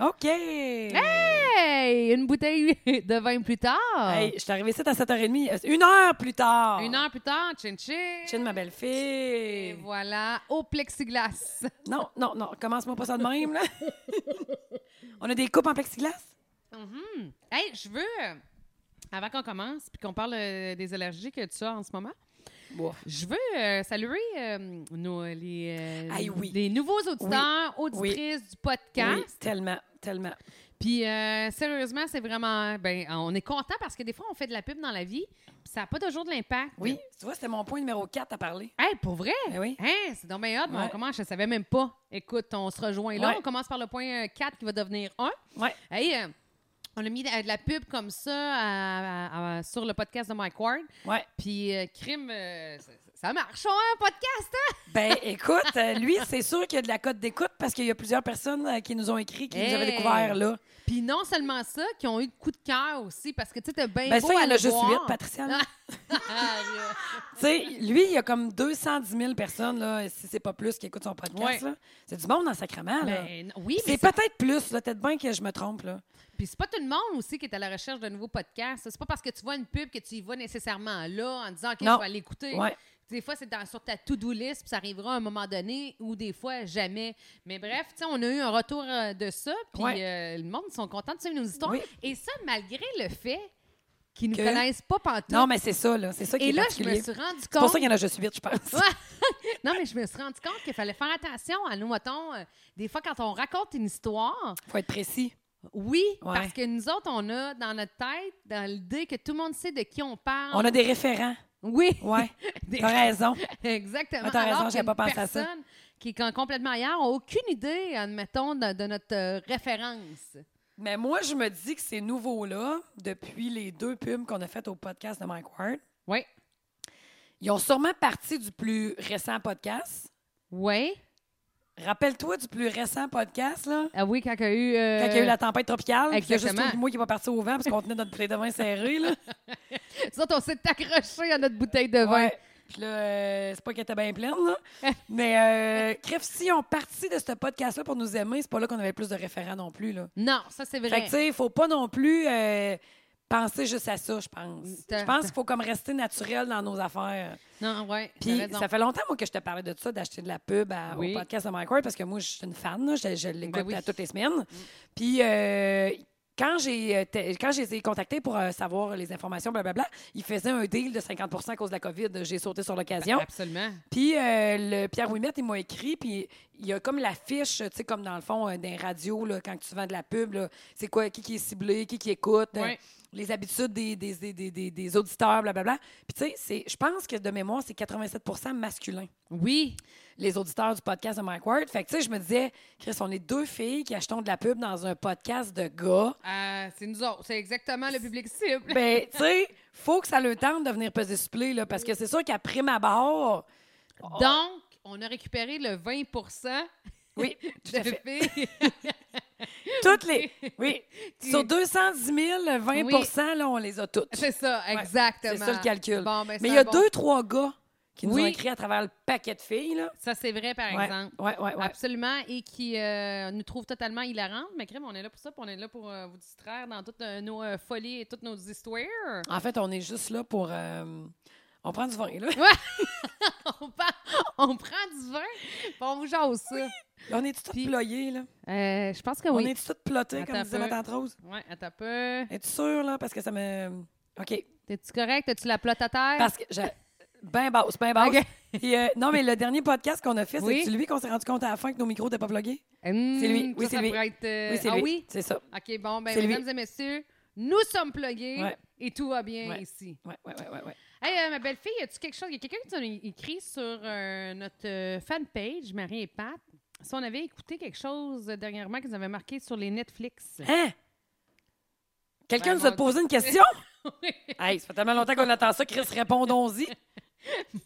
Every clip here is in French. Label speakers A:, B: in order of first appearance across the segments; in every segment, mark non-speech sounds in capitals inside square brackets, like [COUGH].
A: OK!
B: Hey! Une bouteille de vin plus tard.
A: Hey, je suis arrivée ici à 7h30. euh, Une heure plus tard!
B: Une heure plus tard, chin chin.
A: Chin, ma
B: Et
A: belle-fille!
B: voilà, au plexiglas.
A: Non, non, non, commence-moi pas ça de [LAUGHS] même, là. On a des coupes en plexiglas?
B: Mhm. Hey, je veux, euh, avant qu'on commence puis qu'on parle euh, des allergies que tu as en ce moment,
A: Boah.
B: je veux euh, saluer euh, nos, les, euh,
A: Aïe, oui.
B: les nouveaux auditeurs, auditrices du podcast.
A: Oui, tellement, tellement.
B: Puis euh, sérieusement, c'est vraiment. Ben, on est content parce que des fois, on fait de la pub dans la vie, puis ça n'a pas toujours de l'impact.
A: Oui, tu vois, c'était mon point numéro 4 à parler.
B: Hey, pour vrai?
A: Ben oui.
B: Hein, c'est donc bien hot, mais
A: Ouais.
B: on commence, je savais même pas. Écoute, on se rejoint là,
A: Ouais.
B: on commence par le point 4 qui va devenir 1.
A: Ouais.
B: Hey, euh, on a mis de de la pub comme ça à- à- à- sur le podcast de Mike Ward.
A: Ouais.
B: Puis, euh, crime, euh, ça, ça marche, hein, un podcast, hein?
A: [LAUGHS] Ben, écoute, euh, lui, c'est sûr qu'il y a de la cote d'écoute parce qu'il y a plusieurs personnes euh, qui nous ont écrit, qui nous avaient
B: Hey.
A: découvert, là.
B: Puis non seulement ça, qui ont eu le coup de cœur aussi, parce que tu sais, t'es bien
A: Ben,
B: beau
A: ça, il y
B: à
A: en
B: le
A: a juste
B: voir.
A: 8,
B: Ah, [LAUGHS]
A: Patricia. là.
B: Arrête.
A: tu sais, lui, il y a comme 210 000 personnes, là, si c'est pas plus, qui écoutent son podcast,
B: Ouais.
A: là. C'est du monde en sacrament, là.
B: Ben, non, oui, mais
A: c'est peut-être plus, là. Peut-être bien que je me trompe, là.
B: Puis c'est pas tout le monde aussi qui est à la recherche d'un nouveau podcast. C'est pas parce que tu vois une pub que tu y vas nécessairement là en disant OK,
A: Non.
B: je vais aller écouter.
A: Ouais.
B: Des fois, c'est dans- sur ta to-do list, puis ça arrivera à un moment donné, ou des fois, jamais. Mais bref, tu sais, on a eu un retour euh, de ça, puis
A: Ouais.
B: euh, le monde ils sont contents de suivre nos histoires.
A: Oui.
B: Et ça, malgré le fait qu'ils nous
A: Que-
B: connaissent pas pantoute.
A: Non, mais c'est ça, là. C'est ça qui
B: Et
A: est
B: là, je me
A: particulier.
B: suis rendu
A: C'est pour ça
B: compte...
A: qu'il y en a juste 8, je pense.
B: Ouais. non, mais je me suis rendu compte qu'il fallait faire attention à nous, mettons, euh, des fois, quand on raconte une histoire,
A: [LAUGHS] Faut être précis.
B: oui,
A: Ouais.
B: parce que nous autres, on a dans notre tête, dans l'idée que tout le monde sait de qui on parle.
A: On a des référents.
B: Oui.
A: Ouais.
B: Ah. [LAUGHS] Des-
A: T'as raison.
B: Exactement.
A: Ah, t'as raison,
B: Alors
A: j'avais pas
B: qu'une
A: pensé à ça.
B: personne qui est com- complètement ailleurs n'a aucune idée, admettons, de, de notre euh, référence.
A: Mais moi, je me dis que ces nouveaux-là, depuis les deux pubs qu'on a faites au podcast de Mike Ward,
B: Oui.
A: ils ont sûrement parti du plus récent podcast.
B: Oui.
A: Rappelle-toi du plus récent podcast, là.
B: Ah oui, quand il y a eu. euh,
A: Quand il y a eu la tempête tropicale, puis il y a juste
B: exactement.
A: toi et moi qui va partir au vent parce qu'on tenait notre pré de vin serré.
B: [LAUGHS]
A: Là.
B: Nous autres, on s'est accrochés à notre bouteille de vin.
A: Ouais. Puis là, euh, c'est pas qu'elle était bien pleine,
B: [LAUGHS]
A: là. Mais euh, crève, si on partit de ce podcast-là pour nous aimer, c'est pas là qu'on avait plus de référents non plus. Là.
B: Non, ça, c'est
A: Fait que,
B: vrai.
A: tu sais, faut pas non plus euh, penser juste à ça, je pense.
B: T'as-
A: Je pense qu'il faut comme rester naturel dans nos affaires.
B: Non, oui.
A: Puis ça fait longtemps, moi, que je te parlais de ça, d'acheter de la pub à-
B: Oui.
A: au podcast de Mike Ward, parce que moi, je suis une fan, là. je, je l'écoute
B: Ben oui.
A: à toutes les semaines. Puis euh, quand j'ai euh, te- quand j'ai été contactée pour euh, savoir les informations, blablabla, ils faisaient un deal de 50 à cause de la COVID. J'ai sauté sur l'occasion.
B: Ben, Absolument.
A: Puis euh, le Pierre Ouimet, il m'a écrit, puis il y a comme l'affiche, tu sais, comme dans le fond, euh, d'un radio, là, quand tu vends de la pub, là, c'est quoi, qui, qui est ciblé, qui, qui écoute, euh,
B: Ouais.
A: les habitudes des, des, des, des, des, des auditeurs, blablabla. Puis tu sais, c'est- je pense que de mémoire, c'est 87 masculin,
B: Oui.
A: les auditeurs du podcast de Mike Ward. Fait que tu sais, je me disais, Chris, on est deux filles qui achetons de la pub dans un podcast de gars.
B: Euh, c'est nous autres. C'est exactement le public cible.
A: Ben, tu [LAUGHS] sais, faut que ça le tente de venir peser supplé, là, parce que c'est sûr qu'après ma barre... Oh.
B: Donc, on a récupéré le 20
A: [LAUGHS] Oui, tout à
B: de
A: fait.
B: filles.
A: Toutes les.
B: [LAUGHS]
A: Oui.
B: Tu-
A: Sur 210 000, 20 là, on les a toutes.
B: C'est ça, exactement.
A: C'est ça le calcul.
B: Bon, ben, c'est
A: Mais il y a
B: un bon-
A: deux, trois gars qui nous
B: Oui.
A: ont écrit à travers le paquet de filles, là.
B: Ça, c'est vrai, par
A: ouais.
B: exemple.
A: Ouais, ouais, ouais.
B: Absolument, et qui euh, nous trouve totalement hilarantes. Mais crème, on est là pour ça, puis on est là pour euh, vous distraire dans toutes euh, nos euh, folies et toutes nos histoires. [LAUGHS]
A: En fait, on est juste là pour. euh, on prend du vin,
B: [LAUGHS]
A: là.
B: on, pa- on prend du vin, puis on vous jase ça.
A: On est tout
B: Puis-
A: ployés, là.
B: Euh, je pense que
A: On
B: oui.
A: est tout plotés,
B: Attends
A: comme disait
B: un peu.
A: ma tante Rose.
B: Ouais, attends un peu.
A: Es-tu sûr, là? Parce que ça me. OK.
B: T'es-tu correct? T'as-tu la plotte à terre?
A: Parce que. j'ai- Ben basse, ben basse.
B: Ah. OK.
A: Puis, euh, non, mais le dernier podcast qu'on a fait,
B: Oui.
A: c'est lui qu'on s'est rendu compte à la fin que nos micros n'étaient pas bloqués?
B: Hum,
A: c'est lui. Oui,
B: ça,
A: c'est
B: ça
A: lui.
B: pourrait être, euh,
A: Oui, c'est
B: ah
A: lui.
B: oui?
A: C'est ça.
B: OK, bon, ben,
A: C'est lui.
B: mesdames et messieurs, nous sommes plugués
A: Ouais.
B: et tout va bien
A: Ouais.
B: ici.
A: Ouais, ouais, ouais, ouais. ouais.
B: Hey, euh, ma belle-fille, y a-tu quelque chose? Y a quelqu'un qui t'a écrit sur euh, notre euh, fanpage, Marie et Pat, si on avait écouté quelque chose euh, dernièrement qu'ils avaient marqué sur les Netflix.
A: [LAUGHS] Hein? Quelqu'un
B: Ben,
A: nous a
B: mon
A: posé une question?
B: [LAUGHS] Oui.
A: hey, ça fait tellement longtemps qu'on attend ça, Chris, répondons-y.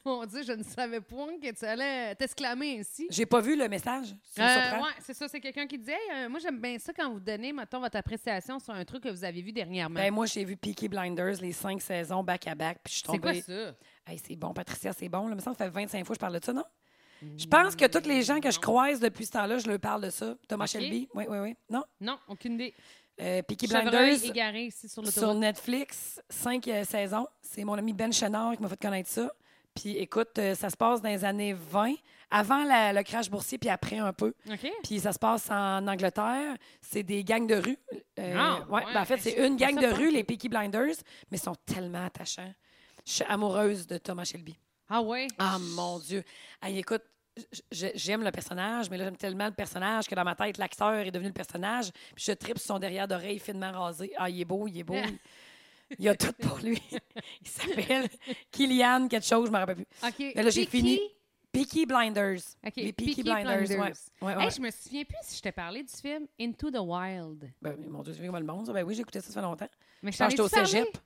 B: Mon Dieu, je ne savais point que tu allais t'exclamer ainsi.
A: J'ai pas vu le message. Ça me
B: Euh,
A: surprend.
B: ouais, c'est ça, c'est quelqu'un qui disait Hey, euh, Moi, j'aime bien ça quand vous donnez, mettons, votre appréciation sur un truc que vous avez vu dernièrement.
A: Ben, moi, j'ai vu Peaky Blinders, les cinq saisons back-à-back, puis je suis
B: c'est quoi
A: tombée.
B: ça?
A: Hey, c'est bon, Patricia, c'est bon. Là, me semble que ça fait 25 fois que je parle de ça, non? Je pense que tous les gens que je croise depuis ce temps-là, je leur parle de ça. Thomas
B: Ok.
A: Shelby, oui, oui, oui. Non?
B: Non, aucune idée.
A: Euh, Peaky
B: Chevreuil
A: Blinders
B: égaré ici sur
A: sur
B: l'autoroute.
A: Netflix, cinq euh, saisons. C'est mon ami Ben Chenard qui m'a fait connaître ça. Puis écoute, euh, ça se passe dans les années 20, avant la- le crash boursier, puis après un peu.
B: OK.
A: Puis ça se passe en Angleterre. C'est des gangs de rue. Euh,
B: Ah,
A: ouais,
B: ouais.
A: ben en fait,
B: Je-
A: c'est une
B: je
A: gang de
B: pensais pas.
A: rue, les Peaky Blinders, mais ils sont tellement attachants. Je suis amoureuse de Thomas Shelby.
B: Ah ouais.
A: Ah mon Dieu. Hey, écoute, j- j- j'aime le personnage, mais là, j'aime tellement le personnage que dans ma tête, l'acteur est devenu le personnage. Puis je tripe sur son derrière d'oreille finement rasé. Ah, il est beau, il est beau.
B: [LAUGHS]
A: Il- Il a tout pour lui. [LAUGHS] Il s'appelle Kylian quelque chose, je me rappelle plus.
B: OK.
A: Mais ben là, j'ai
B: Peaky-
A: fini. Peaky Blinders.
B: OK.
A: Les Peaky, Blinders, ouais. Ouais, ouais,
B: Hey,
A: ouais.
B: je me souviens plus si je t'ai parlé du film Into the Wild.
A: Ben, mon Dieu, c'est vieux comme le monde, ça. Ben oui, j'écoutais ça, ça fait longtemps.
B: Mais je
A: Quand j'étais au
B: t'en ai-tu parlé?
A: cégep.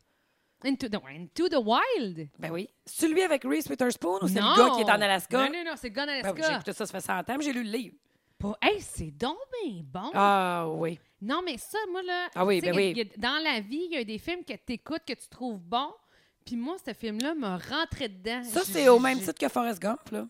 B: Into the, Into the Wild?
A: Ben oui. C'est lui avec Reese Witherspoon ou c'est le gars qui est en Alaska?
B: Non, non, non, c'est le gars en
A: Ben oui, j'ai
B: Alaska.
A: écouté ça, ça fait 100 ans, mais j'ai lu le livre.
B: Pas- Hey, c'est donc bien bon.
A: Ah oui.
B: Non, mais ça, moi, là.
A: Ah oui,
B: tu sais,
A: ben
B: il y a-
A: oui.
B: il y a- Dans la vie, il y a des films que tu écoutes, que tu trouves bons. Puis moi, ce film-là m'a rentré dedans.
A: Ça,
B: J'ai-
A: c'est au même
B: j'ai-
A: titre que Forrest Gump, là.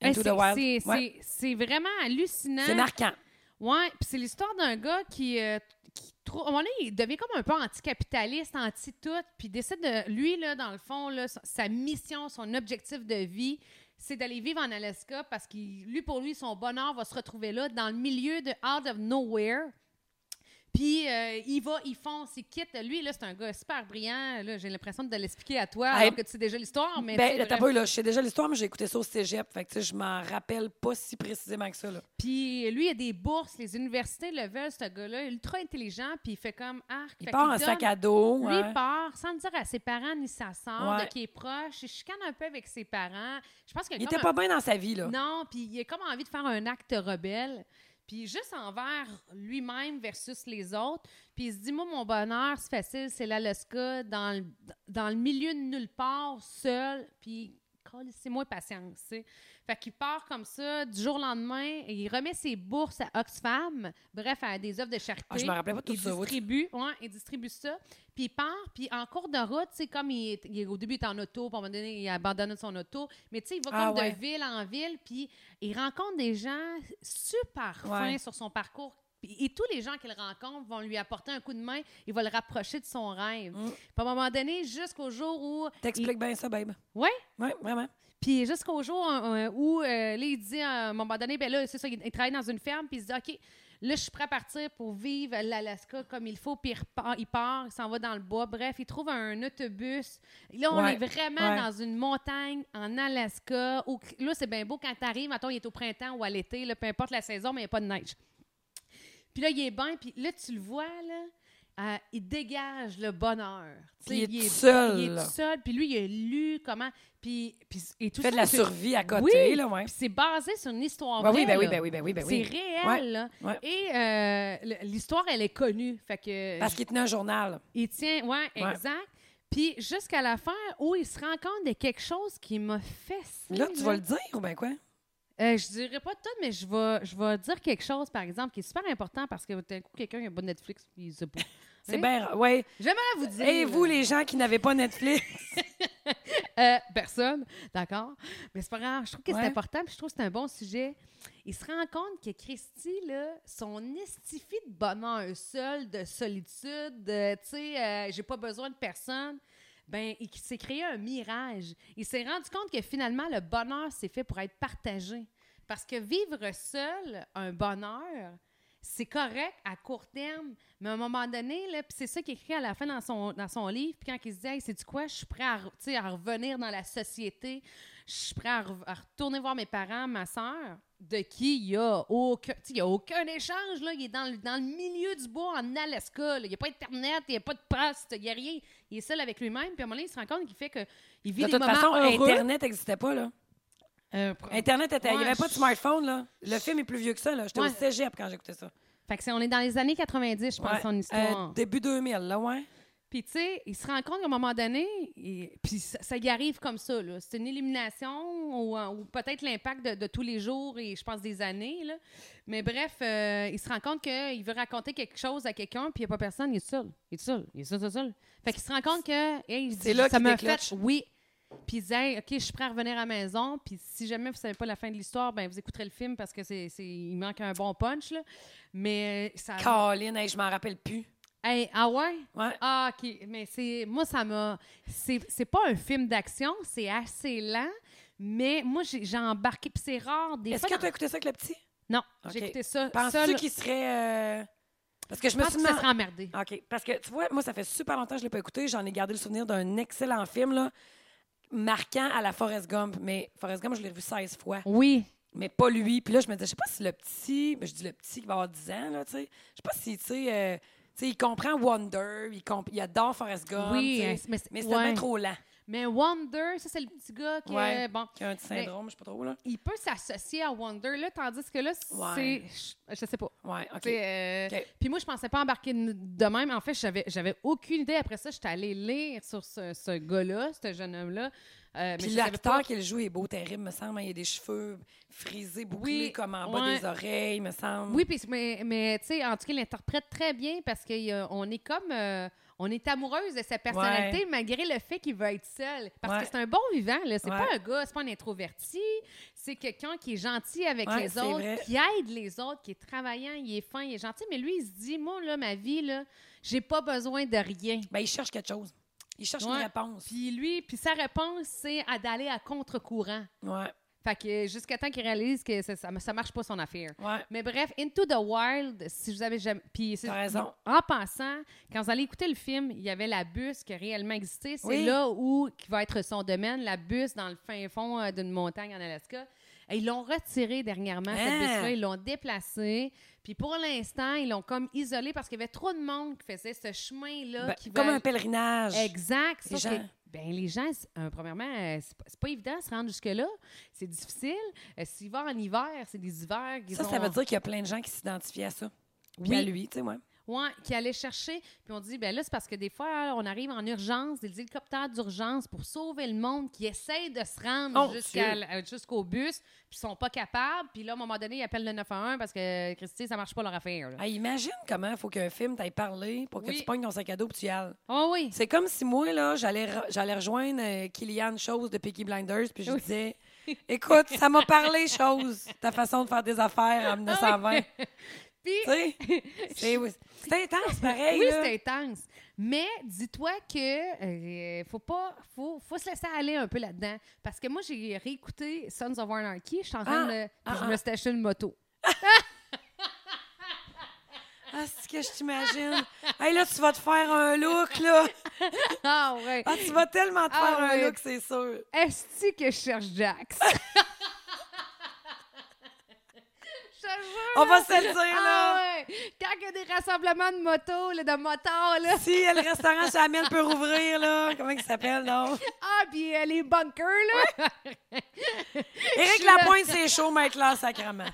B: Hey,
A: Into
B: Ah, c'est-
A: the Wild.
B: c'est- hein?
A: Ouais.
B: c'est- C'est vraiment hallucinant.
A: C'est marquant.
B: Ouais, puis c'est l'histoire d'un gars qui, euh, qui trouve. À un moment donné, il devient comme un peu anticapitaliste, anti-tout, puis décide de. Lui, là, dans le fond, là, sa- sa mission, son objectif de vie, c'est d'aller vivre en Alaska parce que lui, pour lui, son bonheur va se retrouver là, dans le milieu de Out of Nowhere. Puis euh, il va, il fonce, il quitte. Lui, là, c'est un gars super brillant. Là, j'ai l'impression de l'expliquer à toi,
A: Hey,
B: alors que tu sais déjà l'histoire, mais. tu sais,
A: Ben,
B: bref.
A: t'as pas eu, là. Je sais déjà l'histoire, mais j'ai écouté ça au cégep. Fait que, tu sais, je m'en rappelle pas si précisément que ça, là.
B: Puis lui, il a des bourses. Les universités le veulent, ce gars-là. Ultra intelligent, puis il fait comme arc.
A: Il
B: Fait
A: part
B: qu'il
A: en
B: donne-
A: sac à dos.
B: Lui,
A: hein.
B: il part sans dire à ses parents ni sa sœur
A: Ouais.
B: de qui est proche. Il chicane un peu avec ses parents. Je pense qu'il a
A: Il
B: comme
A: était pas bien dans sa vie, là.
B: Non, puis il a comme envie de faire un acte rebelle. Puis juste envers lui-même versus les autres. Puis il se dit, moi, mon bonheur, c'est facile, c'est l'Alaska, dans le, dans le milieu de nulle part, seul. Puis, c'est moi patience. tu sais. Fait qu'il part comme ça, du jour au lendemain, et il remet ses bourses à Oxfam, bref, à des œuvres de charité.
A: Ah, je me rappelais pas tout
B: il
A: ça, oui.
B: Distribue, ouais, il distribue ça. Puis il part, puis en cours de route, c'est comme il, est- il est- au début, il est en auto, puis à un moment donné, il abandonne son auto. Mais tu sais, il va
A: Ah,
B: comme
A: ouais.
B: de ville en ville, puis il rencontre des gens super
A: Ouais.
B: fins sur son parcours. Puis- Et tous les gens qu'il rencontre vont lui apporter un coup de main, il va le rapprocher de son rêve.
A: Mm.
B: Puis à un moment donné, jusqu'au jour où.
A: T'expliques bien ça, babe.
B: Ouais.
A: Ouais, vraiment.
B: Puis jusqu'au jour euh, euh, où euh, là, il dit à un moment donné, ben là, c'est ça, il, il travaille dans une ferme, puis il se dit, OK, là, je suis prêt à partir pour vivre l'Alaska comme il faut, puis il, repart- il part, il s'en va dans le bois. Bref, il trouve un autobus. Et Là, on
A: Ouais,
B: est vraiment
A: ouais.
B: dans une montagne en Alaska. Où, là, c'est bien beau quand t'arrives, mettons, il est au printemps ou à l'été, là, peu importe la saison, mais il n'y a pas de neige. Puis là, il est bien, puis là, tu le vois, là, euh, il dégage le bonheur. Tu sais,
A: Puis il est tout seul,
B: Il est
A: là.
B: tout seul, puis lui, il a lu comment... Puis, puis, et tout
A: Il fait de
B: ça,
A: la
B: c'est-
A: survie à côté,
B: Oui,
A: là, ouais.
B: puis c'est basé sur une histoire
A: Ben
B: vraie.
A: oui, ben oui,
B: là.
A: ben oui, ben oui, ben
B: C'est
A: oui.
B: réel,
A: Ouais,
B: là.
A: ouais.
B: Et euh, le- l'histoire, elle est connue. Fait que
A: Parce qu'il tenait un journal.
B: il tient, ouais,
A: Ouais.
B: exact. Puis jusqu'à la fin, où il se rend compte de quelque chose qui m'a fait ça.
A: Là, tu vas le dire ou ben quoi?
B: Euh, je dirais pas tout, mais je vais, je vais dire quelque chose, par exemple, qui est super important parce que d'un coup, quelqu'un il a pas Netflix, puis il
A: [LAUGHS]
B: sait pas.
A: C'est
B: Oui.
A: bien. Ouais.
B: J'aimerais vous dire.
A: Et vous, les gens qui n'avaient pas Netflix?
B: Euh, personne, d'accord. Mais c'est pas grave. Je trouve que
A: Ouais.
B: c'est important, puis je trouve que c'est un bon sujet. Il se rend compte que Christy, là, son estifie de bonheur seul, de solitude, de, tu sais, euh, j'ai pas besoin de personne, ben, il s'est créé un mirage. Il s'est rendu compte que finalement, le bonheur, c'est fait pour être partagé. Parce que vivre seul, un bonheur, c'est correct à court terme, mais à un moment donné, là, puis c'est ça qu'il écrit à la fin dans son, dans son livre, puis quand il se dit, hey, c'est du quoi, je suis prêt à, re- tu sais, à revenir dans la société, je suis prêt à, re- à retourner voir mes parents, ma sœur, de qui il n'y a, aucun- tu sais, il y a aucun échange, là, il est dans le, dans le milieu du bois en Alaska, là. il n'y a pas Internet, il n'y a pas de poste, il n'y a rien, il est seul avec lui-même, puis à un moment donné, il se rend compte qu'il fait que il vit
A: De
B: des
A: toute
B: moments
A: façon,
B: heureux.
A: Internet n'existait pas, là.
B: Euh, pro-
A: Internet était. Il n'y
B: Ouais,
A: avait pas de
B: je-
A: smartphone, là. Le film est plus vieux que ça, là. J'étais
B: Ouais.
A: au cégep quand j'écoutais ça.
B: Fait que c'est- on est dans les années 90, je pense,
A: Ouais.
B: son histoire. Ah
A: Euh, début 2000, là, ouais.
B: Puis, tu sais, il se rend compte qu'à un moment donné, il- puis ça, ça y arrive comme ça, là. C'est une élimination ou, euh, ou peut-être l'impact de, de tous les jours et, je pense, des années, là. Mais bref, euh, il se rend compte qu'il veut raconter quelque chose à quelqu'un, puis il n'y a pas personne, il est seul. Il est seul, il est seul, seul, seul. Fait qu'il se rend compte que, hey, il
A: C'est
B: dit,
A: là
B: ça
A: qu'il
B: m'a fait,
A: déclenche.
B: oui. Puis il disait, Hey, OK, je suis prêt à revenir à la maison. Puis si jamais vous savez pas la fin de l'histoire, ben vous écouterez le film parce que c'est, c'est- il manque un bon punch. Là. Mais euh, ça.
A: Caroline, hey, je m'en rappelle plus.
B: Hey, ah ouais?
A: Ouais.
B: Ah, OK. Mais c'est. Moi, ça m'a. C'est c'est pas un film d'action, c'est assez lent. Mais moi, j'ai j'ai embarqué. Puis c'est rare. Des
A: Est-ce
B: fois,
A: que
B: dans-
A: tu as écouté ça avec le petit?
B: Non,
A: Ok.
B: j'ai écouté ça.
A: Penses-tu
B: seul.
A: qu'il serait. euh, Parce que je
B: Je
A: me
B: pense
A: suis
B: que ça
A: demandé-
B: serait emmerdé.
A: OK. Parce que, tu vois, moi, ça fait super longtemps que je ne l'ai pas écouté. J'en ai gardé le souvenir d'un excellent film, là, marquant à la Forrest Gump. Mais Forrest Gump, je l'ai revu 16 fois,
B: Oui.
A: mais pas lui. Puis là, je me disais, je sais pas si le petit, ben, je dis le petit qui va avoir 10 ans, là, tu sais. Je sais pas si, tu sais, euh, tu sais, il comprend Wonder, il, comp- il adore Forrest Gump.
B: Oui,
A: tu sais.
B: hein, mais c'est-
A: mais c'est
B: ouais.
A: tellement trop lent.
B: Mais Wonder, ça, c'est le petit gars qui.
A: Ouais.
B: est Bon.
A: Qui a un petit
B: Mais-
A: syndrome, je sais pas trop, là.
B: il peut s'associer à Wonder, là, tandis que là, c'est.
A: Ouais.
B: Je, je sais pas.
A: Ouais, OK.
B: Tu sais, euh,
A: Ok.
B: Puis moi, je pensais pas embarquer n- de même. En fait, j'avais, j'avais aucune idée. Après ça, j'étais allée lire sur ce, ce gars-là, ce jeune homme-là. Euh, mais
A: Puis
B: je savais
A: l'acteur
B: pas-
A: qui le joue est beau, terrible, me semble. hein. Il a des cheveux frisés, bouclés,
B: Oui,
A: comme en bas
B: ouais.
A: des oreilles, me semble.
B: Oui, puis, mais, mais tu sais, en tout cas, il l'interprète très bien parce qu'on est comme. euh, on est amoureuse de sa personnalité malgré le fait qu'il va être seul. Parce
A: Ouais.
B: que c'est un bon vivant, là. C'est
A: Ouais.
B: pas un gars, c'est pas un introverti. C'est quelqu'un qui est gentil avec
A: Ouais,
B: les
A: c'est
B: autres,
A: vrai.
B: qui aide les autres, qui est travaillant, il est fin, il est gentil. Mais lui, il se dit, moi, là, ma vie, là, j'ai pas besoin de rien.
A: Ben, il cherche quelque chose. Il cherche une
B: Ouais.
A: réponse.
B: Puis lui, puis sa réponse, c'est à d'aller à contre-courant.
A: Ouais,
B: Fait que jusqu'à temps qu'il réalise que ça, ça, ça marche pas son affaire.
A: ouais.
B: Mais bref, Into the Wild, si vous avez jamais. Puis c'est-
A: T'as raison.
B: En passant, quand vous allez écouter le film, il y avait la bus qui a réellement existé. C'est
A: Oui.
B: là où qui va être son domaine, la bus dans le fin fond euh, d'une montagne en Alaska. Et ils l'ont retirée dernièrement, cette
A: Hein?
B: bus-là. Ils l'ont déplacée. Puis pour l'instant, ils l'ont comme isolée parce qu'il y avait trop de monde qui faisait ce chemin-là.
A: Ben,
B: qui va
A: comme un
B: aller-
A: pèlerinage.
B: Exact.
A: Les
B: Sauf que,
A: gens-
B: ben, les gens, c'est- euh, premièrement, euh, c'est pas, c'est pas évident de se rendre jusque-là. C'est difficile. Euh, S'il va en hiver, c'est des hivers. qu'ils
A: Ça, ça
B: ont-
A: veut dire qu'il y a plein de gens qui s'identifient à ça. Puis
B: Oui.
A: à lui, tu sais, ouais.
B: Ouais, qui allait chercher. Puis on dit, ben là, c'est parce que des fois, on arrive en urgence, des hélicoptères d'urgence pour sauver le monde qui essaie de se rendre
A: Oh,
B: jusqu'à
A: Dieu.
B: la- euh, jusqu'au bus, puis ils sont pas capables. Puis là, à un moment donné, ils appellent le 911 parce que, Christy, ça marche pas leur affaire. là.
A: Ah, imagine comment il faut qu'un film t'aille parler pour que
B: Oui.
A: tu pognes ton sac à dos puis tu y ailles.
B: Oh oui!
A: C'est comme si moi, là, j'allais re- j'allais rejoindre euh, Kylian Chose de Peaky Blinders puis je
B: Oui.
A: disais Écoute, ça m'a parlé, Chose, ta façon de faire des
B: Ah,
A: affaires en 1920.
B: Puis,
A: Tu sais, c'est c'est intense, pareil.
B: oui,
A: là.
B: c'est intense. Mais dis-toi que euh, faut pas, faut, faut se laisser aller un peu là-dedans. Parce que moi, j'ai réécouté Sons of Anarchy. Je suis en
A: Ah,
B: train de. puis
A: ah,
B: je
A: ah.
B: me suis acheté une moto.
A: Ah, c'est que je t'imagine. hey, là, tu vas te faire un look, là.
B: Ah, ouais!
A: Ah, tu vas tellement te
B: Ah,
A: faire
B: ouais.
A: un look, c'est sûr.
B: Est-ce que je cherche
A: [LAUGHS]
B: Jax? Je te jure,
A: On va
B: là.
A: se le dire, là.
B: Ah ouais. Quand il y a des rassemblements de motos, là, de motards, là.
A: Si euh, le restaurant Chamel peut rouvrir, là, comment il s'appelle, non?
B: Ah, puis euh, les bunkers, là.
A: Éric
B: suis là.
A: Lapointe, c'est chaud, maître là, sacrement.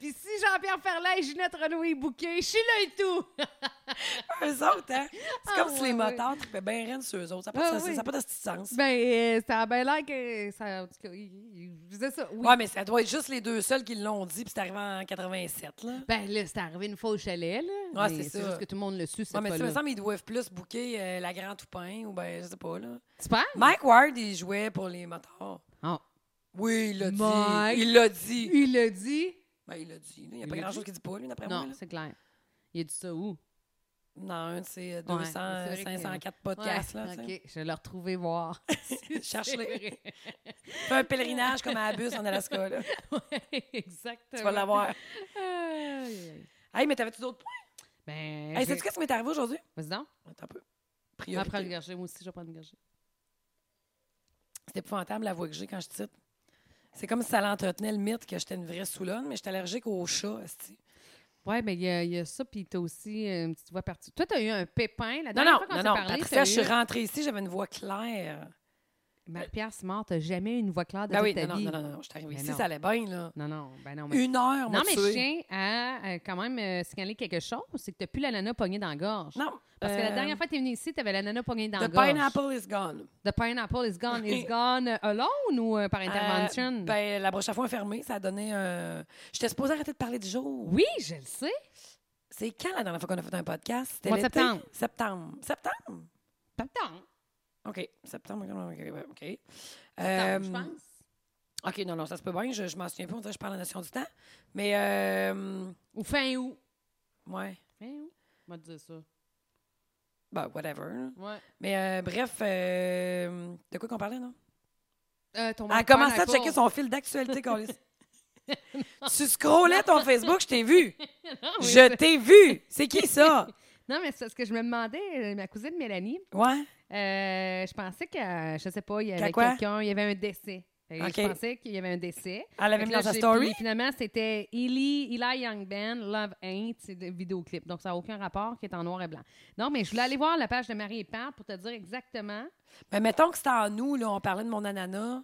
B: puis si Jean-Pierre Ferland et Ginette Renaud est bouquée, je suis là et tout.
A: [LAUGHS] Eux autres, hein? C'est
B: Ah,
A: comme si
B: ouais,
A: les
B: ouais.
A: motards trippaient bien rien sur eux autres. Ça n'a
B: Ouais,
A: pas, de- ça-
B: ouais.
A: ça a pas de petit sens.
B: ben, euh, ça a bien l'air que... Ça, en tout cas, il- il faisait ça, oui.
A: Ouais, mais ça doit être juste les deux seuls qui l'ont dit, puis c'est arrivé en 87, là.
B: Ben là, c'est arrivé une fois au chalet, là.
A: Ouais,
B: Mais
A: c'est
B: c'est
A: ça.
B: juste que tout le monde le suit, cette
A: Ouais, mais ça me
B: fois-là.
A: semble qu'ils doivent plus booker euh, la Grande Toupin, ou ben, je sais pas, là.
B: Tu penses?
A: Mike Ward, il jouait pour les motards.
B: Ah.
A: Oui, il l'a
B: Mike.
A: dit. Il l'a dit.
B: Il l'a dit.
A: Ben, il l'a dit. là. Il n'y a
B: Il
A: pas
B: l'a
A: grand-chose
B: dit?
A: qui dit pas, lui, d'après moi.
B: Non,
A: là.
B: c'est clair. Il a dit ça où?
A: Non, un de ces euh, 200,
B: c'est vrai que-
A: 504 podcasts, là, tu sais.
B: OK, je vais le retrouver voir.
A: [LAUGHS] Cherche-les.
B: [LAUGHS] C'est
A: Fais un pèlerinage comme à Abus en Alaska,
B: [LAUGHS]
A: là.
B: vrai. Ouais, exactement.
A: Tu vas l'avoir.
B: Aïe, aïe.
A: Hey, mais t'avais-tu d'autres points?
B: Ben,
A: Hey,
B: j'ai-
A: sais-tu qu'est-ce qui m'est arrivé aujourd'hui?
B: Vas-y donc.
A: Attends un peu.
B: Ah, prends une
A: Priorité.
B: gorgée. Moi aussi, je vais prendre une gorgée.
A: C'est épouvantable la voix que j'ai quand je titre. C'est comme si ça l'entretenait le mythe que j'étais une vraie soulonne, mais j'étais allergique aux chats, esti.
B: Ouais, mais il y, a- il y a ça, puis t'as aussi euh, une petite voix partie. Toi, t'as eu un pépin. La
A: Non,
B: dernière
A: non,
B: fois qu'on
A: non,
B: s'est
A: non.
B: parlé,
A: Patricia,
B: t'as
A: je suis
B: eu... Ben
A: rentrée ici, j'avais une voix claire.
B: Marie-Pierre Simard, t'as jamais eu une voix claire de
A: Ben
B: toute
A: oui,
B: ta
A: non, non,
B: vie.
A: non, non, non, je suis arrivée
B: Mais
A: ici,
B: non.
A: ça allait bien, là.
B: Non, non, ben non. Mais...
A: Une heure,
B: Non,
A: moi,
B: mais je tiens à euh, quand même euh, signaler quelque chose. C'est que t'as plus la nana pognée dans la gorge.
A: Non,
B: Parce que la
A: euh,
B: dernière fois que t'es venue ici, t'avais la nana pognée dans la
A: The
B: gorge.
A: pineapple is gone.
B: The pineapple is
A: [LAUGHS]
B: gone. Is gone alone ou euh, par
A: Euh,
B: intervention?
A: ben, la broche à foin fermée, ça a donné un. J'étais supposée arrêter de parler du jour.
B: oui, je le sais.
A: C'est quand la dernière fois qu'on a fait un podcast? C'était
B: Mois de
A: l'été?
B: septembre.
A: Septembre. Septembre?
B: Pas de temps.
A: OK. Septembre, octobre, OK. ouais, OK.
B: Attends,
A: Euh,
B: je pense.
A: OK, non, non, ça se peut bien. Je, je m'en souviens pas. On dirait que je parle en notion du temps. Mais, euh,
B: Ou fin août.
A: ouais.
B: Fin août? On va te dire ça.
A: Ben, whatever. là.
B: Ouais.
A: Mais euh, bref, euh, de quoi qu'on parlait, non?
B: Euh, ton
A: Elle a
B: beau-père
A: commencé à
B: Michael.
A: checker son fil d'actualité,
B: [LAUGHS]
A: Colis. tu scrollais ton Facebook, je t'ai vu.
B: Non, [LAUGHS] Ah, oui, c'est-
A: Je t'ai vu. C'est qui ça?
B: Non, mais c'est ce que je me demandais, euh, ma cousine Mélanie,
A: Ouais.
B: euh, je pensais que, euh, je sais pas, il y
A: Qu'à
B: avait
A: quoi?
B: quelqu'un, il y avait un décès. Fait que Je
A: Ok.
B: pensais qu'il y avait un décès.
A: Elle l'avait mis
B: Fait que
A: dans
B: là,
A: sa
B: j'ai-
A: story.
B: puis finalement, c'était Eli, Eli Young Band, Love Ain't, c'est le vidéoclip. Donc, ça n'a aucun rapport, qui est en noir et blanc. Non, mais je voulais aller voir la page de Marie et Pat pour te dire exactement.
A: Mais mettons que c'était en nous, là, on parlait de mon ananas.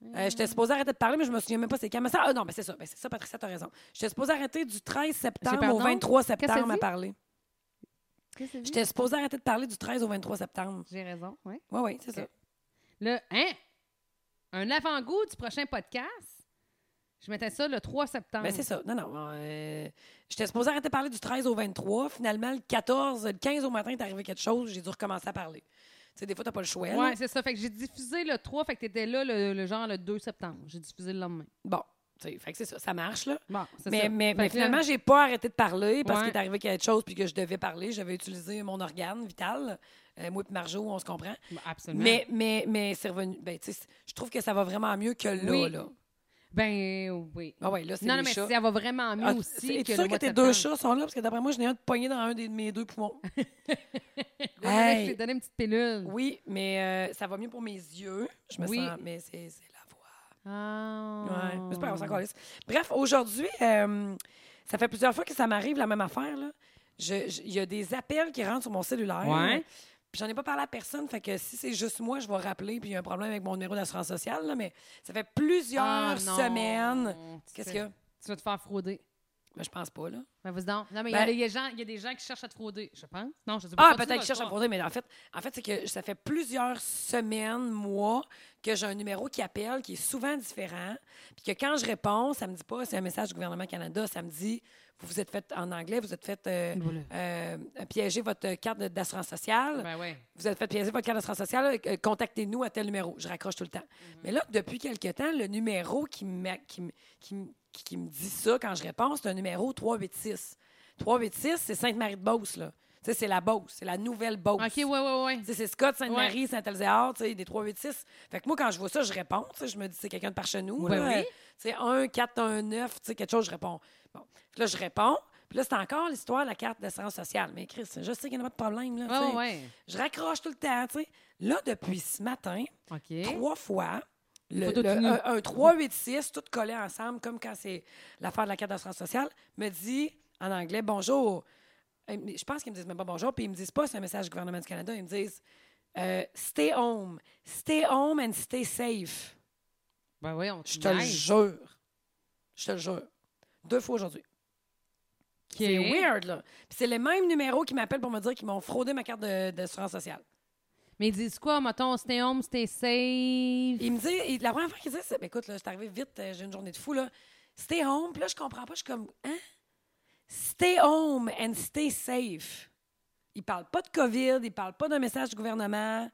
B: Mm.
A: Euh, J'étais supposée arrêter de parler, mais je me souviens même pas c'est quand. Mais ça, ah non, mais c'est ça, ben c'est ça, Patricia, t'as raison. J'étais supposée arrêter du 13 septembre
B: pardon?
A: au 23
B: qu'elle
A: septembre à
B: dit?
A: parler. J'étais supposée arrêter de parler du 13 au 23 septembre.
B: J'ai raison, oui.
A: Oui, oui, c'est
B: Ok. Le, hein? Un avant-goût du prochain podcast? Je mettais ça le 3
A: ça.
B: septembre.
A: Ben, c'est ça. Non, non. euh, J'étais supposée arrêter de parler du 13 au 23. Finalement, le 14, le 15 au matin, il est arrivé quelque chose. J'ai dû recommencer à parler. Tu sais, des fois, t'as pas le choix. là.
B: Ouais, c'est ça. Fait que j'ai diffusé le 3, fait que t'étais là le, le genre le 2 septembre. J'ai diffusé le lendemain.
A: Bon, tu sais, fait que c'est ça. Ça marche, là.
B: Bon, c'est
A: Mais,
B: ça.
A: mais, mais
B: Fait que là-
A: finalement, j'ai pas arrêté de parler parce
B: Ouais.
A: qu'il est arrivé quelque chose puis que je devais parler. J'avais utilisé mon organe vital. Euh, moi et Marjo, on se comprend.
B: Bon, absolument.
A: Mais, mais, mais c'est revenu. Ben, tu sais, c'est- je trouve que ça va vraiment mieux que là.
B: Oui.
A: là.
B: Ben euh, oui.
A: Ah ouais, là, c'est
B: non, non,
A: les
B: mais
A: chats.
B: ça va vraiment mieux
A: Ah,
B: aussi.
A: es-tu
B: que
A: sûr
B: le
A: que
B: mois de
A: tes deux
B: septembre.
A: chats sont là? Parce que d'après moi, je n'ai un de pogné dans un de mes deux
B: [LAUGHS]
A: poumons.
B: Ouais, mais là,
A: Hey.
B: Je t'ai donné une petite pilule.
A: Oui, mais euh, ça va mieux pour mes yeux. Je me
B: Oui.
A: sens. Mais c'est c'est la voix.
B: Ah.
A: Ouais. Mais c'est pas grave, on s'en calisse. Bref, aujourd'hui, euh, ça fait plusieurs fois que ça m'arrive la même affaire. là. Je- je- Il y a des appels qui rentrent sur mon cellulaire.
B: Ouais.
A: Puis j'en ai pas parlé à personne. Fait que si c'est juste moi, je vais rappeler. Puis il y a un problème avec mon numéro d'assurance sociale. là, mais ça fait plusieurs
B: Ah, non.
A: semaines.
B: Tu
A: Qu'est-ce
B: fais-
A: qu'il y a?
B: Tu vas te faire frauder.
A: Ben, je pense pas, là.
B: Ben, vas-y donc. Non, mais il y
A: Ben-
B: a des- il y, a des gens- il y a des gens qui cherchent à te frauder, je pense. Non, je sais pas.
A: Ah, peut-être
B: Continue votre
A: qu'ils cherchent à
B: histoire.
A: frauder, mais en fait, en fait c'est que ça fait plusieurs semaines, mois, que j'ai un numéro qui appelle, qui est souvent différent, puis que quand je réponds, ça me dit pas, c'est un message du gouvernement Canada, ça me dit, vous vous êtes fait en anglais, vous êtes fait euh,
B: Voilà.
A: euh, piéger votre carte de- d'assurance sociale,
B: Ben ouais.
A: vous êtes fait piéger votre carte d'assurance sociale, euh, contactez-nous à tel numéro. Je raccroche tout le temps.
B: Mhm.
A: Mais là, depuis quelque temps, le numéro qui me qui, me- qui, me- qui, qui me dit ça quand je réponds, c'est un numéro 386. 386, c'est Sainte-Marie-de-Beauce, là. Tu sais, c'est la Beauce, c'est la nouvelle Beauce.
B: OK, ouais, ouais, ouais.
A: Tu sais, C'est Scott, Sainte-Marie, Saint-Elzéar, tu sais, des 386. Fait que moi, quand je vois ça, je réponds. tu sais, Je me dis, c'est quelqu'un de par chez nous.
B: Ben
A: là.
B: oui.
A: Tu sais, 1, 4, 1, 9, tu sais, quelque chose, je réponds. Bon. Puis là, je réponds. Puis là, c'est encore l'histoire de la carte d'assurance sociale. Mais Chris, je sais qu'il n'y en a pas de problème. Là, tu
B: Ah Ouais,
A: sais.
B: ouais.
A: Je raccroche tout le temps, tu sais. Là, depuis ce matin,
B: OK.
A: trois fois, le,
B: Photo
A: le-
B: tout nu.
A: un, 3, 8, 6, tout collé ensemble, comme quand c'est l'affaire de la carte d'assurance sociale, me dit en anglais bonjour. Euh, mais Je pense qu'ils me disent même pas bonjour, puis ils me disent pas c'est un message du gouvernement du Canada. Ils me disent euh, stay home, stay home and stay safe.
B: Ben ouais, on
A: Je te le
B: niaise.
A: jure. Je te le jure. Deux fois aujourd'hui.
B: OK.
A: C'est weird, là. Puis c'est les mêmes numéros qui m'appellent pour me dire qu'ils m'ont fraudé ma carte de- d'assurance sociale.
B: Mais ils disent quoi, mettons, stay home, stay safe.
A: Il me dit, il- la première fois qu'il dit, c'est, Ben, écoute, là, je suis arrivée vite, euh, j'ai une journée de fou, là. Stay home, puis là, je comprends pas, je suis comme, hein? Stay home and stay safe. Il parle pas de COVID, il parle pas d'un message du gouvernement.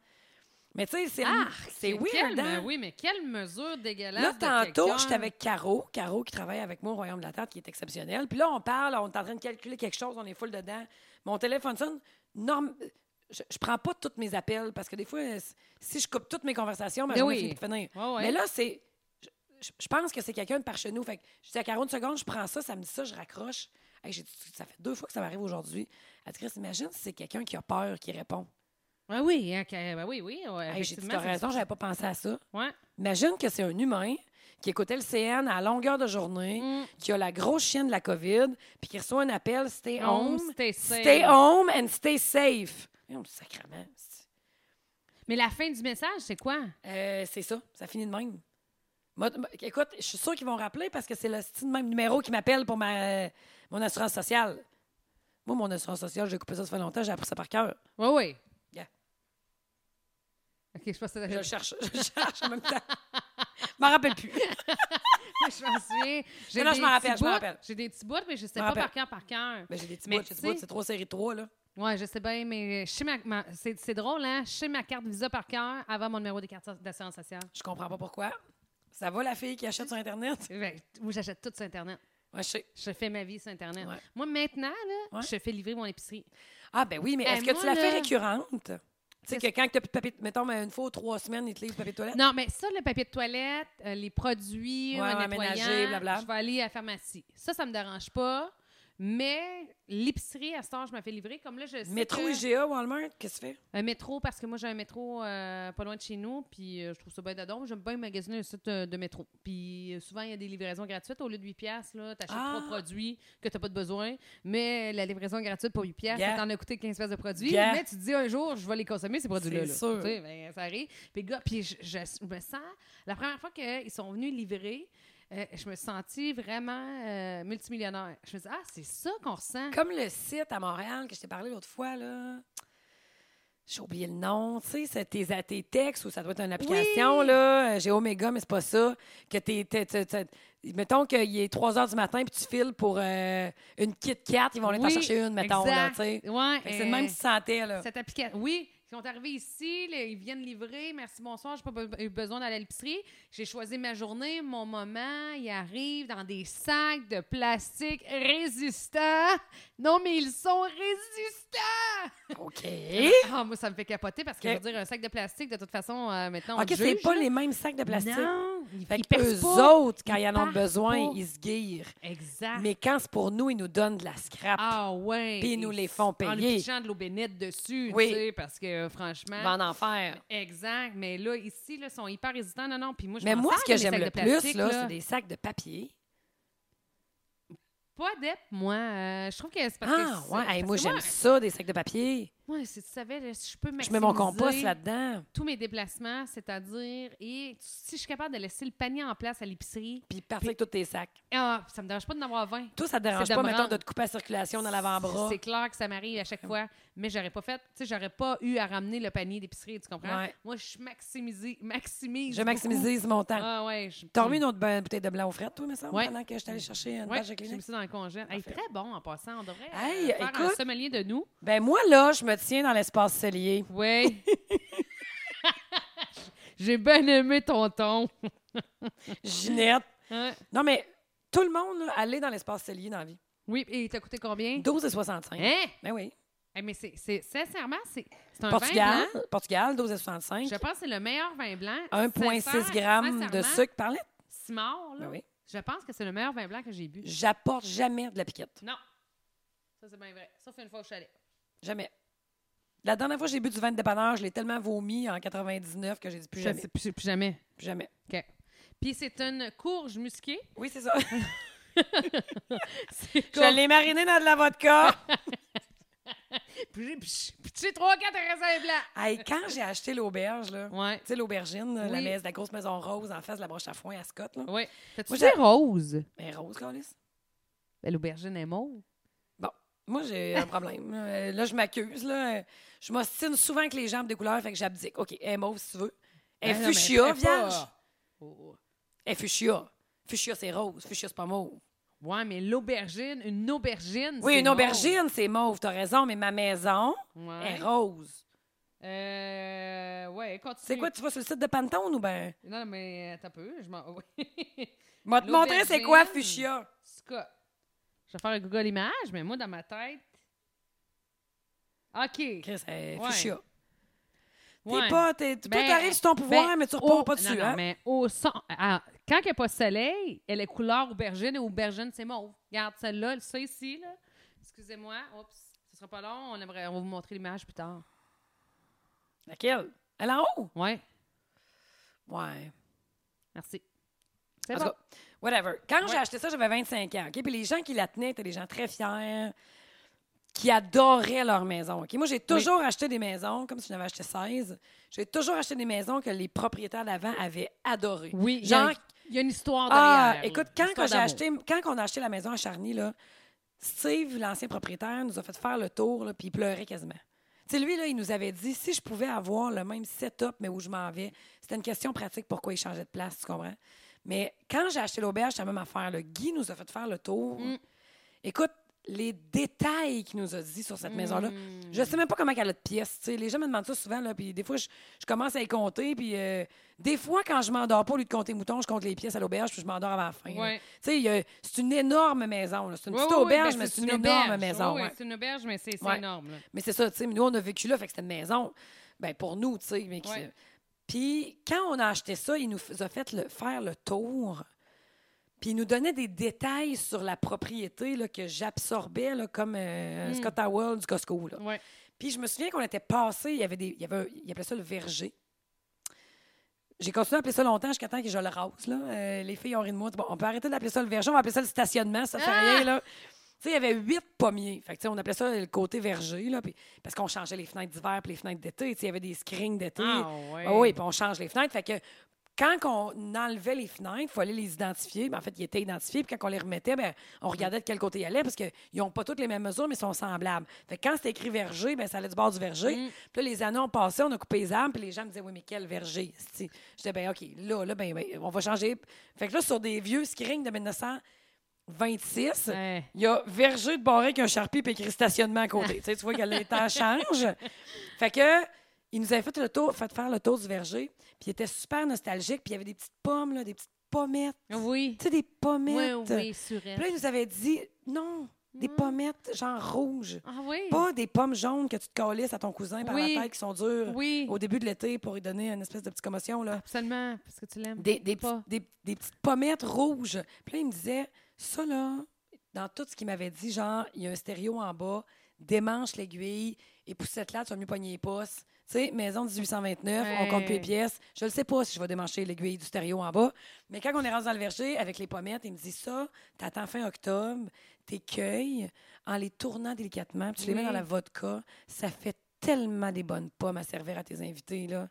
A: Mais tu sais, c'est,
B: Ah,
A: c'est
B: oui,
A: weird, hein?
B: Oui, mais quelle mesure dégueulasse.
A: Là,
B: de
A: tantôt,
B: quelqu'un.
A: j'étais avec Caro, Caro qui travaille avec moi au Royaume de la Terre, qui est exceptionnelle. Puis là, on parle, on est en train de calculer quelque chose, on est full dedans. Mon téléphone sonne. Norm... Je, je prends pas tous mes appels parce que des fois, euh, si je coupe toutes mes conversations, ma
B: Ben
A: journée
B: oui.
A: finit de finir.
B: Ouais, ouais.
A: Mais là, c'est. je- Je, je pense que c'est quelqu'un de par chez nous. Fait que je dis à 40 secondes, je prends ça, ça me dit ça, je raccroche. Hey, j'ai dit, ça fait deux fois que ça m'arrive aujourd'hui. Elle dit, Chris, imagine si c'est quelqu'un qui a peur qui répond.
B: Ah oui, hein, que- ben oui, oui. Ouais,
A: Hey, j'ai dit, t'as
B: effectivement, c'est-
A: raison, j'avais pas pensé à ça.
B: Ouais.
A: Imagine que c'est un humain qui écoutait le CN à longueur de journée,
B: Mm.
A: qui a la grosse chienne de la COVID, puis qui reçoit un appel Stay home,
B: Home, Mm, stay safe.
A: home and stay safe. Voyons, sacrement. c'est-
B: Mais la fin du message, c'est quoi?
A: Euh, c'est ça, ça finit de même. Moi, moi, écoute, je suis sûre qu'ils vont rappeler parce que c'est le style même numéro qui m'appelle pour ma, mon assurance sociale. Moi, mon assurance sociale, j'ai coupé ça, ça fait longtemps, j'ai appris ça par cœur.
B: Oui, oui.
A: Yeah.
B: OK, je pense que
A: Je
B: je,
A: le [LAUGHS] cherche, je le cherche en même temps. Je m'en rappelle
B: [LAUGHS]
A: plus.
B: je m'en souviens. J'ai
A: Non, non,
B: des
A: je m'en rappelle,
B: petits
A: je m'en
B: bouts.
A: rappelle.
B: J'ai des petits bouts, mais je sais
A: Je m'en
B: pas par
A: rappelle.
B: cœur, par cœur.
A: Ben, j'ai des petits
B: Mais
A: bouts, j'ai des
B: tu sais-
A: bouts, c'est trois séries 3, là.
B: Ouais, je sais bien, mais je sais ma- ma- c'est c'est drôle, hein? Je sais ma carte Visa par cœur avant mon numéro de carte d'assurance sociale.
A: Je comprends pas pourquoi. Ça va la fille qui achète sur Internet?
B: Ben, Où j'achète tout sur Internet.
A: Ouais, je sais.
B: Je fais ma vie sur Internet.
A: Ouais.
B: Moi, maintenant, là,
A: Ouais.
B: je fais livrer mon épicerie.
A: Ah, ben oui, mais
B: Ben,
A: est-ce que
B: moi,
A: tu la fais
B: là-
A: récurrente? Tu sais que
B: Qu'est-ce-
A: quand tu plus de papier, mettons, une fois ou trois semaines, ils te livrent le papier de toilette.
B: Non, mais ça, le papier de toilette, euh, les produits,
A: Ouais,
B: un
A: ouais,
B: nettoyant,
A: ménager, blabla.
B: je vais aller à la pharmacie. Ça, ça me dérange pas. Mais l'épicerie, à ce temps, je me fais livrer. Comme là, je sais
A: Métro,
B: que-
A: IGA, Walmart, qu'est-ce que tu fais?
B: Un métro, parce que moi, j'ai un métro euh, pas loin de chez nous, puis euh, je trouve ça bien d'adon. J'aime bien magasiner un site euh, de métro. Puis euh, souvent, il y a des livraisons gratuites. Au lieu de 8 piastres, là, t'achètes
A: Ah!
B: trois produits que t'as pas de besoin, mais la livraison gratuite pour 8 piastres,
A: Yeah.
B: ça t'en a coûté 15 piastres de produits.
A: Yeah.
B: Mais tu te dis un jour, je vais les consommer, ces produits-là.
A: C'est
B: là.
A: sûr.
B: Tu sais, ben, ça arrive. Puis, le gars, puis je, je me sens... La première fois qu'ils sont venus livrer, euh, je me sentis vraiment euh, multimillionnaire. Je me dis ah, c'est ça qu'on ressent.
A: Comme le site à Montréal que je t'ai parlé l'autre fois, là. J'ai oublié le nom, tu sais, c'est tes, à tes textes ou ça doit être une application,
B: Oui!
A: là. Euh, J'ai Omega, mais c'est pas ça. Que t'es, t'es- t'es- t'es- mettons qu'il est 3 heures du matin puis tu files pour euh, une Kit Kat, ils vont aller t'en
B: Oui,
A: chercher une, mettons, là, tu sais.
B: exact. Ouais,
A: Fait que C'est le même
B: euh,
A: que tu sentais, là.
B: Cette application. Oui, ils sont arrivés ici, là, ils viennent livrer. Merci, bonsoir. J'ai pas be- eu besoin d'aller à l'épicerie. J'ai choisi ma journée, mon moment. Ils arrivent dans des sacs de plastique résistants. Non, mais ils sont résistants!
A: OK.
B: Ah, moi, ça me fait capoter parce que
A: Ok.
B: je veux dire, un sac de plastique, de toute façon, euh, maintenant.
A: OK, c'est pas les mêmes sacs de plastique.
B: Non, ils,
A: Fait
B: ils
A: que
B: percent
A: eux
B: pas.
A: autres, quand
B: ils
A: ils en ont
B: partent
A: besoin,
B: pas.
A: ils se guirent.
B: Exact.
A: Mais quand c'est pour nous, ils nous donnent de la scrap.
B: Ah, ouais.
A: Puis ils nous les font
B: En
A: payer.
B: nous pitchant de l'eau bénite dessus,
A: Oui.
B: tu sais, parce que euh, franchement.
A: Va en enfer.
B: Exact, mais là, ici, là, ils sont hyper résistants. Non, non, puis moi, je
A: Mais
B: m'en
A: moi,
B: sers
A: ce
B: de
A: que
B: mes
A: j'aime
B: sacs
A: le
B: de
A: plus,
B: plastique,
A: là, c'est des sacs de papier.
B: Pas d'ep, moi. euh, je trouve que c'est parce que...
A: Ah,
B: c'est-
A: ouais.
B: parce
A: Hey,
B: que
A: moi, j'aime ça, des sacs de papier.
B: Moi, si tu savais, là, si je peux
A: Je
B: maximiser
A: mets mon compost là-dedans.
B: tous mes déplacements, c'est-à-dire... Et si je suis capable de laisser le panier en place à l'épicerie,
A: Puis partir avec tous tes sacs.
B: ah, ça me dérange pas d'en avoir 20.
A: Toi, ça te dérange
B: de
A: pas,
B: me
A: mettons,
B: rendre.
A: de te couper la circulation dans l'avant-bras.
B: C'est clair que ça m'arrive à chaque fois, mais j'aurais pas fait, tu sais, j'aurais pas eu à ramener le panier d'épicerie, tu comprends?
A: Ouais.
B: Moi, je maximise, maximise.
A: Je
B: beaucoup.
A: maximise mon temps.
B: Ah ouais, je-
A: T'as remis une autre bonne bouteille de blanc aux frettes, toi, me semble,
B: Ouais.
A: pendant que je t'allais chercher une
B: Oui,
A: page de
B: j'ai mis
A: Kleenex?
B: ça dans le congé. Hey,
A: Parfait.
B: très bon en passant. On devrait euh,
A: Hey,
B: faire un
A: écoute.
B: sommelier de nous.
A: Ben, moi, là, je me tiens dans l'espace
B: [LAUGHS]
A: cellier.
B: Oui. j'ai bien aimé ton ton.
A: Ginette.
B: Hein?
A: Non, mais tout le monde, là, allez dans l'espace cellier dans la vie.
B: Oui, et il t'a coûté combien?
A: 12 et 65.
B: Hein?
A: Ben oui.
B: Hey, mais c'est, c'est- sincèrement, c'est, c'est un vin
A: Portugal,
B: blanc.
A: Portugal, 12 et 65.
B: Je pense que c'est le meilleur vin blanc.
A: 1,6
B: Sincère-
A: g de
B: sincèrement,
A: sucre par litre.
B: Simard, là,
A: Ben oui.
B: je pense que c'est le meilleur vin blanc que j'ai bu.
A: J'apporte jamais de la piquette.
B: Non. Ça, c'est bien vrai. Sauf une fois au chalet.
A: Jamais. La dernière fois que j'ai bu du vin de dépanneur, je l'ai tellement vomi en 99 que j'ai dit plus jamais.
B: C'est plus, plus jamais.
A: Plus jamais.
B: OK. Puis c'est une courge musquée.
A: Oui,
B: [LAUGHS]
A: c'est ça. [LAUGHS]
B: C'est
A: je l'ai mariné dans de la
B: [LAUGHS]
A: vodka.
B: Puis j'ai trois, quatre raisins blancs.
A: Hey, quand j'ai acheté l'auberge, là,
B: Ouais.
A: tu sais, l'aubergine, là, la,
B: Oui.
A: maison, la grosse maison rose en face de la broche à foin à Scott, là.
B: Ouais. T'as-tu
A: Moi,
B: dit
A: j'ai-
B: rose?
A: Ben, rose, Carlis.
B: Ben, l'aubergine est mauve.
A: Bon, moi, j'ai un problème. Euh, là, je m'accuse. là. Je m'ostine souvent avec les jambes de couleur, fait que j'abdique. OK, elle est mauve, si tu veux. Elle est
B: Ben non, mais
A: fuchsia,
B: c'est pas-
A: vierge.
B: Oh, oh.
A: Elle est fuchsia. Fuchsia, c'est rose. Fuchsia, c'est pas mauve.
B: Ouais, mais l'aubergine, une aubergine.
A: Oui,
B: c'est
A: une
B: mauve.
A: aubergine, c'est mauve, t'as raison, mais ma maison
B: Ouais.
A: est rose.
B: Euh, ouais, continue.
A: C'est quoi, tu vas sur le site de Pantone ou ben?
B: Non, mais euh, t'as peu. Je m'en. [LAUGHS] Oui.
A: M'a te montrer c'est quoi, fuchsia.
B: Scott. Je vais faire un Google image, mais moi, dans ma tête. OK.
A: Chris, elle est
B: Ouais.
A: fuchsia.
B: Ouais.
A: T'es pas, t'es, toi,
B: Ben,
A: t'arrives sur ton pouvoir,
B: ben,
A: mais tu
B: au-
A: repars pas dessus,
B: non, non,
A: hein?
B: mais au son- ah, quand il n'y a pas de soleil, elle est couleur aubergine et aubergine, c'est mauve. Regarde celle-là, ça ici, là. Excusez-moi. Oups. Ce sera pas long. On, aimerait, on va vous montrer l'image plus tard.
A: Laquelle? Elle est en haut?
B: Ouais.
A: Ouais.
B: Merci. C'est
A: En
B: bon.
A: tout cas, whatever. Quand j'ai
B: Ouais.
A: acheté ça, j'avais 25 ans. OK? Puis les gens qui la tenaient étaient des gens très fiers, qui adoraient leur maison. OK? Moi, j'ai toujours acheté des maisons, comme si j'en avais acheté 16. J'ai toujours acheté des maisons que les propriétaires d'avant avaient adorées.
B: Oui, il y a
A: Genre,
B: un- il y, a une histoire
A: ah,
B: derrière. là.
A: écoute, quand,
B: Une
A: quand
B: histoire
A: j'ai
B: d'amour.
A: acheté, quand on a acheté la maison à Charny, là, Steve, l'ancien propriétaire, nous a fait faire le tour, là, puis il pleurait quasiment. Tu sais, lui, là, il nous avait dit si je pouvais avoir le même setup, mais où je m'en vais, c'était une question pratique pourquoi il changeait de place, tu comprends?
B: Mm.
A: Mais quand j'ai acheté l'auberge, c'était la même affaire. Là. Guy nous a fait faire le tour. Écoute, les détails qu'il nous a dit sur cette maison-là. Je sais même pas comment elle a de pièces. tu sais. Les gens me demandent ça souvent. Là, puis des fois, je, je commence à les compter. Puis euh, des fois, quand je m'endors pas au lieu de compter les moutons, je compte les pièces à l'auberge puis je m'endors avant la fin. là.
B: Ouais.
A: Tu sais, il y a- C'est une énorme maison. là. C'est une
B: Oui,
A: petite
B: oui, oui,
A: auberge,
B: ben,
A: mais c'est une, énorme
B: auberge.
A: maison.
B: Oui, oui,
A: ouais.
B: C'est une auberge, mais c'est c'est
A: Ouais.
B: énorme. là.
A: Mais c'est ça, tu sais, nous, on a vécu là, fait que c'était une maison. Ben, pour nous, tu sais. mais qui-
B: Ouais.
A: Puis, quand on a acheté ça, il nous f- a fait le, faire le tour. Puis, il nous donnait des détails sur la propriété là, que j'absorbais, là, comme euh, Scott Howell du Costco. là.
B: Ouais.
A: Puis, je me souviens qu'on était passé, il y avait des. Il, y avait, un- il appelait ça le verger. J'ai continué à appeler ça longtemps jusqu'à temps que je le rase. Là. Euh, les filles ont ri de moi. Bon, on peut arrêter d'appeler ça le verger, on va appeler ça le stationnement, ça fait
B: Ah!
A: rien. Là. Tu sais, il y avait huit pommiers. Fait que, tu sais, on appelait ça le côté verger, là, puis- parce qu'on changeait les fenêtres d'hiver et les fenêtres d'été. Tu sais, Il y avait des screens d'été.
B: Ah ouais.
A: Ah oui, puis on change les fenêtres. Fait que quand on enlevait les fenêtres, il fallait les identifier. Ben, en fait, ils étaient identifiés. Puis quand on les remettait, ben, on regardait de quel côté ils allaient parce qu'ils n'ont pas toutes les mêmes mesures, mais ils sont semblables. Fait que quand c'était écrit verger, ben, ça allait du bord du verger. Puis là, les années ont passé, on a coupé les arbres, puis les gens me disaient, oui, mais quel verger? esti? J'étais, ben, OK, là, là, ben, ben, on va changer. Fait que là, sur des vieux screens de 1926,
B: Ouais.
A: il y a verger de barré avec un charpie puis écrit stationnement à côté. tu, sais, tu vois que les
B: [LAUGHS]
A: temps changent. Fait que, il nous avait fait, le tour, fait faire le tour du verger. Puis il était super nostalgique. Puis il y avait des petites pommes, là, des petites pommettes.
B: Oui.
A: Tu sais, des
B: Oui,
A: pommettes.
B: oui, surette.
A: Puis là, il nous avait dit, non, des pommettes genre rouges.
B: Ah oui.
A: Pas des pommes jaunes que tu te calisses à ton cousin par
B: Oui.
A: la tête qui sont dures
B: Oui.
A: au début de l'été pour lui donner une espèce de petite commotion. Là.
B: Absolument, parce que tu l'aimes.
A: Des, des,
B: Pas.
A: petits- des- des petites pommettes rouges. Puis là, il me disait, ça là, dans tout ce qu'il m'avait dit, genre, il y a un stéréo en bas, démanche l'aiguille, et pour cette là, tu vas mieux pogner les postes. Tu sais, maison 1829, on compte plus les
B: Ouais.
A: pièces. Je ne sais pas si je vais démancher l'aiguille du stéréo en bas. Mais quand on est rendu dans le verger avec les pommettes, il me dit ça, t'attends fin octobre, t'es cueilles en les tournant délicatement, puis tu les mets
B: Oui.
A: dans la vodka. Ça fait tellement des bonnes pommes à servir à tes invités, là.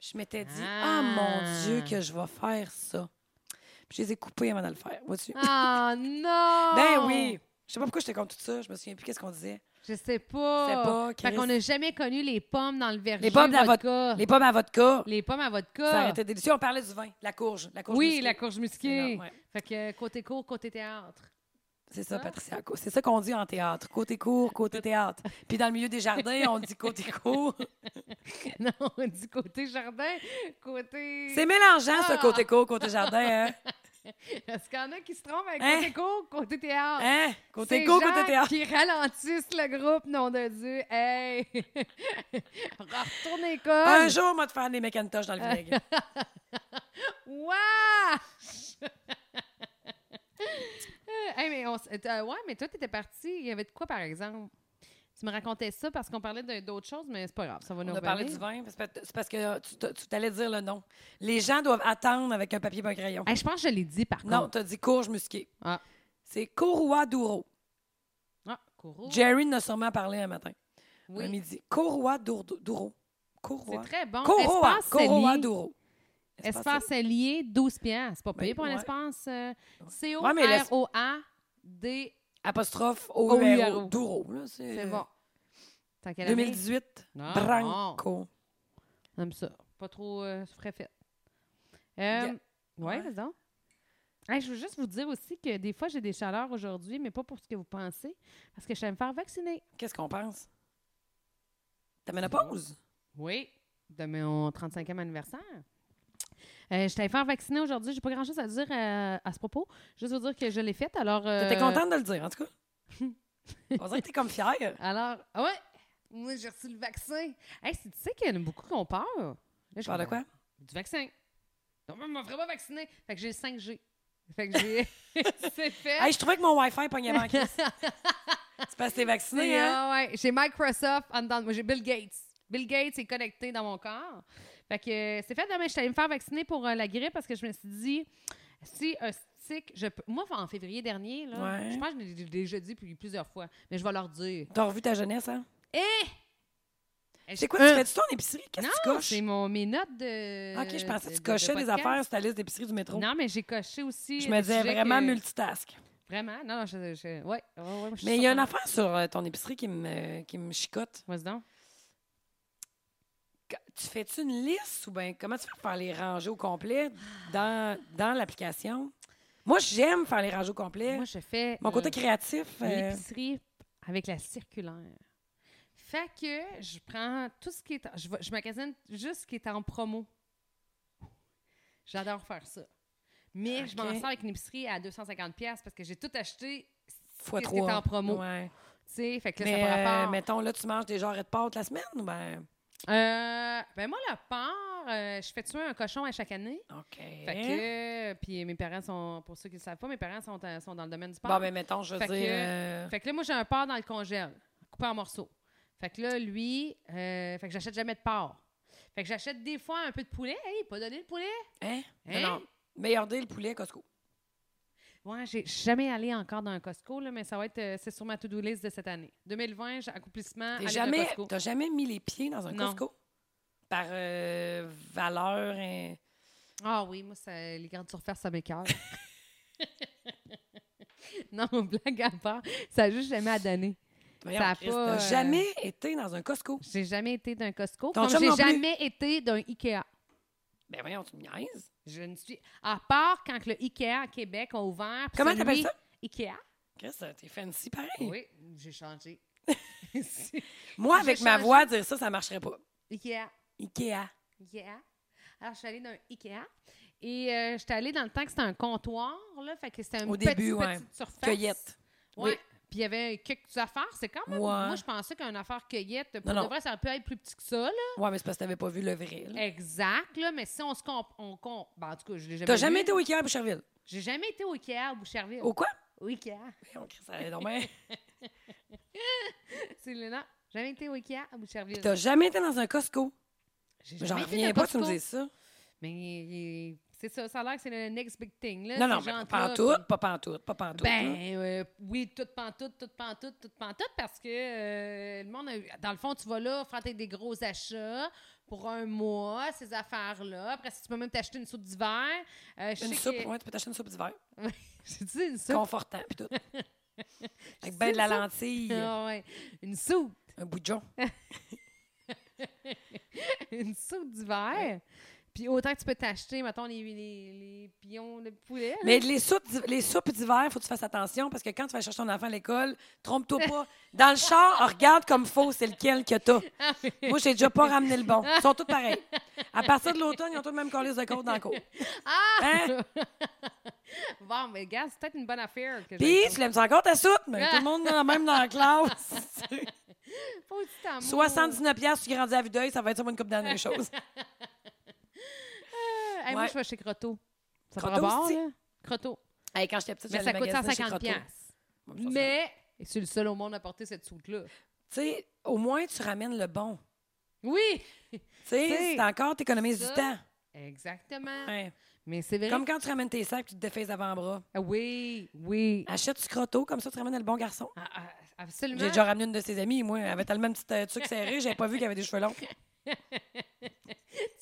A: Je m'étais dit, ah mon Dieu,
B: Ah.
A: que je vais faire ça. Puis je les ai coupés avant de le faire. Vois-tu?
B: Ah non!
A: Ben oui! Je sais pas pourquoi je te compte tout ça. Je me souviens plus qu'est-ce qu'on disait.
B: Je sais pas.
A: Je sais pas,
B: Fait
A: Chris.
B: qu'on n'a jamais connu les pommes dans le verger.
A: Les pommes, à vodka.
B: vodka.
A: les pommes à vodka.
B: Ah. Les pommes à vodka.
A: Ça aurait été délicieux. On parlait du vin, de la courge. La courge
B: oui,
A: musquée.
B: la courge
A: C'est
B: musquée.
A: là, ouais.
B: Fait que côté court, côté théâtre. [LAUGHS]
A: C'est ça,
B: Ah.
A: Patricia. Co- C'est ça qu'on dit en théâtre. Côté court,
B: [LAUGHS]
A: côté théâtre. Puis dans le milieu des jardins, on dit côté court.
B: non, on dit côté jardin, côté.
A: C'est mélangeant,
B: Ah.
A: ce côté court, côté jardin. Hein?
B: Est-ce qu'il y en a qui se trompent avec
A: Hein?
B: côté court, côté théâtre?
A: Hein? Côté
B: Ces
A: court,
B: gens
A: côté théâtre.
B: Qui ralentissent le groupe, nom de Dieu. Hey! [LAUGHS] On va retourner comme.
A: Un jour, on va te faire des mécantoches dans le vinaigre.
B: Wesh! [LAUGHS] hey, mais on s- euh, ouais, mais toi, t'étais parti. Il y avait de quoi, par exemple? Tu me racontais ça parce qu'on parlait de- d'autres choses, mais c'est pas grave, ça va nous
A: On a parlé
B: revenir.
A: du vin, parce que- c'est parce que euh, tu t- tu t'allais dire le nom. Les gens doivent attendre avec un papier et un crayon.
B: Hey, je pense que je l'ai dit, par
A: Non,
B: contre.
A: t'as dit courge musquée.
B: Ah.
A: C'est Courroie d'Ouro.
B: Ah, Kourou.
A: Jerry en a sûrement parlé un matin, un
B: Oui.
A: midi. Courroie d'Ouro. Courroie.
B: C'est très bon.
A: Courroie.
B: Espace
A: Courroie
B: lié.
A: d'Ouro.
B: Espace lié, 12 piastres. C'est pas payé
A: Ben,
B: pour un
A: ouais.
B: espace. euh,
A: Ouais, mais laisse-
B: C-O-R-O-A-D.
A: Apostrophe
B: O-U-R-O.
A: O-U-R-O. Douro. là, euh,
B: C'est bon. Ah, Tant qu'à
A: 2018.
B: Non,
A: Branco.
B: J'aime ça. Pas trop euh, frais fait. Euh,
A: Yeah.
B: Ouais,
A: Ouais.
B: vas-y donc. Hey, je veux juste vous dire aussi que des fois, j'ai des chaleurs aujourd'hui, mais pas pour ce que vous pensez, parce que je suis allée me faire vacciner.
A: Qu'est-ce qu'on pense? Ta ménopause?
B: Oui. De mon 35e anniversaire. Euh, je suis allée me faire vacciner aujourd'hui. J'ai pas grand-chose à dire euh, à ce propos. Juste vous dire que je l'ai faite. Alors. euh,
A: T'étais contente de le dire, en
B: [LAUGHS]
A: tout cas? On dirait que t'es comme fière.
B: Alors, ah ouais. Moi, j'ai reçu le vaccin. Hey, c'est- tu sais qu'il y en a beaucoup qui ont peur. Là, je
A: Tu parles de
B: comprends.
A: quoi?
B: du vaccin. Donc, moi, je me ferai pas vacciner. Fait que j'ai le 5G. Fait que j'ai. [LAUGHS] c'est fait.
A: Hey, je trouvais que mon Wi-Fi pognait manqué.
B: [LAUGHS]
A: C'est parce que t'es vacciné,
B: C'est-
A: hein?
B: ah ouais. J'ai Microsoft en dedans de moi. J'ai Bill Gates. Bill Gates est connecté dans mon corps. Fait que euh, c'est fait. Demain, je suis allée me faire vacciner pour euh, la grippe parce que je me suis dit, si un stick, je peux... Moi, en février dernier, là,
A: Ouais.
B: je pense que je l'ai déjà dit puis plusieurs fois, mais je vais leur dire.
A: T'as revu ta jeunesse, hein?
B: Eh!
A: C'est quoi, tu fais-tu ton épicerie? Qu'est-ce que tu
B: Euh. Non,
A: coches?
B: c'est euh, mon, mes notes de.
A: Ah, Ok, je pensais que
B: de-
A: tu
B: de- de
A: cochais des
B: podcast.
A: affaires sur ta liste d'épicerie du métro.
B: Non, mais j'ai coché aussi.
A: je me
B: des
A: disais
B: sujets
A: vraiment
B: que-
A: multitask.
B: Vraiment? Non, non, je. je ouais, ouais, ouais, moi, je suis
A: Mais il y a une
B: surprenante.
A: affaire sur euh, ton épicerie qui me, qui me chicote.
B: Vas-y donc.
A: Qu- Tu fais-tu ben, une liste ou bien comment tu fais pour faire les ranger au complet dans, dans l'application? Moi, j'aime faire les rangeaux complets.
B: Moi, je fais
A: Mon côté
B: euh,
A: créatif. euh,
B: l'épicerie avec la circulaire. Fait que je prends tout ce qui est... Je, vais- je magasine juste ce qui est en promo. J'adore faire ça. Mais je m'en
A: Ok.
B: sors avec une épicerie à 250$ piastres parce que j'ai tout acheté
A: fois
B: ce qui
A: trois.
B: est en promo.
A: Ouais.
B: Tu sais, fait que là,
A: Mais
B: ça par
A: euh,
B: rapport...
A: mettons, là, tu manges des genres de pâtes la semaine ou ben
B: Euh, ben moi, la part, euh, je fais tuer un cochon à chaque année.
A: OK.
B: Fait que, puis mes parents sont, pour ceux qui ne le savent pas, mes parents sont, euh, sont dans le domaine du porc.
A: Bon, ben mettons, je veux
B: Fait
A: dire.
B: que-
A: euh,
B: Fait que là, moi, j'ai un porc dans le congèle, coupé en morceaux. Fait que là, lui, euh, fait que j'achète jamais de porc. Fait que j'achète des fois un peu de poulet. Hey, pas donné le poulet.
A: Hein? Non,
B: Hein?
A: non. Meilleur deal, poulet, Costco.
B: Ouais, j'ai jamais allé encore dans un Costco, là, mais ça va être, euh, c'est sur ma to-do list de cette année. 2020, j'ai accomplissement,
A: T'es
B: Ah, aller dans
A: jamais,
B: Costco.
A: t'as jamais mis les pieds dans un
B: Non.
A: Costco? Par euh, valeur. hein?
B: Ah oui, moi, ça, les grandes surfaces, ça m'écœure. [LAUGHS] non, blague à part, ça a juste jamais à donner.
A: Voyons,
B: a
A: Christ,
B: pas,
A: T'as
B: euh,
A: jamais été dans un Costco.
B: J'ai jamais été d'un Costco,
A: Ton
B: comme
A: chum non
B: j'ai
A: plus.
B: jamais été d'un Ikea.
A: Ben voyons, tu me niaises.
B: Je ne suis... À part quand le Ikea à Québec a ouvert. puis
A: Comment
B: celui-
A: t'appelles ça?
B: Ikea.
A: Chris, euh, t'es fancy pareil.
B: Oui, j'ai
A: [LAUGHS]
B: changé. C'est-
A: Moi,
B: J'ai
A: avec ma
B: changé.
A: voix, dire ça, ça marcherait pas.
B: Ikea.
A: Ikea.
B: Yeah. Alors, je suis allée dans un Ikea. Et euh, j'étais allée dans le temps que c'était un comptoir, là. Fait que c'était une
A: Au
B: petite,
A: début, ouais.
B: petite surface.
A: Cueillette.
B: Ouais.
A: Oui.
B: Puis il y avait quelques affaires. C'est quand même.
A: Ouais.
B: Moi, je pensais qu'une affaire cueillette, pour
A: Non, non.
B: de vrai, ça peut être plus petit que ça, là.
A: Ouais, mais c'est parce que t'avais pas vu le vrai. là.
B: Exact, là. Mais si on se comp. On comp... Ben, en tout cas, je l'ai jamais.
A: T'as
B: vu.
A: jamais été au Ikea à Boucherville?
B: J'ai jamais été au Ikea à Boucherville.
A: Au quoi?
B: Au Ikea.
A: Voyons, Chris, ça allait donc
B: [LAUGHS]
A: bien.
B: C'est le nom. Jamais été au Ikea à Boucherville.
A: T'as jamais été dans un Costco.
B: J'ai
A: J'en
B: jamais été
A: reviens
B: dans
A: pas que tu me
B: Costco.
A: dises ça.
B: Mais il- il- c'est ça, ça a l'air que c'est le next big thing. Là,
A: Non, non,
B: ces
A: mais
B: gens-là,
A: pas pantoute, pas pantoute, pas pantoute. là.
B: Ben euh, oui, tout pantoute, tout pantoute, tout pantoute, parce que euh, le monde, a eu- dans le fond, tu vas là faire tes- des gros achats pour un mois, ces affaires-là. Après, si tu peux même t'acheter une soupe d'hiver. Euh, je
A: Une
B: sais
A: soupe,
B: que-
A: ouais, tu peux t'acheter une soupe d'hiver.
B: [LAUGHS] J'ai dit une soupe.
A: Confortant,
B: [LAUGHS]
A: puis tout. Avec ben de la
B: une soupe.
A: lentille,
B: Ah ouais. Une soupe. [LAUGHS]
A: un boudjon.
B: une soupe d'hiver. Puis autant que tu peux t'acheter, mettons, les, les, les pions de poulet.
A: Mais les soupes, d'hi- les soupes d'hiver, faut que tu fasses attention parce que quand tu vas chercher ton enfant à l'école, trompe-toi
B: [LAUGHS]
A: pas. Dans le char, on regarde comme faux, c'est lequel que t'as. Moi, j'ai déjà pas ramené le bon. Ils sont tous pareils. À partir de l'automne, ils ont tous le même colis de côte dans le
B: [LAUGHS]
A: cours. Hein?
B: [LAUGHS] Bon, mais gars, c'est peut-être une bonne affaire. Que
A: Puis,
B: j'ai-
A: tu l'aimes encore ta soupe? Mais tout le monde est même dans la
B: [LAUGHS]
A: classe.
B: Faut du temps, moi.
A: 79 piastres, tu grandis à vue d'œil, ça va être ça pour une coupe d'années, les choses.
B: Hey, Moi,
A: Ouais.
B: je vais chez Crotto. Ça
A: Croteau,
B: prend bord,
A: c'est-
B: là? Crotto.
A: Hey, quand j'étais petite,
B: Mais
A: j'allais
B: ça coûte
A: magasiner chez
B: 150
A: Croteau.
B: piastres.
A: Bon, ça, ça-
B: Mais c'est le seul au monde à porter cette soupe-là.
A: Tu sais, au moins, tu ramènes le bon.
B: Oui!
A: Tu sais,
B: T'sais,
A: c'est encore, t'économises du
B: ça.
A: temps.
B: Exactement.
A: Ouais.
B: Mais c'est vrai.
A: Comme quand tu ramènes tes sacs, tu te défais les avant-bras.
B: Ah Oui, oui.
A: Achète du crotto, comme ça, tu ramènes le bon garçon.
B: Ah, ah, absolument.
A: J'ai déjà ramené une de ses amies, moi. Elle avait tellement de petite euh, tuque serrée, j'avais pas vu qu'elle avait des cheveux longs.
B: Tu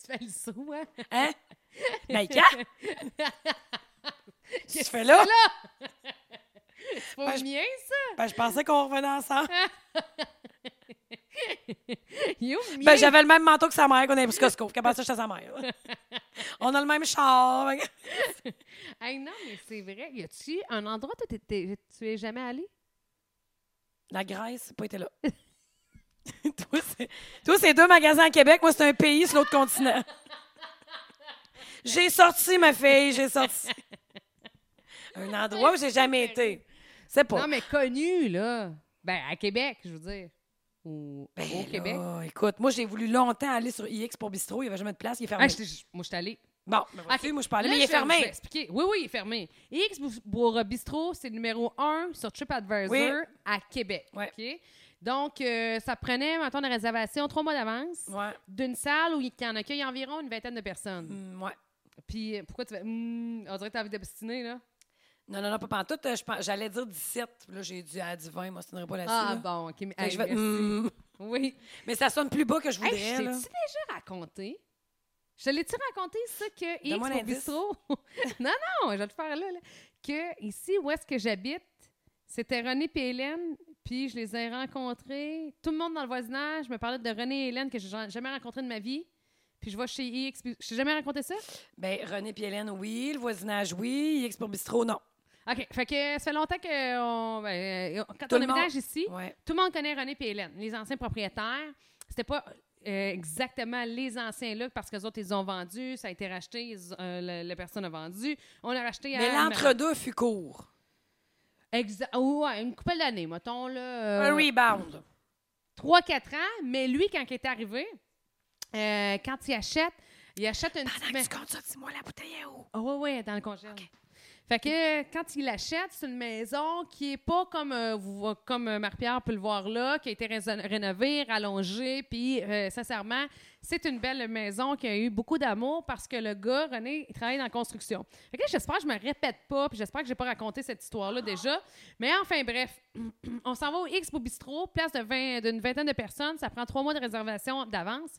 B: fais le saut, hein?
A: Hein? [LAUGHS] Maïka? Qu'est-ce que tu fais là?
B: C'est pas
A: Ben, je-
B: mien, ça?
A: Ben, je pensais qu'on revenait ensemble.
B: Il est où, le mien?
A: Ben, j'avais le même manteau que sa mère qu'on avait pris au Costco. Puis Comment ça, j'étais sa [LAUGHS] mère? On a le même char.
B: Hey, non, mais c'est vrai. Y a-tu un endroit où t'es- t'es- tu es jamais allé?
A: La Grèce, c'est pas été
B: [LAUGHS]
A: là. Toi, c'est- Toi, c'est deux magasins à Québec. Moi, c'est un pays sur l'autre continent. J'ai sorti, ma fille, j'ai sorti. Un endroit où j'ai jamais été. C'est pas.
B: Non, mais connu, là. Ben, à Québec, je veux dire. Ou
A: Ben
B: au
A: là,
B: Québec.
A: Écoute, moi, j'ai voulu longtemps aller sur IX pour Bistro. Il n'y avait jamais de place. Il est fermé.
B: Ah, j'étais- j- moi, je suis allée.
A: Bon, ben, vois-tu,
B: Ok.
A: moi, je parlais,
B: Là,
A: mais il est
B: je vais- je vais
A: fermé.
B: expliquer. Oui, oui, il est fermé. X pour Bistro, c'est le numéro 1 sur TripAdvisor
A: Oui.
B: à Québec.
A: Ouais.
B: OK? Donc, euh, ça prenait, maintenant une réservation trois mois d'avance
A: Ouais.
B: d'une salle où il y en accueille environ une vingtaine de personnes.
A: Mm, ouais.
B: Puis, euh, pourquoi tu fais. Hmm, on dirait que t'as envie d'obstiner, là.
A: Non, non, non, pas pantoute. Euh, je pense- J'allais dire 17. Puis Là, j'ai dit à du 20. Moi, je ne pas là-dessus.
B: Ah,
A: là.
B: bon, OK. Mais,
A: hein? Fait que
B: hey,
A: je vais-
B: merci.
A: Mm.
B: Oui.
A: Mais ça sonne plus bas que je
B: Hey,
A: voudrais.
B: je
A: là.
B: t'ai-tu déjà raconté? Je te l'ai-tu raconté, ça, que X
A: Donne-moi
B: au
A: l'indice.
B: bistrot? [LAUGHS] non, non, je vais te faire là, là. Que ici, où est-ce que j'habite, c'était René et Hélène, puis je les ai rencontrés. Tout le monde dans le voisinage me parlait de René et Hélène que j'ai jamais rencontré de ma vie. Puis je vais chez IX. Je t'ai jamais raconté ça?
A: Ben, René puis Hélène, oui. Le voisinage, oui. IX pour bistrot, non.
B: OK. Fait que ça fait longtemps que on, ben, euh, quand
A: Tout
B: on
A: le monde-
B: déménage ici,
A: Ouais.
B: tout le monde connaît René et Hélène, les anciens propriétaires. C'était pas euh, exactement les anciens là parce que les autres ils ont vendu, ça a été racheté, ils- euh, la, la personne a vendu. On l'a racheté à
A: Mais l'entre-deux fut court.
B: Exa- ouais, une couple d'années, mettons là.
A: Un rebound.
B: 3-4 ans, mais lui, quand il est arrivé, euh, quand il achète, il achète une
A: ben,
B: petite
A: Pendant
B: ma-
A: que tu comptes ça, dis-moi, la bouteille est où?
B: Ah oui, oui, dans le congélateur. Fait que euh, quand il l'achète, c'est une maison qui est pas comme, euh, vous- comme euh, Marie-Pierre peut le voir là, qui a été raison- rénovée, rallongée, puis euh, sincèrement, c'est une belle maison qui a eu beaucoup d'amour parce que le gars, René, il travaille dans la construction. Fait que là, j'espère que je me répète pas, puis j'espère que j'ai pas raconté cette histoire-là déjà. Mais enfin, bref, [CLEARS THROAT] on s'en va au X pour bistrot, place de 20 d'une vingtaine de personnes, ça prend trois mois de réservation d'avance.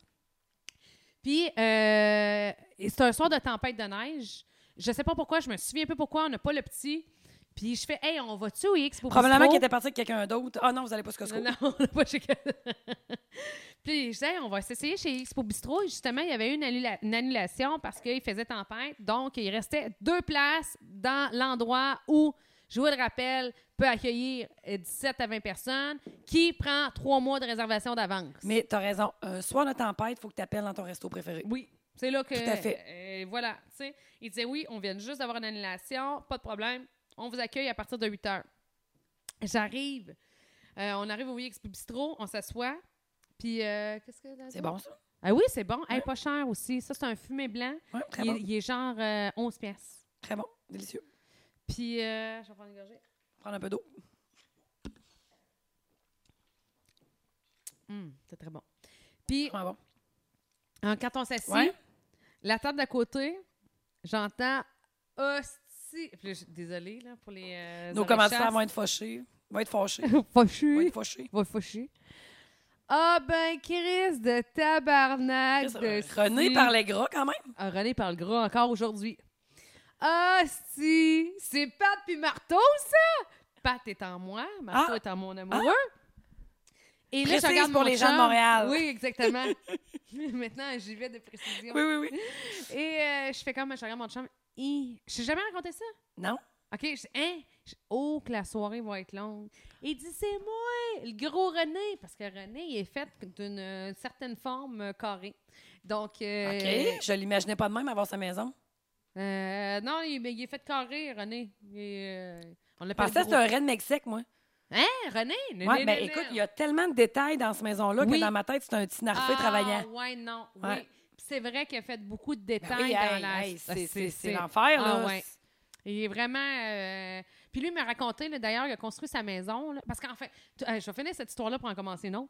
B: Puis, euh, et c'est un soir de tempête de neige. Je sais pas pourquoi, je me souviens peu pourquoi on n'a pas le petit. Puis je fais, hey, on va-tu au X pour
A: Probablement
B: bistrot?
A: qu'il était parti avec quelqu'un d'autre. Ah non, vous allez pas ce que
B: Non, non, [LAUGHS] on n'a pas chez Puis je disais, Hey, on va s'essayer chez Expo Bistro. Et justement, il y avait eu une, annula- une annulation parce qu'il faisait tempête. Donc, il restait deux places dans l'endroit où, je vous le rappelle, peut accueillir euh, 17 à 20 personnes qui prend trois mois de réservation d'avance.
A: Mais t'as raison. Euh, Un soir de tempête, il faut que t'appelles dans ton resto préféré.
B: Oui. C'est là que.
A: Tout à fait.
B: euh, voilà. tu sais, Il disait oui, on vient juste d'avoir une annulation, pas de problème. On vous accueille à partir de 8 heures. J'arrive. Euh, on arrive au VX Bistro, on s'assoit. Puis, euh, qu'est-ce que.
A: C'est bon, ça?
B: Ah oui, c'est bon. Hey, pas cher aussi. Ça, c'est un fumé blanc.
A: Oui, très
B: Il,
A: bon.
B: est- il est genre euh, 11 pièces.
A: Très bon. Délicieux.
B: Puis, euh, je vais prendre une gorgée.
A: Prendre un peu d'eau.
B: Hum, c'est très bon. Puis,
A: Vraiment bon.
B: euh, quand on s'assied,
A: Ouais.
B: la table d'à côté, j'entends hostie. Puis là, je- Désolée là, pour les. euh,
A: Nos
B: oreilles
A: commentaires
B: chastes.
A: vont être fâchés. Vont être fâchés.
B: Pas
A: Vont
B: chier.
A: être fâchés.
B: Va faucher. Ah ben, Chris de tabarnak. de
A: euh, René
B: si.
A: parlait gras quand même.
B: Ah, René parle gras encore aujourd'hui. Ah si, c'est Pat puis Marteau, ça! Pat est en moi, Marteau
A: Ah.
B: est en mon amoureux. Et là, je
A: Précise
B: regarde
A: pour
B: mon
A: les gens de
B: chum.
A: Montréal.
B: Oui,
A: [LAUGHS]
B: exactement. [LAUGHS] Maintenant, j'y vais de précision.
A: Oui, oui, oui.
B: Et euh, je fais comme, je regarde mon chum. Hi. Je t'ai jamais raconté ça.
A: Non?
B: OK, je, hein? Je- oh, que la soirée va être longue. Il dit, c'est moi, le gros René, parce que René, il est fait d'une euh, certaine forme euh, carrée. Donc, euh,
A: OK. Je l'imaginais pas de même avoir sa maison.
B: euh, non, il, mais il est fait carré, René. Il est, euh, on
A: Je
B: l'appelle
A: pensais que
B: gros.
A: c'était un raid Mexique, moi.
B: Hein, René? Non,
A: Ouais,
B: non,
A: mais
B: non,
A: écoute,
B: non.
A: il y a tellement de détails dans cette maison-là que
B: Oui.
A: dans ma tête, c'est un petit narfé
B: ah,
A: travaillant.
B: Ouais, non,
A: Ouais.
B: oui. Puis C'est vrai qu'il a fait beaucoup de
A: Ben
B: détails
A: oui,
B: dans
A: hey,
B: la...
A: hey,
B: Ah,
A: c'est- c'est c'est
B: c'est-
A: l'enfer,
B: Ah,
A: là.
B: ouais. Il est vraiment. euh, Puis lui, il m'a raconté, là, d'ailleurs, il a construit sa maison. là, parce qu'en fait, t- euh, je vais finir cette histoire-là pour en commencer, non?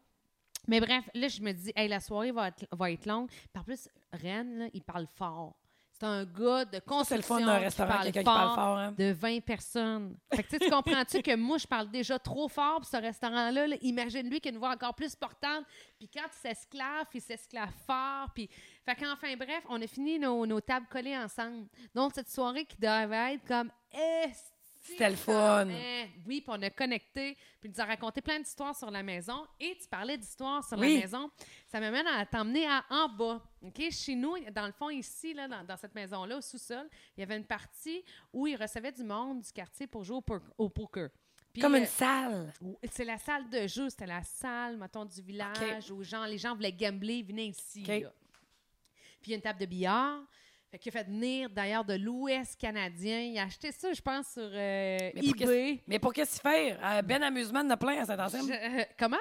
B: Mais bref, là, je me dis, hey, la soirée va être, va être longue. Puis en plus, Rennes, là, il parle fort. C'est un gars de construction.
A: C'est le fun d'un restaurant, quelqu'un qui parle fort. hein.
B: De 20 personnes. Fait que, tu sais, tu comprends-tu que moi, je parle déjà trop fort pour ce restaurant-là? là? Imagine-lui qu'il y a une voix encore plus portante. Puis quand il s'esclave, il s'esclave fort. Puis... Fait qu'enfin, bref, on a fini nos, nos tables collées ensemble. Donc, cette soirée qui devait être comme... esti-
A: C'était le fun.
B: Eh, Oui, puis on a connecté, puis il nous a raconté plein d'histoires sur la maison. Et tu parlais d'histoires sur
A: Oui.
B: la maison. Ça m'amène à t'emmener à en bas. OK? Chez nous, dans le fond, ici, là, dans, dans cette maison-là, au sous-sol, il y avait une partie où ils recevaient du monde du quartier pour jouer au, poker- au poker. Puis,
A: Comme
B: euh,
A: une salle.
B: c'est la salle de jeu, c'était la salle, mettons, du village où gens, les gens voulaient gambler, ils venaient ici.
A: OK.
B: là. Puis il y a une table de billard. Fait qu'il a fait venir d'ailleurs de l'Ouest canadien. Il a acheté ça, je pense, sur euh,
A: pour
B: eBay.
A: Mais pour qu'est-ce qu'il faire? Euh, ben amusement de plein à Saint-Anselme.
B: Je- euh, comment?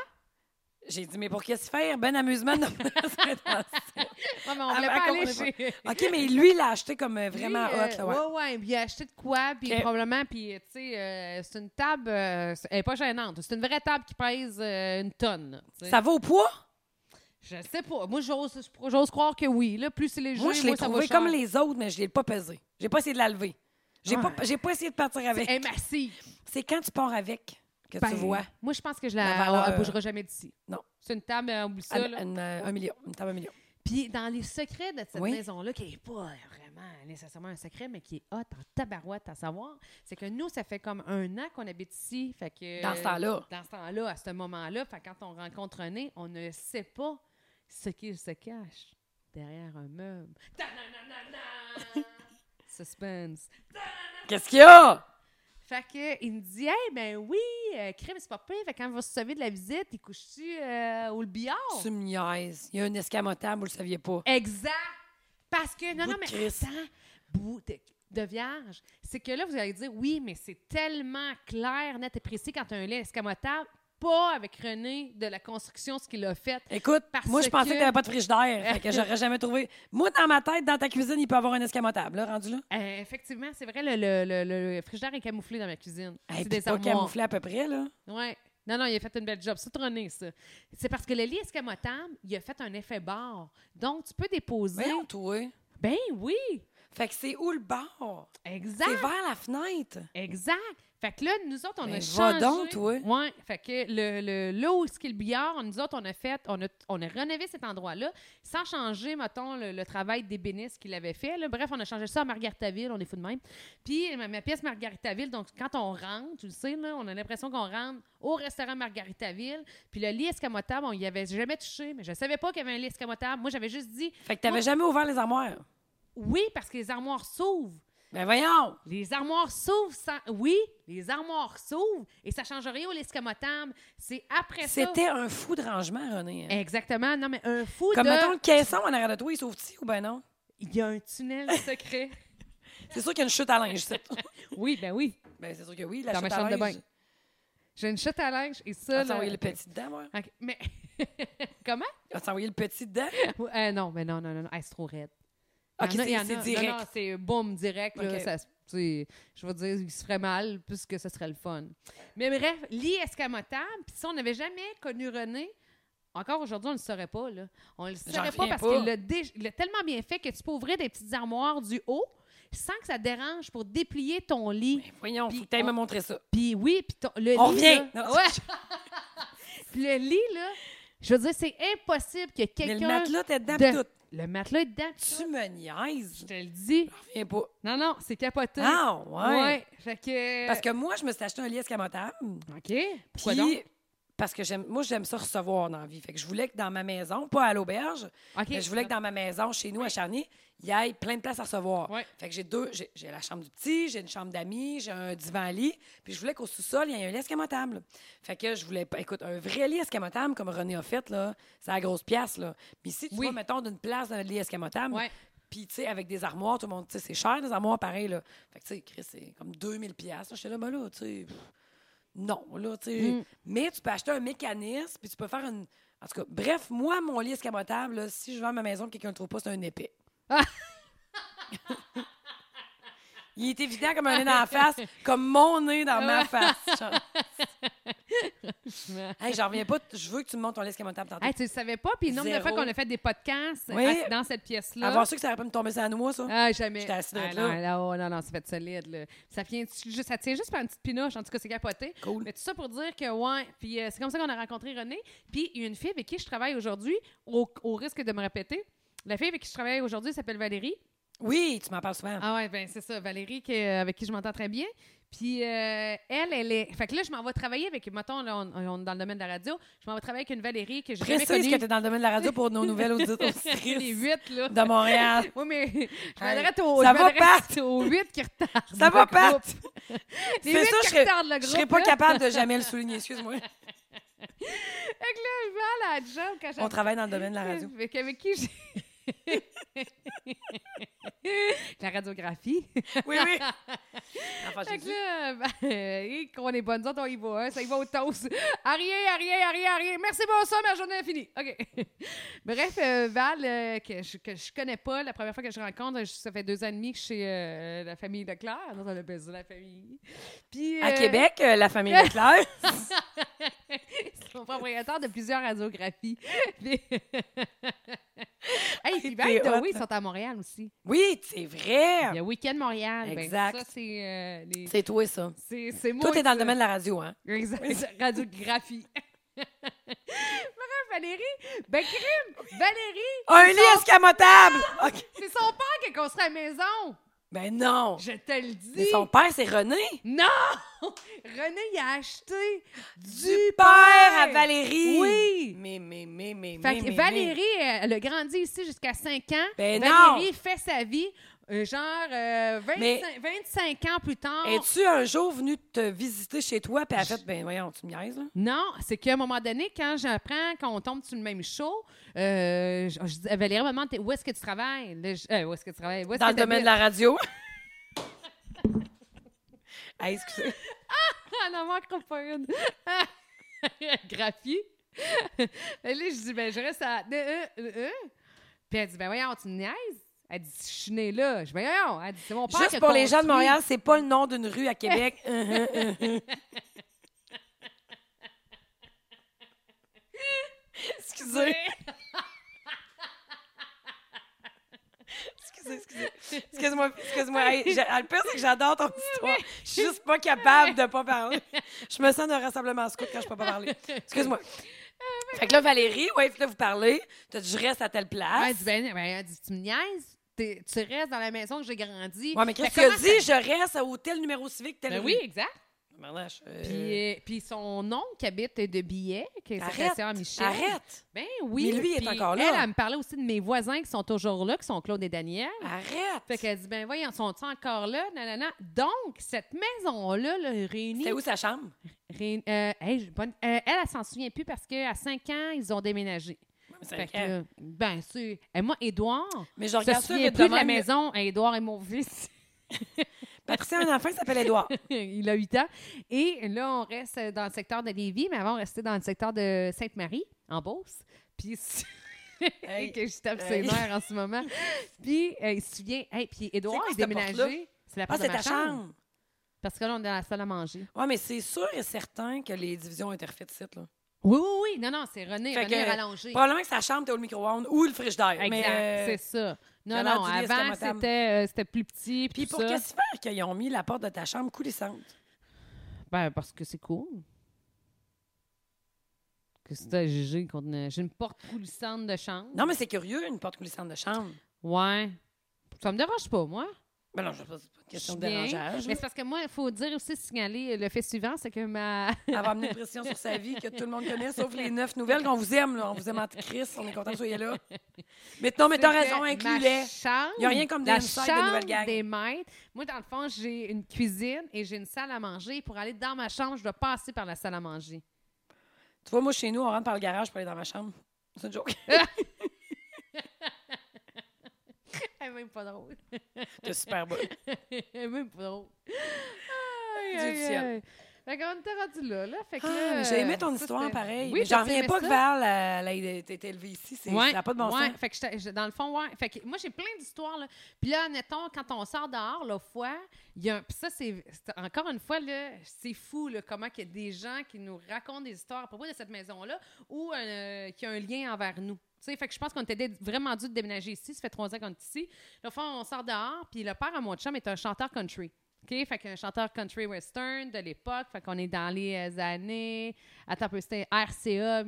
A: J'ai dit, mais pour qu'est-ce qu'il faire? Ben amusement de plein à Saint-Anselme.
B: Ouais, mais on
A: Ah,
B: voulait
A: mais
B: pas
A: elle
B: aller
A: comprenait
B: chez.
A: OK, mais lui, il l'a acheté comme euh, vraiment
B: Lui,
A: hot. Là, ouais.
B: euh, ouais, ouais, puis il a acheté de quoi, puis
A: Ok.
B: probablement, puis euh, tu sais, euh, c'est une table, euh, c'est- elle est pas gênante. C'est une vraie table qui pèse euh, une tonne. là, tu sais.
A: Ça va au poids?
B: Je sais pas. Moi, j'ose j'ose croire que oui. Là, plus c'est les jeux,
A: Moi, je l'ai
B: ça va
A: trouvé
B: cher.
A: comme les autres, mais je l'ai pas pesé. J'ai pas essayé de la lever. J'ai
B: Ouais.
A: pas, j'ai pas essayé de partir
B: Elle est
A: avec.
B: massive.
A: C'est quand tu pars avec que
B: Ben,
A: tu vois
B: Moi, je pense que je
A: La
B: la,
A: valeur. euh,
B: elle bougera jamais d'ici.
A: Non.
B: C'est une table, euh, oublie
A: un,
B: ça. là.
A: un- un- un million, une table à un million.
B: Puis dans les secrets de cette
A: Oui.
B: maison-là, qui n'est pas vraiment nécessairement un secret, mais qui est hot en tabarouette à savoir, c'est que nous, ça fait comme un an qu'on habite ici. Fait que,
A: Dans ce temps-là.
B: Dans ce temps-là, à ce moment-là, fait que quand on rencontre René, on ne sait pas ce qu'il se cache. derrière un meuble. Ta-na-na-na-na! [LAUGHS] Suspense.
A: Qu'est-ce qu'il y a?
B: Fait que, il me dit, hey, ben oui, euh, crème, c'est pas pire. Fait que quand il va se sauver de la visite, il couche-tu euh, au le billard?
A: Tu me niaises. Il y a un escamotable, vous le saviez pas.
B: Exact! Parce que, non,
A: Bout
B: non,
A: de
B: mais
A: Christ.
B: attends, bout de, de vierge, c'est que là, vous allez dire, oui, mais c'est tellement clair, net et précis quand tu as un lait escamotable, pas avec René de la construction, ce qu'il a fait.
A: Écoute,
B: Parce
A: moi, je pensais
B: que-
A: que, t'avais pas de
B: [LAUGHS]
A: frigidaire. fait que j'aurais jamais trouvé. Moi, dans ma tête, dans ta cuisine, il peut y avoir un escamotable, là, rendu là.
B: Euh, effectivement, c'est vrai, le, le, le, le- le frigidaire est camouflé dans ma cuisine.
A: Hey, puis
B: c'est des
A: pas
B: armoires.
A: camouflé à peu près, là.
B: Ouais. Non, non, il a fait une belle job. C'est tronné, ça. C'est parce que le lit escamotable, il a fait un effet barre. Donc, tu peux déposer.
A: Voyons, toi.
B: Ben oui!
A: Fait que c'est où le
B: Ah!
A: bar? C'est
B: Exact!
A: vers la fenêtre.
B: Exact! Fait que là, nous autres, on
A: Ben,
B: a
A: va
B: changé.
A: donc, toi.
B: Ouais. Fait que le, le, là où est-ce qu'il y a le billard, nous autres, on a fait, on a, on a rénové cet endroit-là sans changer, mettons, le, le travail d'ébéniste qu'il avait fait. là. Bref, on a changé ça à Margaritaville, on est fou de même. Puis ma, ma pièce Margaritaville, donc quand on rentre, tu le sais, là, on a l'impression qu'on rentre au restaurant Margaritaville. Puis le lit escamotable, on y avait jamais touché, mais je savais pas qu'il y avait un lit escamotable. Moi, j'avais juste dit
A: Fait que t'avais
B: Moi-
A: jamais ouvert les armoires.
B: oui parce que les armoires s'ouvrent.
A: Ben voyons!
B: Les armoires s'ouvrent sans... Oui, les armoires s'ouvrent et ça change rien au l'escamotable. C'est après ça.
A: C'était un fou de rangement, René. hein.
B: Exactement. Non, mais un fou
A: Comme
B: de...
A: mettons le caisson en arrière de toi, il s'ouvre-tu ou ben non?
B: Il y a un tunnel [LAUGHS] secret.
A: C'est sûr qu'il y a une chute à linge, c'est
B: oui, ben oui.
A: Ben c'est sûr que oui, la
B: Dans ma
A: chute
B: chambre
A: à
B: de
A: linge.
B: bain. J'ai une chute à linge et
A: On
B: ça...
A: t'a
B: là- euh,
A: envoyé Ah, le petit dedans, moi.
B: Ok, Mais... [LAUGHS] Comment?
A: On t'a envoyé le petit
B: [LAUGHS]
A: dedans.
B: Euh, non, mais non, non, non. non. Hey, c'est trop raide. Il y
A: Ok,
B: en a- il y
A: Ah, c'est
B: en
A: c'est
B: a-
A: direct.
B: Non, non, c'est boum, direct. là,
A: Ok.
B: ça se- c'est- je veux dire, il se ferait mal plus que ce serait le fun. Mais bref, lit escamotable. Puis si on n'avait jamais connu René, encore aujourd'hui, on ne le saurait pas. Là. On ne le saurait pas
A: reviens
B: parce
A: pas.
B: qu'il l'a dé- il l'a tellement bien fait que tu peux ouvrir des petites armoires du haut sans que ça dérange pour déplier ton lit.
A: Ben, voyons, faut
B: Puis
A: que t'ailles
B: on-
A: me montrer ça.
B: Puis oui, puis ton- le
A: On
B: lit.
A: revient!
B: là-
A: Non,
B: Ouais. Puis le lit, là, je veux dire, c'est impossible que
A: Mais le
B: quelqu'un.
A: matelas, t'es dedans
B: de-
A: pis tout.
B: Le matelas est dedans.
A: Tu me niaises.
B: Je te le dis.
A: Je reviens pas.
B: Non, non, c'est capoté.
A: Ah, ouais.
B: Ouais. Fait que.
A: Parce que moi, je me suis acheté un lit escamotable.
B: OK. Pourquoi
A: Puis,
B: donc?
A: parce que j'aime, moi, j'aime ça recevoir dans la vie. Fait que je voulais que dans ma maison, pas à l'auberge,
B: OK.
A: mais euh, je voulais que dans ma maison, chez nous, à Charny, il y ait plein de places à recevoir.
B: Ouais.
A: Fait que j'ai deux, j'ai, j'ai la chambre du petit, j'ai une chambre d'amis, j'ai un divan-lit, puis je voulais qu'au sous-sol, il y ait un lit escamotable. Fait que je voulais pas, écoute, un vrai lit escamotable, comme René a fait, là, c'est à la grosse pièce, là. Mais si tu
B: Oui.
A: vas, mettons, d'une place dans le lit escamotable,
B: Ouais.
A: puis, tu sais, avec des armoires, tout le monde, tu sais, c'est cher, des armoires, pareil, là. Fait que, tu sais, Chris, c'est comme 2000 pièces. Je suis là, ben là, tu sais, pff, non, là, tu sais.
B: Mm.
A: Mais tu peux acheter un mécanisme, puis tu peux faire une... En tout cas, bref, moi, mon lit escamotable, là, si je vends ma maison, quelqu'un ne le trouve pas, c'est un
B: [LAUGHS]
A: épée.
B: Ah!
A: Il est évident comme un nez dans la face, comme mon nez dans ma face.
B: [LAUGHS]
A: Genre. hey, j'en reviens pas. t- Je veux que tu me montres ton lit escamotable tantôt.
B: Hey, tu le savais pas? Puis le nombre de
A: Zéro.
B: fois qu'on a fait des podcasts
A: Oui.
B: à- dans cette pièce-là.
A: Avant ça, que ça aurait pas me tomber sur la noix, ça.
B: Ah, jamais.
A: J'étais assise
B: ah,
A: là.
B: non, là, oh, non, non, ça fait solide. Là. Ça, vient juste, ça tient juste par une petite pinoche. En tout cas, c'est capoté.
A: Cool.
B: Mais tout ça pour dire que, ouais, puis euh, c'est comme ça qu'on a rencontré René. Puis il y a une fille avec qui je travaille aujourd'hui, au, au risque de me répéter. La fille avec qui je travaille aujourd'hui s'appelle Valérie.
A: Oui, tu m'en parles souvent.
B: Ah ouais, ben c'est ça, Valérie, qui, euh, avec qui je m'entends très bien. Puis euh, elle, elle est. Fait que là, je m'en vais travailler avec. Mettons, là, on, on est dans le domaine de la radio. Je m'en vais travailler avec une Valérie que j'ai jamais
A: Précise que
B: connue.
A: tu es dans le domaine de la radio pour nos nouvelles audi-
B: [LAUGHS] les
A: auditrices
B: huit, là.
A: de Montréal.
B: Oui, mais [LAUGHS] je m'adresse aux,
A: Ça
B: je
A: va,
B: m'adresse aux huit qui retardent.
A: Ça
B: le
A: va, Pat?
B: groupe.
A: C'est
B: Les huit
A: ça,
B: qui
A: je serais-
B: retardent le
A: Je
B: groupe.
A: serais pas
B: là.
A: capable de jamais le souligner, excuse-moi.
B: Fait que là, je vais à la job quand
A: On
B: j'avais-
A: travaille dans le domaine de la
B: [LAUGHS]
A: radio.
B: Fait qu'avec qui j'ai. [LAUGHS] la radiographie.
A: Oui, [LAUGHS] oui. Enfin, j'ai
B: Fait que
A: dit,
B: là, [LAUGHS] ben, euh, qu'on est bonnes, nous autres, on y va, hein, ça y va au toast. À rien, à rien, à rien, à rien. Merci, bonsoir, ma journée est finie. OK. [LAUGHS] Bref, euh, Val, euh, que, je, que je connais pas, la première fois que je rencontre, je- ça fait deux ans et demi que je suis chez euh, la famille Leclerc. Nous, on appelle ça la famille. Puis,
A: à
B: euh,
A: Québec, euh, la famille Leclerc.
B: [LAUGHS] Ils sont propriétaires de plusieurs radiographies. [LAUGHS] Puis- hey, puis,
A: T'es
B: by the
A: hot.
B: way, ils sont à Montréal aussi.
A: Oui, c'est vrai.
B: Il y a Week-end Montréal. Ben,
A: Exact.
B: ça, c'est... euh, les-
A: C'est toi, ça.
B: c'est- c'est moi,
A: Toi, t'es dans le
B: ça.
A: domaine de la radio, hein?
B: Exact. [LAUGHS] Radiographie. Bref, Valérie. Ben, crime! Valérie!
A: Un lit escamotable!
B: Ah!
A: OK.
B: C'est son père qui a construit la maison!
A: Ben non!
B: Je te le dis!
A: Mais son père, c'est René.
B: Non! René, il a acheté du,
A: Du père à Valérie!
B: Oui!
A: Mais mais, mais, mais, mais,
B: Fait
A: mais,
B: que
A: mais,
B: Valérie, elle a grandi ici jusqu'à 5 ans.
A: Ben
B: Valérie fait sa vie. euh, genre, euh, 25,
A: Mais-
B: 25 ans plus tard.
A: mais. Es-tu un jour venu te visiter chez toi, puis elle a fait, ben voyons, tu me niaises, là?
B: Non, c'est qu'à un moment donné, quand j'apprends qu'on tombe sur le même show, euh, je, je dis à Valérie, maman, t'es- où est-ce que tu travailles? Là, je- euh, où est-ce que tu travailles? Où est-ce
A: Dans
B: que
A: le domaine de
B: t'habites?
A: la radio? [LAUGHS] Ah, excusez.
B: [LAUGHS] Ah, n'en manquera pas une. Graphie. Et là, je dis, ben, je reste à. euh, euh, euh. Puis elle dit, ben, voyons, tu me niaises? Elle dit, je suis née là. Je dis, ben, voyons. Elle dit, c'est mon père. qui
A: Juste
B: a
A: pour les gens de
B: construit.
A: Montréal, c'est pas le nom d'une rue à Québec.
B: [LAUGHS]
A: Uh-huh. excusez. excusez, excusez. Excuse-moi, excuse-moi. Hey, j'a- le pire, c'est que j'adore ton histoire. Je suis juste pas capable de pas parler. Je me sens d'un rassemblement scout quand je peux pas parler. Excuse-moi.
B: Euh,
A: Fait que là, Valérie, ouais, là, vous parlez. T'as dit, je reste à telle
B: Elle
A: place.
B: dit, ben, ben, elle dit, tu me niaises? T'es- Tu restes dans la maison que j'ai grandi.
A: Ouais, mais
B: Ben,
A: qu'est-ce que
B: comment ça-
A: dit? Je reste à hôtel numéro civique, telle
B: Ben
A: rue.
B: oui, exact.
A: Barnache, euh,
B: Puis, euh, puis son oncle qui habite de billets, qui est sa
A: arrête,
B: sœur Michel.
A: arrête,
B: Ben oui.
A: Mais lui, il est
B: Puis
A: encore là.
B: Elle, elle, me parlait aussi de mes voisins qui sont toujours là, qui sont Claude et Daniel.
A: arrête.
B: Fait qu'elle dit, ben voyons, sont-ils encore là? Nanana. Donc, cette maison-là, là, réunit...
A: C'était où sa chambre?
B: réun- euh, hey, j'ai bonne- euh, elle, elle, s'en souvient plus parce qu'à 5 ans, ils ont déménagé. Fait que, euh, ben, c'est... Et moi, Édouard,
A: Mais je
B: je me
A: regarde ça
B: souviens
A: vite
B: plus de
A: même.
B: la maison. Édouard est mon fils. [LAUGHS]
A: Patricia, un enfant, il s'appelle Édouard.
B: il a 8 ans. Et là, on reste dans le secteur de Lévis, mais avant, on restait dans le secteur de Sainte-Marie, en Beauce. Puis.
A: Hey.
B: que je tape ses
A: Hey.
B: nerfs en ce
A: [LAUGHS]
B: moment. Puis, euh, il se souvient. Hey, puis, Édouard
A: quoi
B: est
A: cette porte-là?
B: déménagé. C'est la
A: Ah,
B: porte
A: c'est
B: de ma
A: ta chambre?
B: Parce que là, on est dans la salle à manger.
A: Oui, mais c'est sûr et certain que les divisions ont été refaites ici. Là.
B: Oui, oui, oui. Non, non, c'est René.
A: Fait
B: René
A: que-
B: rallongé.
A: Probablement que sa chambre était au micro-ondes ou le frigidaire.
B: Exact,
A: Mais, euh,
B: c'est ça. Non,
A: ça a l'air
B: non,
A: du lit
B: avant,
A: escamotable.
B: c'était euh, c'était plus
A: Puis
B: petit. Puis
A: pour
B: ça.
A: qu'est-ce faire qu'ils ont mis la porte de ta chambre coulissante?
B: Ben, parce que c'est cool. Que c'est à juger qu'on a- J'ai une porte coulissante de chambre.
A: Non, mais c'est curieux, une porte coulissante de chambre.
B: Ouais. Ça me dérange pas, moi.
A: Ben non, je sais pas, c'est pas une question de
B: Je suis bien.
A: dérangeage.
B: Mais
A: là.
B: c'est parce que moi, il faut dire aussi, signaler le fait suivant, c'est que
A: [LAUGHS]
B: ma...
A: Elle va amener une pression sur sa vie que tout le monde connaît, sauf les neuf nouvelles qu'on vous aime. Là. On vous aime en Christ, on est content que vous soyez là. Mais non, mais t'as
B: c'est que
A: raison,
B: ma
A: inclus-les.
B: chambre-
A: Il y a rien comme des
B: la
A: insides de nouvelles
B: chambre
A: gangs.
B: des maîtres. Moi, dans le fond, j'ai une cuisine et j'ai une salle à manger. Pour aller dans ma chambre, je dois passer par la salle à manger.
A: Tu vois, moi, chez nous, on rentre par le garage pour aller dans ma chambre. C'est une joke.
B: Elle est même
A: [LAUGHS]
B: pas drôle.
A: T'es super bonne.
B: Ah, Elle est même pas drôle. Aïe,
A: Dieu
B: aïe,
A: du ciel.
B: aïe. Fait qu'on était rendu là, là. Fait que
A: Ah,
B: là,
A: mais J'ai aimé ton
B: ça,
A: histoire
B: c'était-
A: pareil.
B: Oui,
A: mais j'en
B: j'ai
A: reviens
B: aimé
A: pas
B: ça.
A: que Val euh, elle, elle ait été élevée ici. C'est- Ça n'a pas de bon
B: ouais.
A: sens.
B: Fait que j'étais- je- dans le fond, ouais. Fait que moi, j'ai plein d'histoires. là. Puis là, admettons, quand on sort dehors, là, au foie, il y a un. Puis ça, c'est. c'est- Encore une fois, là, c'est fou, là, comment qu'il y a des gens qui nous racontent des histoires à propos de cette maison-là ou euh, qui a un lien envers nous. Tu sais, fait que je pense qu'on était dé- vraiment dû de déménager ici. Ça fait trois ans qu'on est ici. Là, au fond, on sort dehors, puis le père à mon chum est un chanteur country. OK? Fait qu'un chanteur country western de l'époque. Fait qu'on est dans les euh, années. Attends un peu, c'était RCA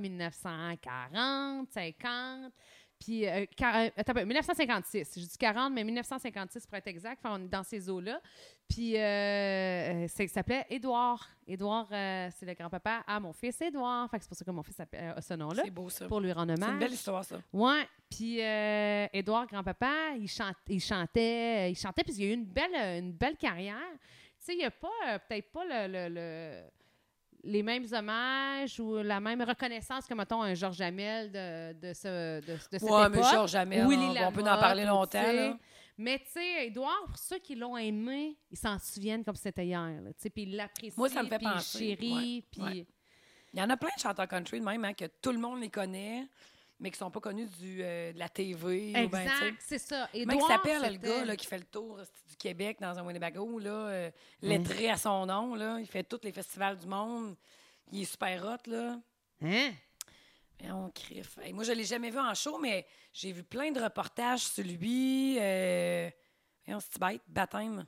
B: 1940, 50. Puis, euh, quar- euh, attends, un peu, 1956. Je dis 40, mais 1956 pour être exact. Enfin, on est dans ces eaux-là. Puis, euh, euh, c'est- il s'appelait Édouard. Édouard, euh, c'est le grand-papa à mon fils Édouard. Fait que c'est pour ça que mon fils s'appelle- euh, a ce nom-là.
A: C'est beau, ça.
B: Pour lui rendre
A: C'est une belle
B: hommage.
A: histoire, ça.
B: Ouais, puis euh, Édouard, grand-papa, il, chante- il chantait, euh, il chantait, puis il a eu une belle, euh, une belle carrière. Tu sais, il n'y a pas, euh, peut-être pas le, le- le- les mêmes hommages ou la même reconnaissance que, mettons, un Georges Jamel de, de, ce, de, de cette
A: Ouais, mais
B: époque.
A: Georges Jamel,
B: Willy
A: on, on peut en
B: Lamotte,
A: parler
B: ou,
A: longtemps.
B: tu sais,
A: là.
B: Mais tu sais, Édouard, pour ceux qui l'ont aimé, ils s'en souviennent comme c'était hier, là, tu sais, puis ils l'apprécient,
A: Moi, ça me fait
B: puis ils
A: penser,
B: chérissent,
A: ouais,
B: puis...
A: Il y en a plein de chanteurs country, de même, hein, que tout le monde les connaît, mais qui sont pas connus du, euh, de la TV. ou ben, tu sais.
B: Exact, c'est ça.
A: Comment il
B: Édouard,
A: s'appelle, le
B: c'était-
A: gars là, qui fait le tour c'est du Québec dans un Winnebago, là, euh, lettré à son nom, là, il fait tous les festivals du monde. Il est super hot, là.
B: Hein?
A: Mais on criffe. Hey, moi, je l'ai jamais vu en show, mais j'ai vu plein de reportages sur lui. Euh... Voyons, c'est bête, baptême.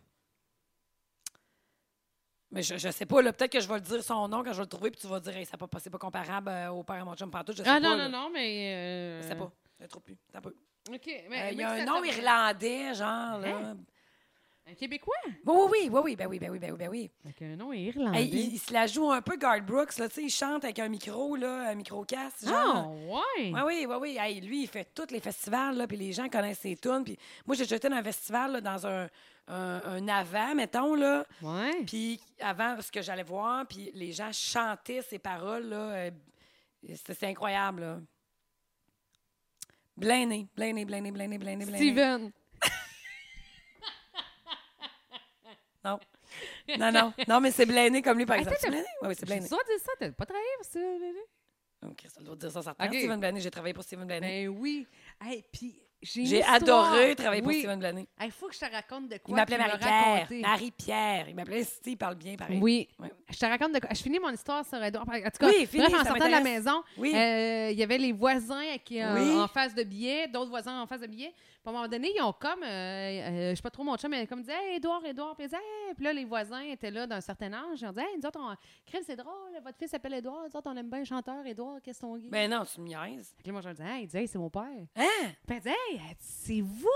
A: Mais je, je sais pas, là, peut-être que je vais le dire son nom quand je vais le trouver, puis tu vas dire, hey, ça pas c'est pas comparable euh, au père à mon chum pantoute. Je sais
B: Ah
A: pas,
B: non,
A: là.
B: non, non, mais... euh,
A: Je sais pas. Je le trouve plus. Attends un peu.
B: OK.
A: Euh,
B: mais
A: il y
B: mais
A: a
B: que
A: un
B: ça
A: nom
B: tombe-
A: irlandais, genre, là.
B: Un Québécois?
A: Oui, oui, oui, oui, oui, ben oui, ben oui, ben oui, ben oui.
B: Avec un nom
A: Hey,
B: irlandais.
A: il, il se la joue un peu, Garth Brooks, là, tu sais, il chante avec un micro, là, un micro-casse,
B: Ah,
A: genre.
B: ouais!
A: Oui, oui, oui, oui. Hey, lui, il fait tous les festivals, là, puis les gens connaissent ses tunes. Puis moi, j'ai jeté dans un festival, là, dans un, un, un avant, mettons, là.
B: Ouais.
A: Puis avant, ce que j'allais voir, puis les gens chantaient ces paroles, là. euh, C'était c'est incroyable, là. Blainé, blainé, blainé, blainé, blainé, blainé.
B: Steven.
A: Non. Non, non. Non, mais c'est blainé comme lui, par
B: Attends,
A: exemple. C'est
B: t'as-
A: blainé? Oui, oui, c'est
B: J'ai
A: blainé.
B: le droit de dire ça, t'as pas trahir ça. Lulu?
A: Ok, ça doit dire ça, certainement.
B: Ok.
A: Steven Blainé, j'ai travaillé pour Steven Blainé.
B: Ben oui. Hey, puis j'ai une
A: J'ai
B: histoire.
A: adoré travailler pour
B: Ben, Oui.
A: Steven Blainé.
B: Il faut que je te raconte de quoi.
A: Il m'appelait
B: tu m'as
A: Marie-Pierre.
B: raconté.
A: Marie-Pierre. Il m'appelait Steve, il parle bien, pareil.
B: Oui.
A: Ouais.
B: Je te raconte de quoi. Je finis mon histoire sur Edouard. En tout cas,
A: Oui, finis,
B: bref, en
A: ça
B: sortant de la
A: m'intéresse.
B: maison,
A: Oui.
B: euh, il y avait les voisins qui, euh,
A: Oui.
B: en face de billets, d'autres voisins en face de billets. Puis à un moment donné, ils ont comme, euh, euh, je sais pas trop mon chum, mais comme dit, hey, Edouard, Edouard. Puis, ils disaient, Hey. Puis là, les voisins étaient là d'un certain âge. Ils ont dit, hey, nous autres, on... Crème, c'est drôle, votre fils s'appelle Edouard. Nous autres, on aime bien le chanteur, Edouard, qu'est-ce qu'on dit?
A: Ben non, tu me niaises.
B: Puis là, moi, je leur disais, hey, il dit, hey, c'est mon père.
A: Hein?
B: Puis elle dit, hey, elle dit, c'est vous,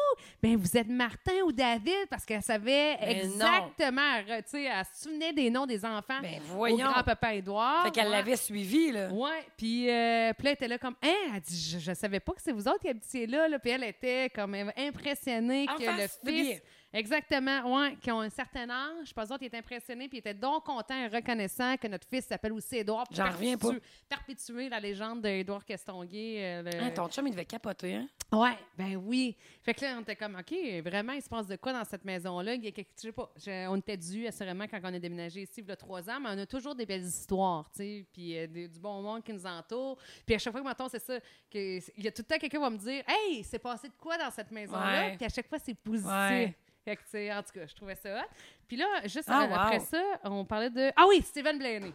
B: mais vous êtes Martin ou David, parce qu'elle savait
A: Mais Ben non.
B: exactement, re- tu sais, elle se souvenait des noms des enfants
A: Ben
B: au
A: voyons.
B: grand-papa Édouard.
A: Fait qu'elle
B: Ah, Ouais.
A: l'avait suivi, là.
B: Ouais, puis euh, puis là, elle était là comme, hein, elle dit, je, je savais pas que c'est vous autres qui habitiez là, là. Puis elle était comme impressionnée
A: En
B: que
A: face
B: le
A: du
B: fils.
A: billet.
B: Exactement, ouais, qui ont un certain âge. Puis eux autres, ils étaient impressionnés, puis ils étaient donc contents et reconnaissants que notre fils s'appelle aussi Édouard. pour
A: J'en reviens pas.
B: perpétuer- Perpétuer la légende d'Édouard Castonguay. euh, le-
A: Hein, ton chum, il devait capoter, hein?
B: Ouais, ben oui. Fait que là, on était comme, OK, vraiment, il se passe de quoi dans cette maison-là? Il y a quelque, je sais pas, je- on était dû assurément quand on a déménagé ici, il y a trois ans, mais on a toujours des belles histoires, tu sais, puis euh, des- du bon monde qui nous entoure. Puis à chaque fois que, mettons, c'est ça, que, il y a tout le temps quelqu'un qui va me dire, Hey, c'est passé de quoi dans cette maison-là?
A: Ouais.
B: Puis à chaque fois, c'est positif.
A: Ouais.
B: Fait que, tu sais, en tout cas, je trouvais ça hot. Puis là, juste
A: Ah,
B: euh, après
A: wow.
B: ça, on parlait de. Ah oui, Stephen Blaney.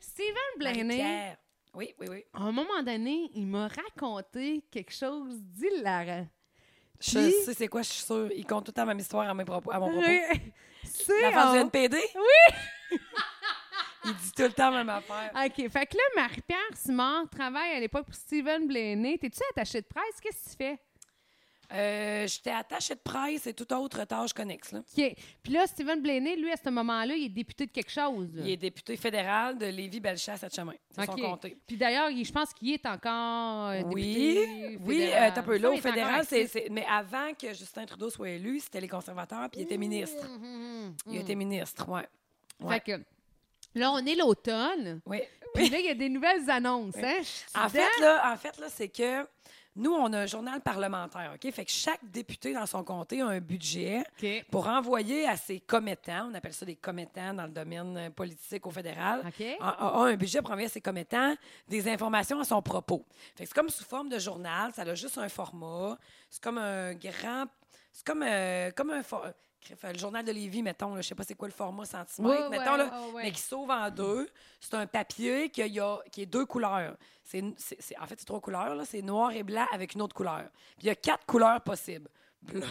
B: Stephen Blaney.
A: Marie-Pierre. Oui, oui, oui.
B: À un moment donné, il m'a raconté quelque chose d'hilarant.
A: Je
B: Puis-
A: sais c'est quoi, je suis sûre. Il compte tout le temps ma histoire à, mes propos, à mon propos.
B: C'est
A: La face oh, du
B: en-
A: NPD? Oui! [LAUGHS] il dit tout le temps la même affaire.
B: OK. Fait que là, Marie-Pierre Simard travaille à l'époque pour Steven Blaney. T'es-tu attachée de presse? Qu'est-ce que tu fais?
A: Euh, J'étais attachée de presse et toute autre tâche connexe, là.
B: OK. Puis là, Steven Blaney, lui, à ce moment-là, il est député de quelque chose. là.
A: Il est député fédéral de Lévis-Bellechasse à Chemin. C'est
B: OK.
A: son comté.
B: Puis d'ailleurs, il- je pense qu'il est encore euh,
A: Oui,
B: député
A: oui, euh,
B: fédéral.
A: t'as peu là,
B: Il
A: au
B: est encore
A: fédéral, c'est,
B: actif.
A: c'est- mais avant que Justin Trudeau soit élu, c'était les conservateurs, puis il était ministre.
B: Mhm, mhm.
A: Il était ministre, ouais.
B: Fait
A: ouais.
B: que là, on est l'automne.
A: Oui. [LAUGHS]
B: Puis là, il y a des nouvelles annonces. Hein? Je suis
A: En fait,
B: dedans.
A: là, en fait, là, c'est que nous, on a un journal parlementaire, OK? Fait que chaque député dans son comté a un budget
B: OK.
A: pour envoyer à ses commettants, on appelle ça des commettants dans le domaine euh, politique au fédéral,
B: OK.
A: a, a- a un budget pour envoyer à ses commettants des informations à son propos. Fait que c'est comme sous forme de journal, ça a juste un format. C'est comme un grand... C'est comme, euh, comme un... for- Crif, euh, Le journal de Lévis, mettons, là, je sais pas c'est quoi le format centimètre,
B: Ouais, ouais,
A: mettons, là,
B: ouais, ouais.
A: mais qui s'ouvre en deux. C'est un papier qui, a, qui est deux couleurs. C'est, c'est- c'est- en fait, c'est trois couleurs. là. C'est noir et blanc avec une autre couleur. Puis il y a quatre couleurs possibles. Bleu,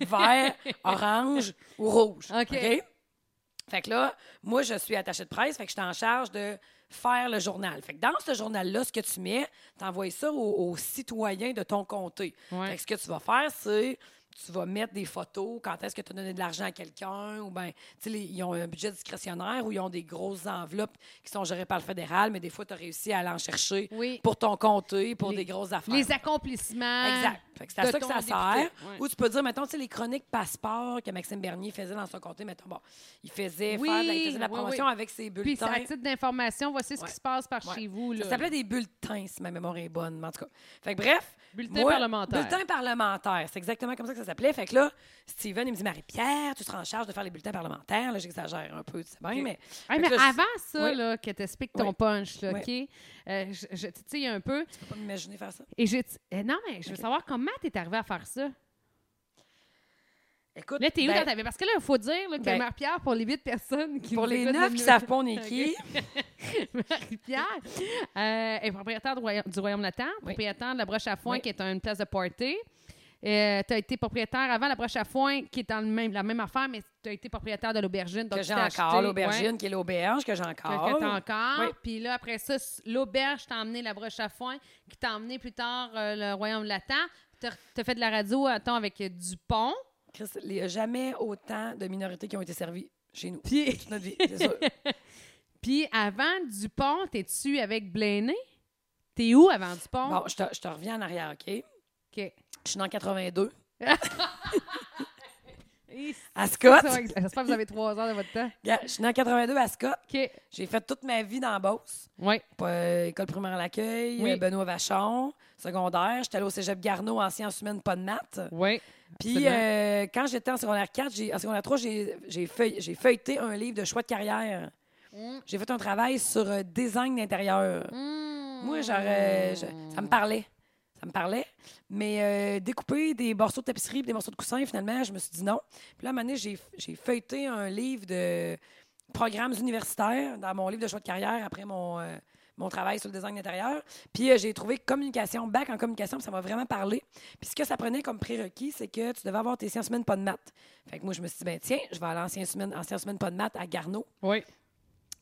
A: vert, orange ou rouge.
B: OK.
A: OK? Fait que là, moi, je suis attachée de presse, fait que je suis en charge de faire le journal. Fait que dans ce journal-là, ce que tu mets, t'envoies ça aux, aux citoyens de ton comté.
B: Ouais.
A: Fait que ce que tu vas faire, c'est tu vas mettre des photos quand est-ce que tu as donné de l'argent à quelqu'un ou ben tu sais les- ils ont un budget discrétionnaire ou ils ont des grosses enveloppes qui sont gérées par le fédéral mais des fois tu as réussi à aller en chercher
B: Oui.
A: pour ton comté pour
B: Les-
A: des grosses affaires
B: Les accomplissements.
A: Exact. Fait que c'est à
B: de
A: ça que
B: ton
A: ça sert.
B: député. Hein? Ouais.
A: Ou tu peux dire, mettons, tu sais, les chroniques passeport que Maxime Bernier faisait dans son comté, mettons, bon, il faisait,
B: Oui,
A: faire de la, il faisait de la
B: oui,
A: promotion
B: oui.
A: avec ses
B: Puis,
A: bulletins.
B: à titre d'information, voici ce
A: Ouais.
B: qui se passe par
A: Ouais.
B: chez vous. Là.
A: Ça s'appelait des bulletins, si ma mémoire est bonne, mais en tout cas. Fait que bref.
B: Bulletin
A: moi-
B: parlementaire.
A: Bulletin parlementaire. C'est exactement comme ça que ça s'appelait. Fait que là, Steven, il me dit, Marie-Pierre, tu seras en charge de faire les bulletins parlementaires. Là, j'exagère un peu, tu sais bien, mais.
B: Hey,
A: Fait
B: Ah, mais
A: que là,
B: avant ça,
A: Ouais.
B: là, que t'expliques ton
A: Ouais.
B: punch, là,
A: Ouais.
B: OK? Euh, je, je titille un peu.
A: Je peux pas m'imaginer faire ça.
B: Et j'ai dit- Eh, non, mais je veux
A: OK.
B: savoir comment t'es arrivé à faire ça.
A: Écoute.
B: Là, t'es où
A: ben,
B: dans ta vie? Parce que là, il faut dire là, que
A: ben,
B: Marie-Pierre, pour les huit personnes qui
A: Pour
B: nous
A: les
B: écoutent,
A: neuf qui
B: nous-
A: savent
B: [LAUGHS]
A: pas, on est qui.
B: Marie-Pierre euh, est propriétaire du Royaume, du Royaume Latin, propriétaire de la broche à foin,
A: Oui.
B: qui est une place de party. Euh, tu as été propriétaire avant la broche à foin, qui est dans le même, la même affaire, mais tu as été propriétaire de l'aubergine. donc
A: Que
B: tu
A: j'ai
B: t'es
A: encore,
B: acheté-
A: l'aubergine,
B: ouais,
A: qui est l'auberge, que j'ai encore.
B: que- que t'as encore.
A: Oui.
B: Puis là, après ça, s- l'auberge t'a emmené la broche à foin, qui t'a emmené plus tard euh, le Royaume Latin. Tu as fait de la radio, attends, avec euh, Dupont.
A: Chris, il n'y a jamais autant de minorités qui ont été servies chez nous.
B: Puis,
A: Toute notre vie, c'est sûr.
B: [LAUGHS] puis avant Dupont, t'es-tu avec Blaney? T'es où avant Dupont?
A: Bon, je te, je te reviens en arrière, OK?
B: OK.
A: Je suis en 82.
B: Et-
A: À
B: Ça,
A: Scott.
B: J'espère que vous avez trois heures de votre temps.
A: Regarde, Je suis né en 82 à Scott.
B: OK.
A: J'ai fait toute ma vie dans la Beauce.
B: Oui.
A: Euh, école primaire à l'accueil,
B: Oui.
A: euh, Benoît Vachon, secondaire. J'étais allée au cégep Garneau en sciences humaines, pas de maths.
B: Oui.
A: Puis
B: Absolument.
A: euh, quand j'étais en secondaire 4, j'ai- en secondaire 3, j'ai j'ai feuille- j'ai feuilleté un livre de choix de carrière.
B: Mm.
A: J'ai fait un travail sur euh, design d'intérieur. Moi, j'aurais. je- ça me parlait. Ça me parlait. Mais euh, découper des morceaux de tapisserie et des morceaux de coussin, finalement, je me suis dit non. Puis là, à un moment donné, j'ai j'ai feuilleté un livre de programmes universitaires dans mon livre de choix de carrière après mon, euh, mon travail sur le design d'intérieur. Puis euh, j'ai trouvé communication, bac en communication, puis ça m'a vraiment parlé. Puis ce que ça prenait comme prérequis, c'est que tu devais avoir tes sciences humaines, pas de maths. Fait que moi, je me suis dit, ben tiens, je vais aller en sciences humaines, en sciences humaines, pas de maths à Garneau.
B: Oui.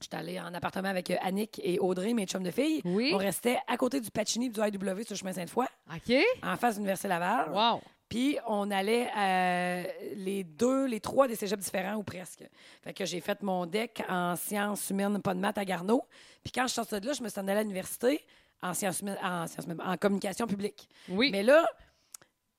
A: J'étais allée en appartement avec euh, Annick et Audrey, mes chums de filles.
B: Oui.
A: On restait à côté du Pacini et du IW sur le chemin Sainte-Foy,
B: OK.
A: en face de l'Université Laval.
B: Wow.
A: Puis on allait à les deux, les trois des cégeps différents ou presque. Fait que j'ai fait mon deck en sciences humaines, pas de maths à Garneau. Puis quand je suis sortie de là, je me suis en allée à l'université en sciences humaines, en, sciences humaines, en communication publique.
B: Oui.
A: Mais là,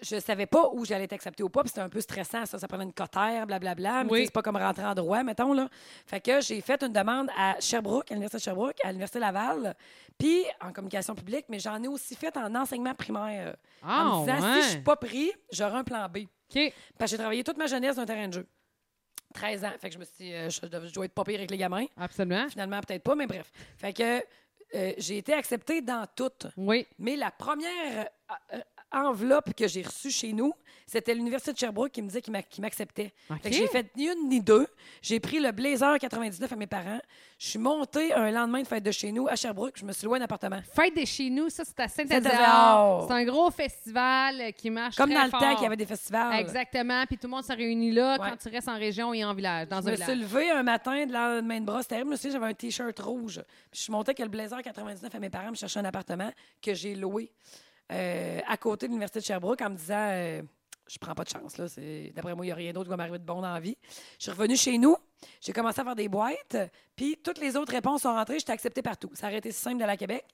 A: je savais pas où j'allais être acceptée ou pas, puis c'était un peu stressant, ça, ça prenait une cotère, blablabla. Mais tu
B: Oui.
A: sais, c'est pas comme rentrer en droit, mettons, là. Fait que j'ai fait une demande à Sherbrooke, à l'Université de Sherbrooke, à l'Université Laval, puis en communication publique, mais j'en ai aussi fait en enseignement primaire.
B: Ah,
A: en me disant,
B: ouais.
A: si je suis pas pris, j'aurai un plan B.
B: OK.
A: Parce que j'ai travaillé toute ma jeunesse dans un terrain de jeu. 13 ans. Fait que je me suis dit, euh, je, dois- je dois être pas pire avec les gamins.
B: Absolument.
A: Finalement, peut-être pas, mais bref. Fait que euh, j'ai été acceptée dans toutes.
B: Oui.
A: Mais la première euh, euh, enveloppe que j'ai reçue chez nous, c'était l'Université de Sherbrooke qui me disait qu'il m'a- qu'il m'acceptait.
B: OK.
A: Fait que j'ai fait ni une ni deux. J'ai pris le blazer 99 à mes parents. Je suis montée un lendemain de fête de chez nous à Sherbrooke. Je me suis louée un appartement.
B: Fête des chez nous, ça, c'est à Saint-Adrien.
A: Saint-Adéard.
B: C'est un gros festival euh, qui marche
A: Comme
B: très
A: dans le
B: fort.
A: temps qu'il y avait des festivals.
B: Exactement. Puis tout le monde se réunit là
A: Ouais.
B: quand tu restes en région et en village, dans
A: Je
B: un
A: me suis
B: village.
A: levée un matin de la main de bras, c'était terrible. Je me suis dit, j'avais un T-shirt rouge. Puis je montais que le blazer 99 à mes parents me cherchait un appartement que j'ai loué euh, à côté de l'Université de Sherbrooke en me disant, euh, je prends pas de chance. là. C'est- D'après moi, il n'y a rien d'autre qui va m'arriver de bon dans la vie. Je suis revenue chez nous, j'ai commencé à faire des boîtes, puis toutes les autres réponses sont rentrées, j'étais acceptée partout. Ça aurait été si simple d'aller à Québec.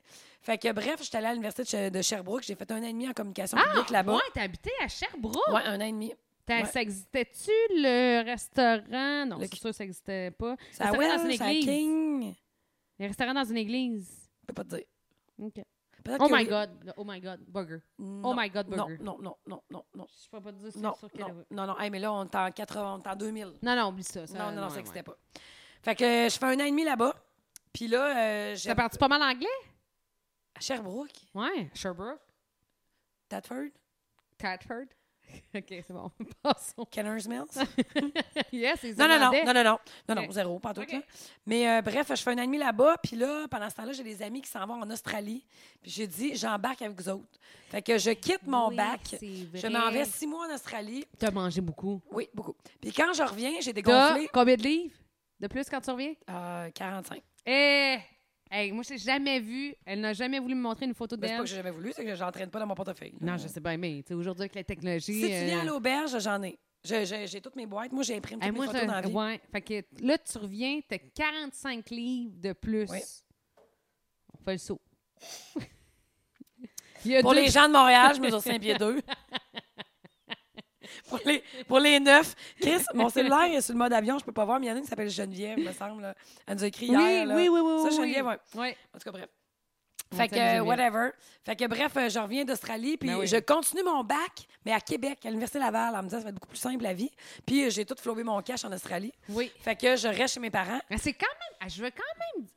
A: Fait que bref, j'étais allée à l'Université de Ch- de Sherbrooke, j'ai fait un an et demi en communication publique là-bas.
B: Ah! Ouais, t'as habité à Sherbrooke.
A: Ouais, un an et demi.
B: T'as-
A: ouais.
B: Ça existait-tu, le restaurant? Non,
A: Le-
B: c'est sûr que ça n'existait pas.
A: Ça a
B: restaurant dans une
A: Wells, ça a
B: église.
A: King.
B: Les restaurants dans une église.
A: Je peux pas te dire.
B: OK.
A: Peut-être
B: Oh
A: que-
B: my God. Oh my God. Burger. Oh
A: Non,
B: my God, burger.
A: Non, non, non, non, non, non.
B: Je peux pas te dire c'est
A: Non,
B: sûr qu'elle
A: non,
B: avait-
A: non, non. Hey, mais là, on est en 80, on est en 2000.
B: Non, non, oublie ça. ça
A: non, non, non,
B: ouais,
A: ça n'existait
B: ouais.
A: pas. Fait que euh, je fais un an et demi là-bas. Puis là, euh, j'ai...
B: Ça parle-tu pas mal anglais?
A: À Sherbrooke,
B: Ouais. Sherbrooke.
A: Tatford,
B: Catford. [LAUGHS] OK, c'est bon. [LAUGHS] Passons.
A: Kenner's
B: [LAUGHS]
A: Mills.
B: yes, c'est
A: Non, non, non, non, non, non, non, non,
B: Ok.
A: zéro, pas en tout.
B: Ok.
A: là. Mais euh, bref, je fais un an et demi là-bas, puis là, pendant ce temps-là, j'ai des amis qui s'en vont en Australie. Puis j'ai dit, j'embarque avec vous autres. Fait que je quitte mon bac, je m'en vais six mois en Australie.
B: Tu as mangé beaucoup.
A: Oui, beaucoup. Puis quand je reviens, j'ai
B: T'as
A: dégonflé
B: combien de livres de plus quand tu reviens?
A: euh, 45.
B: Eh! Hey, moi, je t'ai jamais vu. Elle n'a jamais voulu me montrer une photo
A: Ben, c'est pas
B: d'elle.
A: que j'ai jamais voulu, c'est que j'entraîne pas dans mon portefeuille. là.
B: Non, je sais bien, mais tu sais, aujourd'hui, avec la technologie.
A: Si tu viens
B: euh,
A: à l'auberge, j'en ai. Je- je- J'ai toutes mes boîtes. Moi, j'imprime toutes
B: hey,
A: mes
B: moi,
A: photos
B: je-
A: dans la vie.
B: ouais. Fait que là, tu reviens, t'as 45 livres de plus.
A: Ouais.
B: On fait le saut. [LAUGHS] Il y a
A: Pour
B: deux-
A: les gens de Montréal, je mesure 5 pieds
B: [LAUGHS]
A: 2. Pour les, pour les neuf. Chris, mon cellulaire est sur le mode avion, je peux pas voir, mais il y en a une qui s'appelle Geneviève, me semble. là. Elle nous a écrit
B: Oui,
A: hier. là.
B: oui, oui, oui.
A: Ça,
B: oui,
A: Geneviève, ouais.
B: oui. Ouais.
A: En tout cas, bref.
B: On
A: Fait que,
B: t'aime, Geneviève.
A: euh, whatever. Fait que, bref, euh, je reviens d'Australie, puis
B: Ben oui.
A: je continue mon bac, mais à Québec, à l'Université Laval, en me disant ça va être beaucoup plus simple la vie. Puis euh, j'ai tout flobé mon cash en Australie.
B: Oui.
A: Fait que je reste chez mes parents.
B: Mais c'est quand même. ah, Je veux quand même.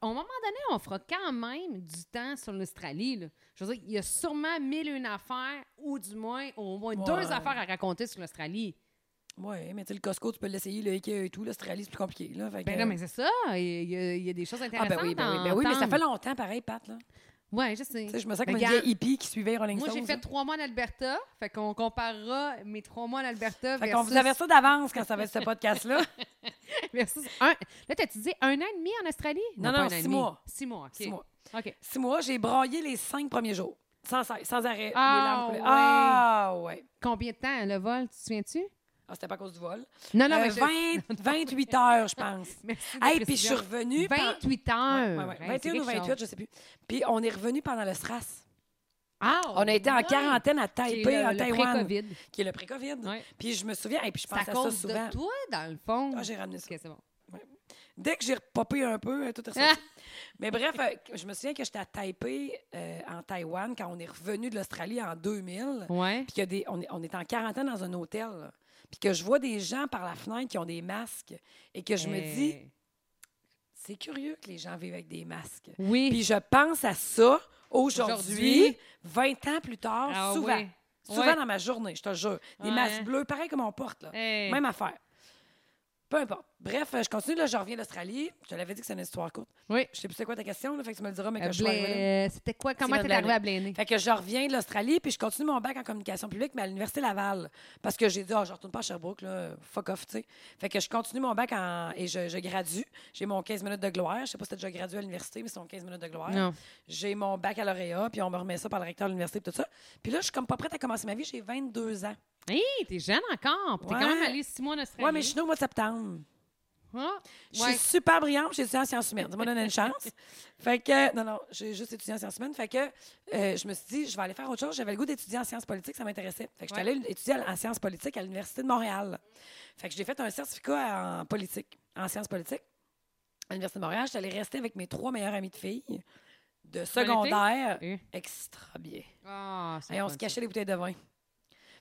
B: À un moment donné, on fera quand même du temps sur l'Australie. là. Je veux dire, il y a sûrement mille et une affaires, ou du moins, au moins
A: Ouais.
B: deux affaires à raconter sur l'Australie.
A: Oui, mais tu sais, le Costco, tu peux l'essayer, le Ikea et tout. L'Australie, c'est plus compliqué. Là, fait
B: Ben
A: que-
B: non, mais c'est ça. Il y, a, il y a des choses
A: ah,
B: intéressantes.
A: ben oui, ben oui, ben oui, mais ça fait
B: longtemps.
A: longtemps, pareil, Pat. Là.
B: Oui, je sais.
A: Tu sais, je me sens comme
B: Ben,
A: une
B: regarde.
A: vieille hippie qui suivait Rolling
B: Moi,
A: Stones.
B: j'ai fait
A: là.
B: trois mois en Alberta. Fait qu'on comparera mes trois mois en Alberta
A: Fait qu'on
B: versus,
A: vous avait ça d'avance quand ça va être ce podcast-là.
B: [LAUGHS] versus un. Là, t'as-tu dit un an et demi en Australie?
A: Non,
B: pas
A: non,
B: un an et
A: six
B: demi.
A: mois.
B: Six mois, OK.
A: Six mois.
B: OK.
A: Six mois, j'ai broyé les cinq premiers jours. Sans, cesse, sans arrêt. les
B: Ah,
A: larmes coulaient.
B: ouais.
A: Ah, ouais.
B: Combien de temps le vol, tu te souviens-tu?
A: Ah, c'était pas à cause du vol.
B: Non, [LAUGHS] non,
A: Euh,
B: mais je-
A: 20 28 heures, je
B: [LAUGHS]
A: pense.
B: Merci de
A: Hey, puis je suis
B: précision.
A: revenue. pen-
B: 28
A: Ouais,
B: heures.
A: ouais, ouais.
B: Hey, c'est
A: 21 ou
B: quelque
A: 28,
B: chose.
A: je sais plus. Puis on est revenu pendant le SRAS.
B: Ah,
A: On a été en
B: ouais.
A: quarantaine à
B: Qui est
A: Taipei,
B: le-
A: en
B: le
A: Taïwan,
B: pré-COVID.
A: qui est le pré-COVID.
B: Ouais.
A: Puis je me souviens, et puis je
B: C'est à
A: pense à, ça
B: cause
A: souvent.
B: de toi, dans le fond.
A: Ah, j'ai ramené ça.
B: Ok, c'est bon.
A: Dès que j'ai repopé un peu, euh, tout est
B: [LAUGHS]
A: ressorti. Mais bref, euh, je me souviens que j'étais à Taipei, euh, en Taïwan, quand on est revenu de l'Australie en 2000.
B: Ouais.
A: Puis qu'il y a des, on, est, on est en quarantaine dans un hôtel. là. Puis que je vois des gens par la fenêtre qui ont des masques. Et que je me dis,
B: Hey.
A: c'est curieux que les gens vivent avec des masques.
B: Oui.
A: Puis je pense à ça aujourd'hui,
B: Aujourd'hui.
A: 20 ans plus tard,
B: Ah
A: souvent.
B: oui.
A: Souvent
B: Ouais.
A: dans ma journée, je te jure. Des
B: Ouais, hein.
A: masques bleus, pareil comme on porte, là.
B: Hey.
A: Même affaire. Peu importe. Bref, euh, je continue, là, je reviens d'Australie. Je te l'avais dit que c'est une histoire courte.
B: Oui.
A: Je sais plus c'est quoi ta question, là, fait que tu me le diras, mais que
B: Euh,
A: je suis arrivée là.
B: Blé- C'était quoi? Comment
A: C'est
B: t'es
A: la
B: arrivé à Bléné?
A: Fait que je reviens de l'Australie, puis je continue mon bac en communication publique, mais à l'Université Laval. Parce que j'ai dit, oh, je retourne pas à Sherbrooke, là, fuck off, tu sais. Fait que je continue mon bac en- et je, je gradue. J'ai mon 15 minutes de gloire. Je sais pas si t'as déjà gradué à l'université, mais c'est mon 15 minutes de gloire.
B: Non.
A: J'ai mon baccalauréat, puis on me remet ça par le recteur de l'université, puis tout ça. Puis là, je suis comme pas prête à commencer ma vie, j'ai 22 ans.
B: Hé, t'es jeune encore. puis T'es quand
A: Ouais.
B: même allé six mois en Australie.
A: Ouais, mais je suis née au mois de septembre.
B: Ah,
A: Je suis
B: ouais.
A: super brillante, j'ai étudié en sciences humaines. Ça m'a donné une
B: [LAUGHS]
A: chance. Fait que, non, non, j'ai juste étudié en sciences humaines. Fait que euh, je me suis dit, je vais aller faire autre chose. J'avais le goût d'étudier en sciences politiques, ça m'intéressait. Fait que je suis
B: Ouais.
A: allée étudier en sciences politiques à l'Université de Montréal. Fait que j'ai fait un certificat en politique, en sciences politiques. À l'Université de Montréal, j'allais rester avec mes trois meilleures amies de filles de secondaire.
B: Eh.
A: Extra bien.
B: Ah, c'est
A: Et on
B: fun,
A: se
B: ça.
A: cachait les bouteilles de vin.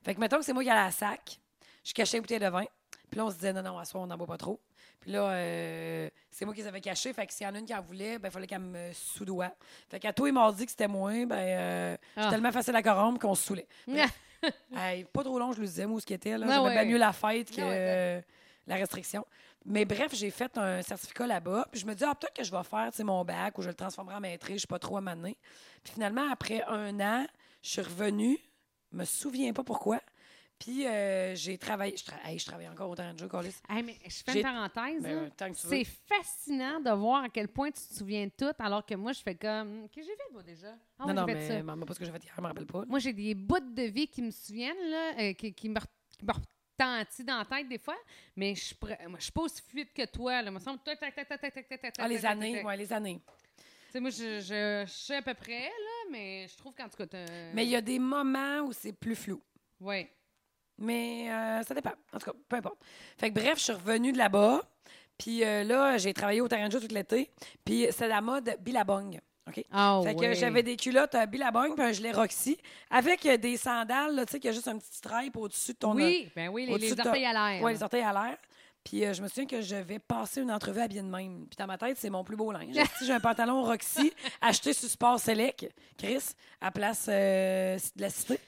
A: Fait que mettons que c'est moi qui allais à la sac, je cachais les bouteilles de vin. Puis là, on se disait, non, non, à soir, on n'en boit pas trop. Puis là, euh, c'est moi qui les avais cachés. Fait que s'il y en a une qui en voulait, ben, il fallait qu'elle me soudoie. Fait qu'à tous les mardis que c'était moi, ben, euh,
B: Ah.
A: j'étais tellement facile à corrompre qu'on se
B: [LAUGHS]
A: saoulait.
B: Ah.
A: Hey, pas trop long, je lui disais, moi, où ce qui était. Là.
B: Ah
A: J'aimais
B: ouais.
A: bien mieux la fête que
B: Ah ouais,
A: euh, la restriction. Mais bref, j'ai fait un certificat là-bas. Puis je me dis, ah, peut-être que je vais faire tu sais, mon bac ou je le transformerai en maîtrise. Je suis pas trop à m'amener. Puis finalement, après un an, je suis revenue. Je me souviens pas pourquoi. Puis euh, j'ai travaillé. Je, tra- hey, je travaille encore au terrain de jeu, Colis.
B: Hey, mais je fais
A: J'ai-
B: une parenthèse.
A: Ben,
B: là.
A: euh, tant que tu veux.
B: c'est fascinant de voir à quel point tu te souviens de tout, alors que moi, je fais comme. Que j'ai fait, moi, déjà? Ah, ouais,
A: non, non,
B: j'ai fait ça.
A: mais maman, pas ce que j'ai fait hier, je me rappelle pas.
B: Moi, j'ai des bouts de vie qui me souviennent, là, euh, qui, qui me re- qui me retentissent dans la tête des fois, mais je suis pr- moi, je suis pas aussi fluide que toi. Là. Il me semble. tac, tac, tac, tac, tac, tac, tac, tac,
A: Ah, les
B: tac,
A: années,
B: tac, tac.
A: ouais, les années.
B: Euh. Tu sais, moi, je, je, je sais à peu près, là, mais je trouve qu'en tout cas, t'as-
A: Mais il y a des moments où c'est plus flou.
B: Ouais.
A: Mais euh, ça dépend. En tout cas, peu importe. Fait que bref, je suis revenue de là-bas. Puis euh, là, j'ai travaillé au terrain de jeu tout l'été. Puis c'est la mode Billabong. OK?
B: Ah,
A: fait que
B: ouais.
A: j'avais des culottes euh, Billabong puis un gilet Roxy avec euh, des sandales, là, tu sais, qu'il y a juste un petit stripe au-dessus de ton... euh,
B: Oui, ben oui, les,
A: au-dessus
B: les
A: de ta-
B: orteils à l'air.
A: Oui, les orteils à l'air. Puis euh, je me souviens que je vais passer une entrevue habillée de même. Puis dans ma tête, c'est mon plus beau
B: [LAUGHS]
A: linge. si j'ai un pantalon Roxy acheté sur Sport Select, Chris, à place euh, de la Cité,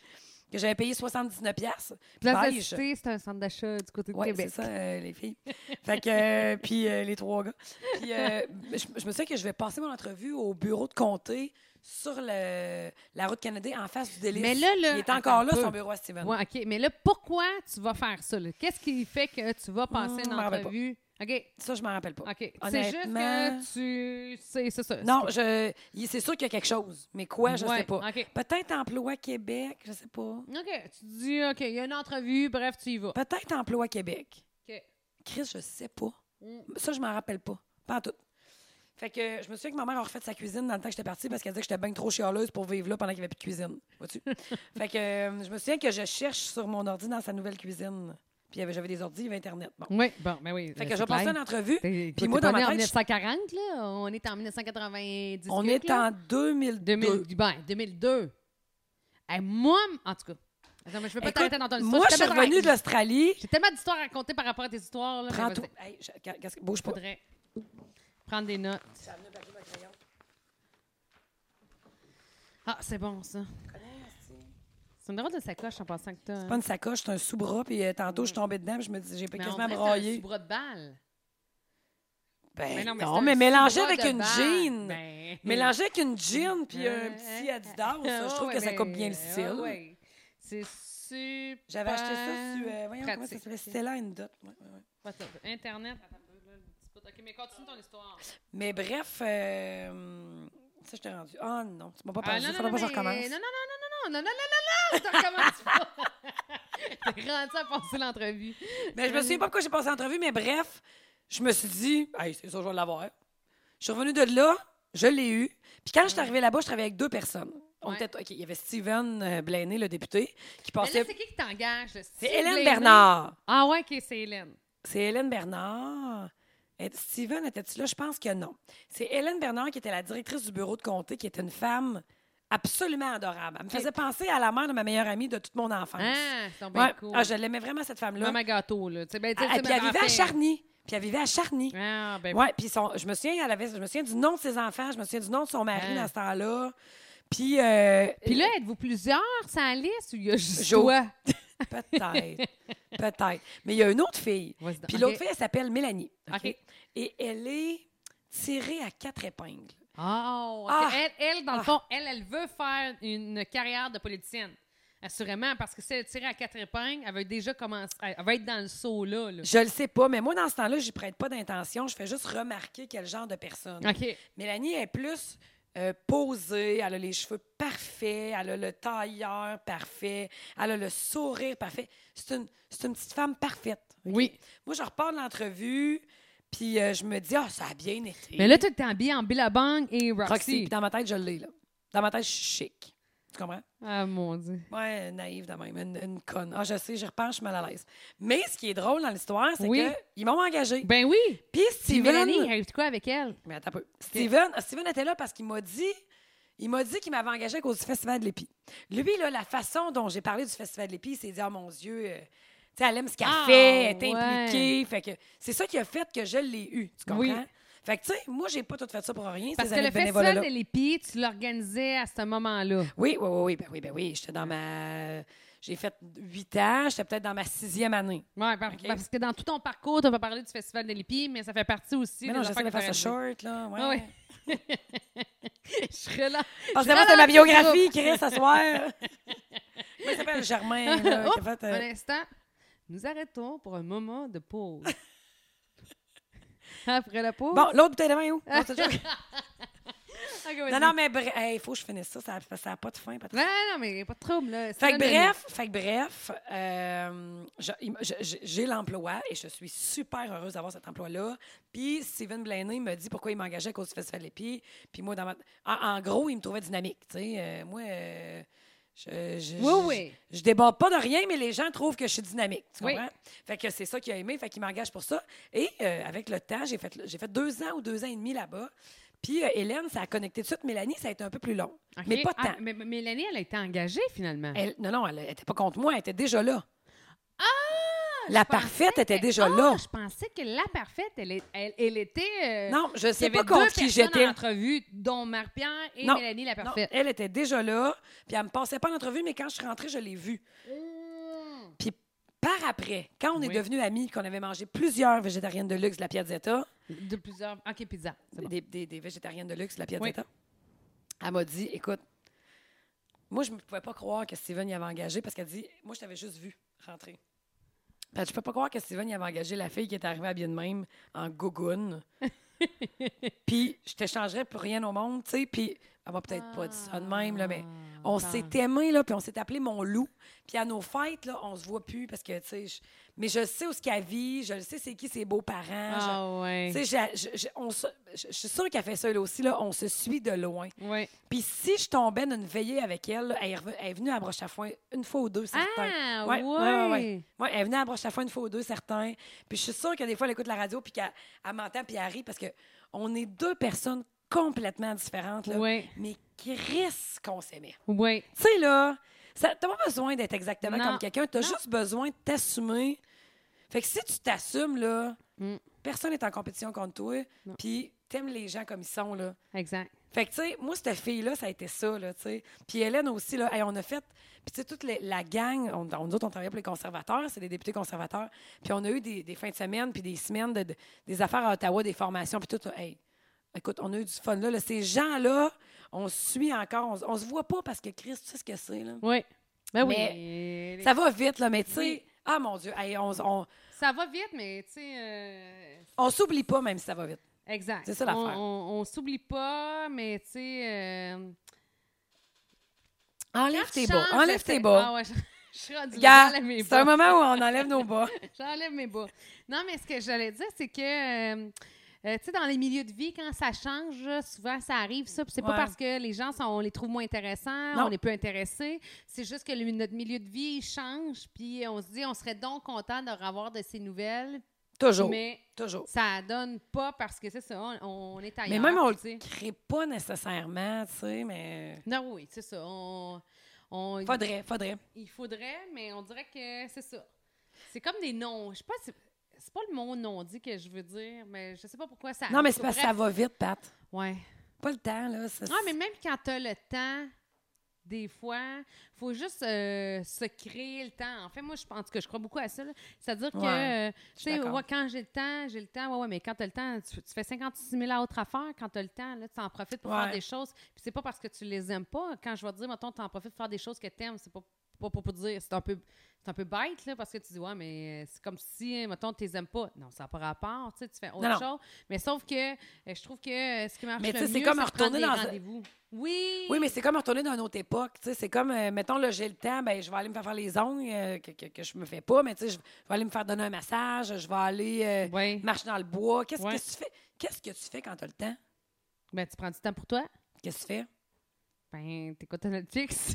A: que j'avais payé 79$. piastres,
B: Place de
A: beige.
B: Cité, c'est un centre d'achat du côté de
A: Oui, c'est
B: Québec.
A: ça, euh, les filles. Fait que, euh, [LAUGHS] puis euh, les trois gars. Puis, euh, je, je me souviens que je vais passer mon entrevue au bureau de comté sur le, la route canadienne en face du délice.
B: Mais là, là,
A: Il est encore
B: attends un
A: là,
B: peu.
A: son bureau à Steven.
B: Ouais, OK. Mais là, pourquoi tu vas faire ça? là? Qu'est-ce qui fait que tu vas passer
A: Hmm,
B: une
A: m'en rappelle pas.
B: entrevue? OK.
A: Ça, je m'en rappelle pas.
B: OK. C'est juste
A: Honnêtement-
B: que tu. C'est Euh, c'est ça.
A: Non, je, il- c'est sûr qu'il y a quelque chose, mais quoi, je
B: Ouais,
A: sais pas.
B: OK.
A: Peut-être Emploi Québec, je sais pas.
B: OK. Tu dis, OK, il y a une entrevue, bref, tu y vas.
A: Peut-être Emploi Québec.
B: OK.
A: Chris, je sais pas.
B: Mm.
A: Ça, je m'en rappelle pas. Pas en tout. Fait que je me souviens que ma mère a refait sa cuisine dans le temps que j'étais partie parce qu'elle disait que j'étais bien trop chialeuse pour vivre là pendant qu'il n'y avait plus de cuisine.
B: [LAUGHS]
A: Vois-tu? fait que euh, je me souviens que je cherche sur mon ordi dans sa nouvelle cuisine. Puis il y avait- j'avais des ordi, il y avait Internet. Bon.
B: Oui, bon, ben oui.
A: Fait
B: euh,
A: que je
B: c'est
A: vais passer
B: clair.
A: une entrevue.
B: T'es-
A: Puis
B: t'es
A: moi,
B: pas
A: dans ma
B: né en
A: tête, je-
B: 1940, là. On est en 1990.
A: On
B: quelque,
A: est
B: là.
A: en 2002.
B: 2000, ben, 2002. Eh, moi, m- en tout cas. Attends, mais je veux pas
A: Écoute,
B: t'arrêter dans ton histoire.
A: moi, je
B: suis
A: suis
B: tellement
A: revenue de
B: dans la-
A: l'Australie.
B: J'ai tellement d'histoires à raconter par rapport à tes histoires. Là, mais
A: Prends tout.
B: vas-y.
A: Hey, je- qu'est- qu'est-ce que- bouge pas.
B: faudrait prendre des notes.
A: J'ai amené un papier, un crayon.
B: Ah, c'est bon, ça. C'est une drôle de sacoche en passant que t'as.
A: C'est pas une sacoche, c'est un sous-bras. Puis euh, tantôt, je suis tombée dedans. puis je me dis, j'ai
B: Mais on
A: quasiment
B: dirait que c'est un
A: braillé.
B: sous-bras de balle.
A: Ben, non,
B: non, mais
A: mais,
B: c'est un
A: mélanger
B: sous-bras
A: avec
B: de
A: une
B: balle.
A: jean.
B: Ben.
A: Mélanger avec une jean puis
B: Euh,
A: un petit Adidas,
B: Ah,
A: je trouve
B: ouais,
A: que ça
B: mais-
A: coupe bien le
B: ah,
A: style.
B: ouais. C'est super.
A: J'avais acheté ça sur, euh, voyons comment ça
B: pratique.
A: s'appelait, Stella and Dot. Ouais, ouais, ouais.
B: Attends, Internet. Attends, un peu, là, le petit bout. OK, mais continue ton histoire.
A: Mais bref, euh, ça, je t'ai rendu. Ah non, tu m'as pas
B: Ah,
A: parlé, il faudra pas que je
B: mais-
A: recommence.
B: Non, non, non, non, non, non, non, non, non, non, non, je te recommence pas. T'es rendu à passer l'entrevue.
A: Mais Ben, je me souviens pas pourquoi j'ai passé l'entrevue, mais bref, je me suis dit, hey, c'est sûr, je vais l'avoir. Je suis revenue de là, je l'ai eu. Puis quand je suis arrivée là-bas, je travaillais avec deux personnes. On
B: Ouais.
A: était- OK, il y avait Steven euh, Blaney, le député, qui
B: Mais là,
A: passait.
B: c'est qui qui t'engage? là?
A: C'est
B: Steve
A: Hélène
B: Blaney?
A: Bernard.
B: Ah ouais, OK, c'est Hélène.
A: C'est Hélène Bernard. Et- Steven, était-tu là? Je pense que non. C'est Hélène Bernard qui était la directrice du bureau de comté, qui était une femme absolument adorable. Elle me
B: Ok.
A: faisait penser à la mère de ma meilleure amie de toute mon enfance.
B: Ah, c'est donc bien
A: Ouais.
B: cool.
A: Ah, je l'aimais vraiment, cette femme-là.
B: Maman gâteau, là. Tu sais, ben, tu sais,
A: Ah,
B: c'est
A: puis elle
B: ma
A: vivait à
B: grand-père.
A: Charny. Puis elle vivait à Charny.
B: Ah, ben
A: Ouais, puis son- je me souviens, elle avait, je me souviens du nom de ses enfants, je me souviens du nom de son mari
B: Ah.
A: dans ce temps-là. Puis euh,
B: Puis là, êtes-vous plusieurs sans la liste ou il y a juste
A: Jo.
B: toi?
A: [LAUGHS] peut-être, peut-être. Mais il y a une autre fille.
B: Vas-y donc.
A: Puis l'autre
B: Ok.
A: fille, elle s'appelle Mélanie. OK?
B: Ok.
A: Et elle est tirée à quatre épingles.
B: Oh, ok.
A: Ah.
B: elle, elle, dans le
A: Ah.
B: fond, elle, elle veut faire une carrière de politicienne. Assurément, parce que si elle tirait à quatre épingles, elle veut déjà commencer. Elle va être dans le saut là. là.
A: Je le sais pas, mais moi, dans ce temps-là, j'y prête pas d'intention. Je fais juste remarquer quel genre de personne.
B: OK.
A: Mélanie est plus euh, posée, elle a les cheveux parfaits, elle a le tailleur parfait, elle a le sourire parfait. C'est une, c'est une petite femme parfaite. ok?
B: Oui.
A: Moi, je repars de l'entrevue, puis euh, je me dis, ah, ça a bien été.
B: Mais là, tu t'es habillée en Billabong et Roxy.
A: Roxy, puis dans ma tête, je l'ai, là. Dans ma tête, je suis chic. Tu comprends?
B: Ah, mon Dieu.
A: Ouais, naïve de même, une, une conne. Ah, je sais, je repars, je suis mal à l'aise. Mais ce qui est drôle dans l'histoire, c'est
B: Oui.
A: que qu'ils m'ont engagée.
B: Ben oui.
A: Puis
B: Puis
A: Steven...
B: Mélanie, il arrive de quoi avec elle?
A: Mais attends un peu. Steven, ah, Steven était là parce qu'il m'a dit. Il m'a dit qu'il m'avait engagé à cause du Festival de l'Épi. Lui, là, la façon dont j'ai parlé du Festival de l'Épi, il s'est dit, oh mon Dieu, euh, tu sais, elle aime ce qu'elle
B: Ah,
A: fait, elle est
B: ouais.
A: impliquée. Fait que c'est ça qui a fait que je l'ai eu. Tu comprends?
B: Oui.
A: Fait que, tu sais, moi, j'ai pas tout fait ça pour rien.
B: Parce
A: ces
B: que
A: années
B: le
A: de bénévolat-là.
B: festival de l'épi, tu l'organisais à ce moment-là.
A: Oui, oui, oui, oui, ben oui, ben oui. J'étais dans ma. J'ai fait huit ans, j'étais peut-être dans ma sixième année.
B: Ouais, par-
A: Ok.
B: parce que dans tout ton parcours, tu pas parlé du festival de l'épi, mais ça fait partie aussi
A: Mais
B: des
A: non, je
B: affaires
A: sais, mais
B: que
A: faire ça
B: t'aurais
A: short,
B: dit.
A: là. Ouais.
B: Ah ouais. [LAUGHS]
A: Parce
B: Je relance. Je
A: que moi, Ah, c'est ma
B: relance le [LAUGHS]
A: biographie qui reste à soir. Moi, il s'appelle Germain, là, qui a fait,
B: groupe.
A: euh,
B: Un instant, nous arrêtons pour un moment de pause. [LAUGHS] Après la pause.
A: Bon, l'autre bouteille de vin est où? Non, c'est le joke.
B: Ok, vas-y.
A: non, non, mais bref, il faut que je finisse ça, ça n'a pas de fin. Patrick.
B: Non, non, mais y a pas de trouble.
A: Fait
B: Là.
A: que
B: Stéphane Denis.
A: bref, fait que bref, euh, je- il- je- je- j'ai l'emploi et je suis super heureuse d'avoir cet emploi-là. Puis Steven Blaney me dit pourquoi il m'engageait à cause du Festival de l'Épi. Puis moi, dans ma- en, en gros, il me trouvait dynamique. Tu sais, Euh, moi, euh, je, je,
B: Oui,
A: je-
B: oui.
A: je débat pas de rien, mais les gens trouvent que je suis dynamique. Tu
B: Oui.
A: comprends? Fait que c'est ça qu'il a aimé, fait qu'il m'engage pour ça. Et euh, avec le temps, j'ai fait, j'ai fait deux ans ou deux ans et demi là-bas. Puis euh, Hélène, ça a connecté tout de suite. Mélanie, ça a été un peu plus long.
B: Ok.
A: Mais pas
B: Ah,
A: tant.
B: mais mais Mélanie, elle a été engagée finalement.
A: Elle- non, non, elle n'était pas contre moi, elle était déjà là. La
B: Ah, Je pensais
A: parfaite
B: que-
A: était déjà
B: Ah,
A: là.
B: Je pensais que la parfaite, elle, est- elle, elle était. euh,
A: Non, je
B: Il y
A: sais
B: avait
A: pas
B: deux
A: contre qui
B: personnes
A: j'étais.
B: en entrevue, dont Marie-Pierre et
A: Non.
B: Mélanie la
A: Non,
B: parfaite.
A: elle était déjà là, puis elle me passait pas en entrevue, mais quand je suis rentrée, je l'ai vue.
B: Mmh.
A: Puis par après, quand on est
B: Oui.
A: devenus amis, qu'on avait mangé plusieurs végétariennes de luxe de la Piazzetta,
B: De plusieurs. OK, pizza. C'est bon.
A: des, des- des végétariennes de luxe de la Piazzetta, elle m'a dit, écoute, moi, je ne pouvais pas croire que Steven y avait engagé parce qu'elle dit, moi, je t'avais juste vu rentrer. Fait que je peux pas croire que Steven y avait engagé la fille qui est arrivée à bien de même en
B: [LAUGHS]
A: gougoune. puis je t'échangerais pour rien au monde, tu sais. Puis elle m'a peut-être pas dit ça de même, là, mais on
B: Ah.
A: s'est aimé, là, puis on s'est appelé mon loup. Puis à nos fêtes, là, on se voit plus parce que, tu sais, je- mais je sais où ce qu'elle vit, je le sais c'est qui ses beaux-parents. je-
B: Ah, ouais.
A: tu sais, j'ai- j'ai- j'ai- on se- je je suis sûre qu'elle fait ça, elle aussi, là, on se suit de loin.
B: Ouais.
A: Puis si je tombais d'une veillée avec elle, là, elle, est reven- elle est venue à broche à foin une fois ou deux, certains.
B: Ah,
A: Ouais,
B: ouais.
A: ouais, ouais, ouais. Ouais, elle venait à broche à foin une fois ou deux, certains. Puis je suis sûre que des fois, elle écoute la radio, puis qu'elle elle m'entend, puis elle rit, parce que on est deux personnes complètement différentes, là.
B: Ouais.
A: Mais Chris qu'on s'aimait.
B: Ouais.
A: Tu sais, là, ça- t'as pas besoin d'être exactement
B: Non.
A: comme quelqu'un, t'as
B: Non.
A: juste besoin de t'assumer. Fait que si tu t'assumes, là,
B: Mm.
A: personne n'est en compétition contre toi,
B: Non.
A: puis t'aimes les gens comme ils sont, là.
B: Exact.
A: Fait que, tu sais, moi, cette fille-là, ça a été ça, là, tu sais. Puis Hélène aussi, là, hey, on a fait. Puis, tu sais, toute les- la gang, on, on, nous autres, on travaillait pour les conservateurs, c'est des députés conservateurs. Puis, on a eu des, des fins de semaine, puis des semaines, de, de- des affaires à Ottawa, des formations, puis tout. Hey, écoute, on a eu du fun, là. là. ces gens-là, on se suit encore, on, se- on se voit pas parce que Christ, tu sais ce que c'est, là.
B: Ouais. Ben oui. Ça...
A: Ça va vite, là, mais tu sais,
B: Oui.
A: ah mon Dieu, hey, on, on,
B: ça va vite, mais tu sais. euh,
A: on s'oublie pas, même si ça va vite.
B: Exact.
A: C'est ça, l'affaire.
B: On, on, on s'oublie pas, mais tu sais. euh,
A: Enlève
B: quand
A: tes
B: je
A: bas,
B: change de
A: enlève
B: fait-
A: tes bas.
B: Ah ouais, [LAUGHS] je, Je suis rendue là,
A: Regarde,
B: j'enlève mes
A: c'est un
B: bas.
A: moment où on enlève nos bas.
B: J'enlève mes bas. Non, mais ce que j'allais dire, c'est que, euh, euh, tu sais, dans les milieux de vie, quand ça change, là, souvent ça arrive, ça. Puis c'est pas
A: Ouais.
B: parce que les gens, sont, on les trouve moins intéressants,
A: Non.
B: on est peu intéressés. C'est juste que le- notre milieu de vie il change. Puis on se dit, on serait donc content de revoir de ces nouvelles.
A: [LAUGHS] Toujours.
B: Mais
A: Toujours.
B: ça donne pas parce que c'est ça, on, on est ailleurs.
A: Mais même on
B: tu sais.
A: le crée pas nécessairement, tu sais, mais.
B: Non, oui, c'est ça. On, on-
A: Faudrait, faudrait.
B: Il faudrait, mais on dirait que c'est ça. C'est comme des noms. Je sais pas si. C'est pas le mot non-dit que je veux dire, mais je sais pas pourquoi ça.
A: Non, mais
B: arrive.
A: c'est parce que ça va vite, Pat.
B: Ouais.
A: Pas le temps, là. ça-
B: Ah, mais même quand t'as le temps, des fois, faut juste euh, se créer le temps. En fait, moi, je pense que je crois beaucoup à ça. là. C'est-à-dire que,
A: Ouais,
B: euh, tu
A: suis
B: sais,
A: d'accord.
B: ouais, quand j'ai le temps, j'ai le temps. Ouais, ouais, mais quand t'as le temps, tu, tu fais 56 000 autres affaires. Quand t'as le temps, là, tu en profites pour faire
A: Ouais.
B: des choses. Puis c'est pas parce que tu les aimes pas. Quand je vais te dire, mettons, t'en profites pour faire des choses que t'aimes, c'est pas, pas, pas pour dire. C'est un peu. C'est un peu bête, là, parce que tu dis, ouais, mais euh, c'est comme si, hein, mettons, tu les aimes pas. Non, ça n'a pas rapport, tu sais, tu fais autre
A: non.
B: chose. Mais sauf que euh, je trouve que euh, ce qui marche
A: Mais
B: le
A: tu sais, c'est
B: mieux,
A: comme
B: de
A: retourner
B: prendre des
A: dans un-
B: rendez-vous. Oui.
A: Oui, mais c'est comme retourner dans une autre époque. tu sais. C'est comme, euh, mettons, là, j'ai le temps, ben, je vais aller me faire faire les ongles euh, que, que, que je me fais pas, mais tu sais, je je vais aller me faire donner un massage, je vais aller euh,
B: Ouais.
A: marcher dans le bois. Qu'est-ce
B: Ouais.
A: que tu fais? Qu'est-ce que tu fais quand tu as le temps?
B: Ben, tu prends du temps pour toi.
A: Qu'est-ce que tu fais?
B: Ben, t'écoutes Netflix.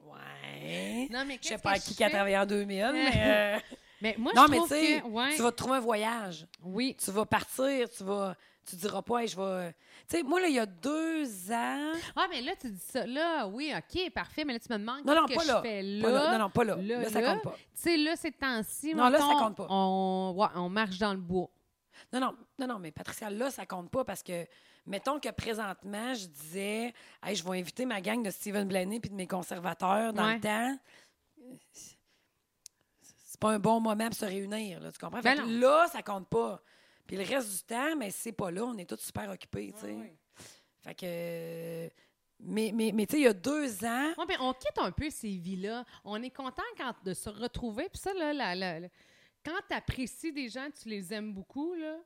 A: Ouais.
B: [LAUGHS] Non, mais
A: Je
B: qu'est-ce
A: sais pas à
B: que
A: qui
B: je
A: qui a
B: fais?
A: travaillé en 2000,
B: [LAUGHS]
A: mais. euh,
B: Mais moi,
A: non,
B: je
A: mais tu
B: trouve
A: sais,
B: que... Ouais.
A: tu vas te trouver un voyage.
B: Oui.
A: Tu vas partir, tu vas. Tu diras pas, Hey, je vais. Tu sais, moi, là, il y a deux ans.
B: Ah, mais là, tu dis ça. Là, oui, OK, parfait. Mais là, tu me demandes
A: Non, non,
B: qu'est-ce
A: pas là.
B: que je fais
A: Pas
B: là.
A: là. Non, non, pas là.
B: là,
A: Là, ça
B: là.
A: compte pas.
B: Tu sais, là, ces temps-ci,
A: Non, là, ça
B: mettons,
A: compte pas.
B: On... ouais, on marche dans le bois.
A: Non, non, non, non, mais Patricia, là, ça compte pas parce que, mettons que présentement, je disais, hey, je vais inviter ma gang de Stephen Blaney puis de mes conservateurs dans
B: Ouais.
A: le temps. C'est pas un bon moment pour se réunir, là, tu comprends? Fait
B: Ben
A: que
B: non.
A: là, ça compte pas. Puis le reste du temps, mais c'est pas là, on est tous super occupés, tu sais. Fait que. Mais, mais, mais tu sais, il y a deux ans,
B: Ouais, ben, on quitte un peu ces vies-là. On est content quand, de se retrouver. Puis ça, là, la- la- la- quand tu apprécies des gens, tu les aimes beaucoup, là,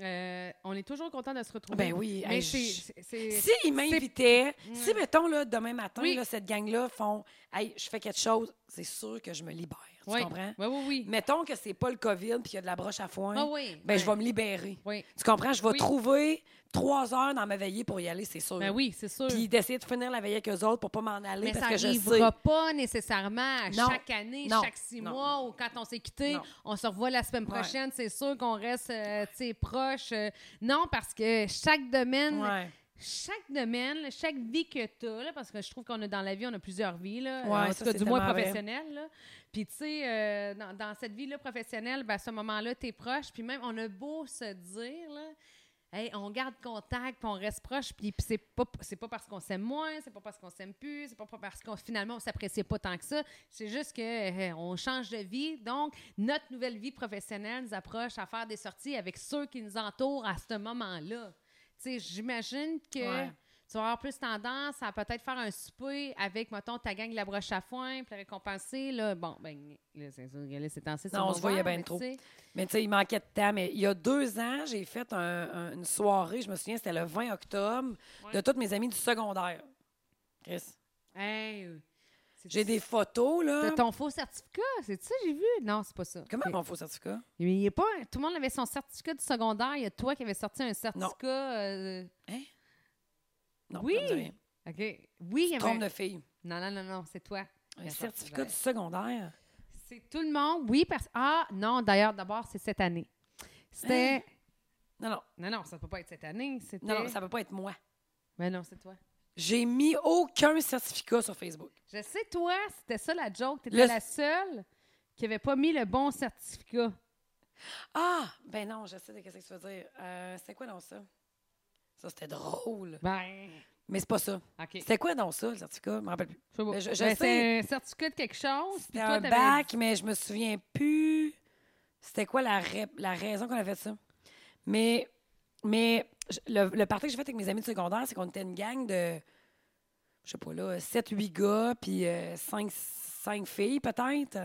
B: euh, on est toujours content de se retrouver.
A: Ben oui,
B: Mais
A: hey,
B: c'est-
A: je-
B: c'est- c'est-
A: S'ils m'invitaient,
B: Ouais.
A: si, mettons, là, demain matin,
B: Oui.
A: là, cette gang-là font Hey, je fais quelque chose, c'est sûr que je me libère. Tu
B: Oui.
A: comprends?
B: Oui, oui, oui.
A: Mettons que c'est pas le COVID puis il y a de la broche à foin.
B: Ah oui.
A: Ben, je vais me libérer.
B: Oui.
A: Tu comprends? Je vais
B: Oui.
A: trouver trois heures dans ma veillée pour y aller, c'est sûr.
B: Ben oui, c'est sûr.
A: Puis d'essayer de finir la veillée avec eux autres pour pas m'en aller
B: mais ça
A: parce que je sais.
B: n'arrivera pas nécessairement à
A: Non.
B: chaque année,
A: Non.
B: chaque six
A: Non.
B: mois ou quand on s'est quitté.
A: Non.
B: On se revoit la semaine
A: Ouais.
B: prochaine. C'est sûr qu'on reste euh, tu sais, proche. euh, non, parce que chaque domaine,
A: Ouais.
B: chaque domaine, là, chaque vie que tu as, parce que je trouve qu'on a dans la vie, on a plusieurs vies, là, Euh,
A: Ouais,
B: en tout
A: ça,
B: cas,
A: c'est
B: du moins
A: tellement vrai.
B: professionnelle. là. Puis, tu sais, euh, dans, dans cette vie-là professionnelle, ben, à ce moment-là, tu es proche. Puis même, on a beau se dire, là, hey, on garde contact, puis on reste proche. Puis, puis c'est pas, c'est pas parce qu'on s'aime moins, c'est pas parce qu'on s'aime plus, c'est pas pas parce qu'on finalement, on s'appréciait pas tant que ça. C'est juste que euh, on change de vie. Donc, notre nouvelle vie professionnelle nous approche à faire des sorties avec ceux qui nous entourent à ce moment-là. Tu sais, j'imagine que
A: Ouais.
B: tu vas avoir plus tendance à peut-être faire un souper avec, mettons, ta gang de la broche à foin, puis la récompenser, là. Bon, ben, là, c'est sûr que là, c'est censé
A: Non, on se voyait bien trop. Mais tu sais, il manquait de temps. Mais il y a deux ans, j'ai fait un- un- une soirée, je me souviens, c'était le 20 octobre, de tous mes amis du secondaire. Chris. J'ai des photos, là.
B: De ton faux certificat, c'est ça que j'ai vu? Non, c'est pas ça.
A: Comment
B: Ok.
A: mon faux certificat?
B: Mais il est pas. Tout le monde avait son certificat du secondaire. Il y a toi qui avais sorti un certificat. euh,
A: Non,
B: Oui.
A: ça me dit rien.
B: OK. Oui, il y avait.
A: Trompe de fille.
B: Non, non, non, non, c'est toi.
A: Un
B: Attends,
A: Eh ben, certificat du
B: j'arrête.
A: secondaire.
B: C'est tout le monde, oui, parce. Ah, non, d'ailleurs, d'abord, c'est cette année. C'était.
A: Non, non,
B: Non, non, ça peut pas être cette année. C'était.
A: Hein? non, non, ça peut pas être moi.
B: Mais non, c'est toi.
A: J'ai mis aucun certificat sur Facebook.
B: Je sais, toi, c'était ça la joke. T'étais
A: Le-
B: la seule qui avait pas mis le bon certificat.
A: Ah, ben non, je sais de qu'est-ce que tu veux dire. Euh, c'était quoi dans ça? Ça, c'était drôle. Eh.
B: Ben,
A: Mais c'est pas ça.
B: OK.
A: C'était quoi dans ça, le certificat? Je me rappelle plus.
B: Je sais pas.
A: Mais je- je sais.
B: Ben, c'est un certificat de quelque chose. puis
A: C'était
B: toi,
A: un
B: t'avais-
A: bac, mais je me souviens plus. C'était quoi la, ra- la raison qu'on a fait ça? Mais, mais je- le, le party que j'ai fait avec mes amis de secondaire, c'est qu'on était une gang de, je sais pas là, 7-8 gars, puis 5, filles peut-être.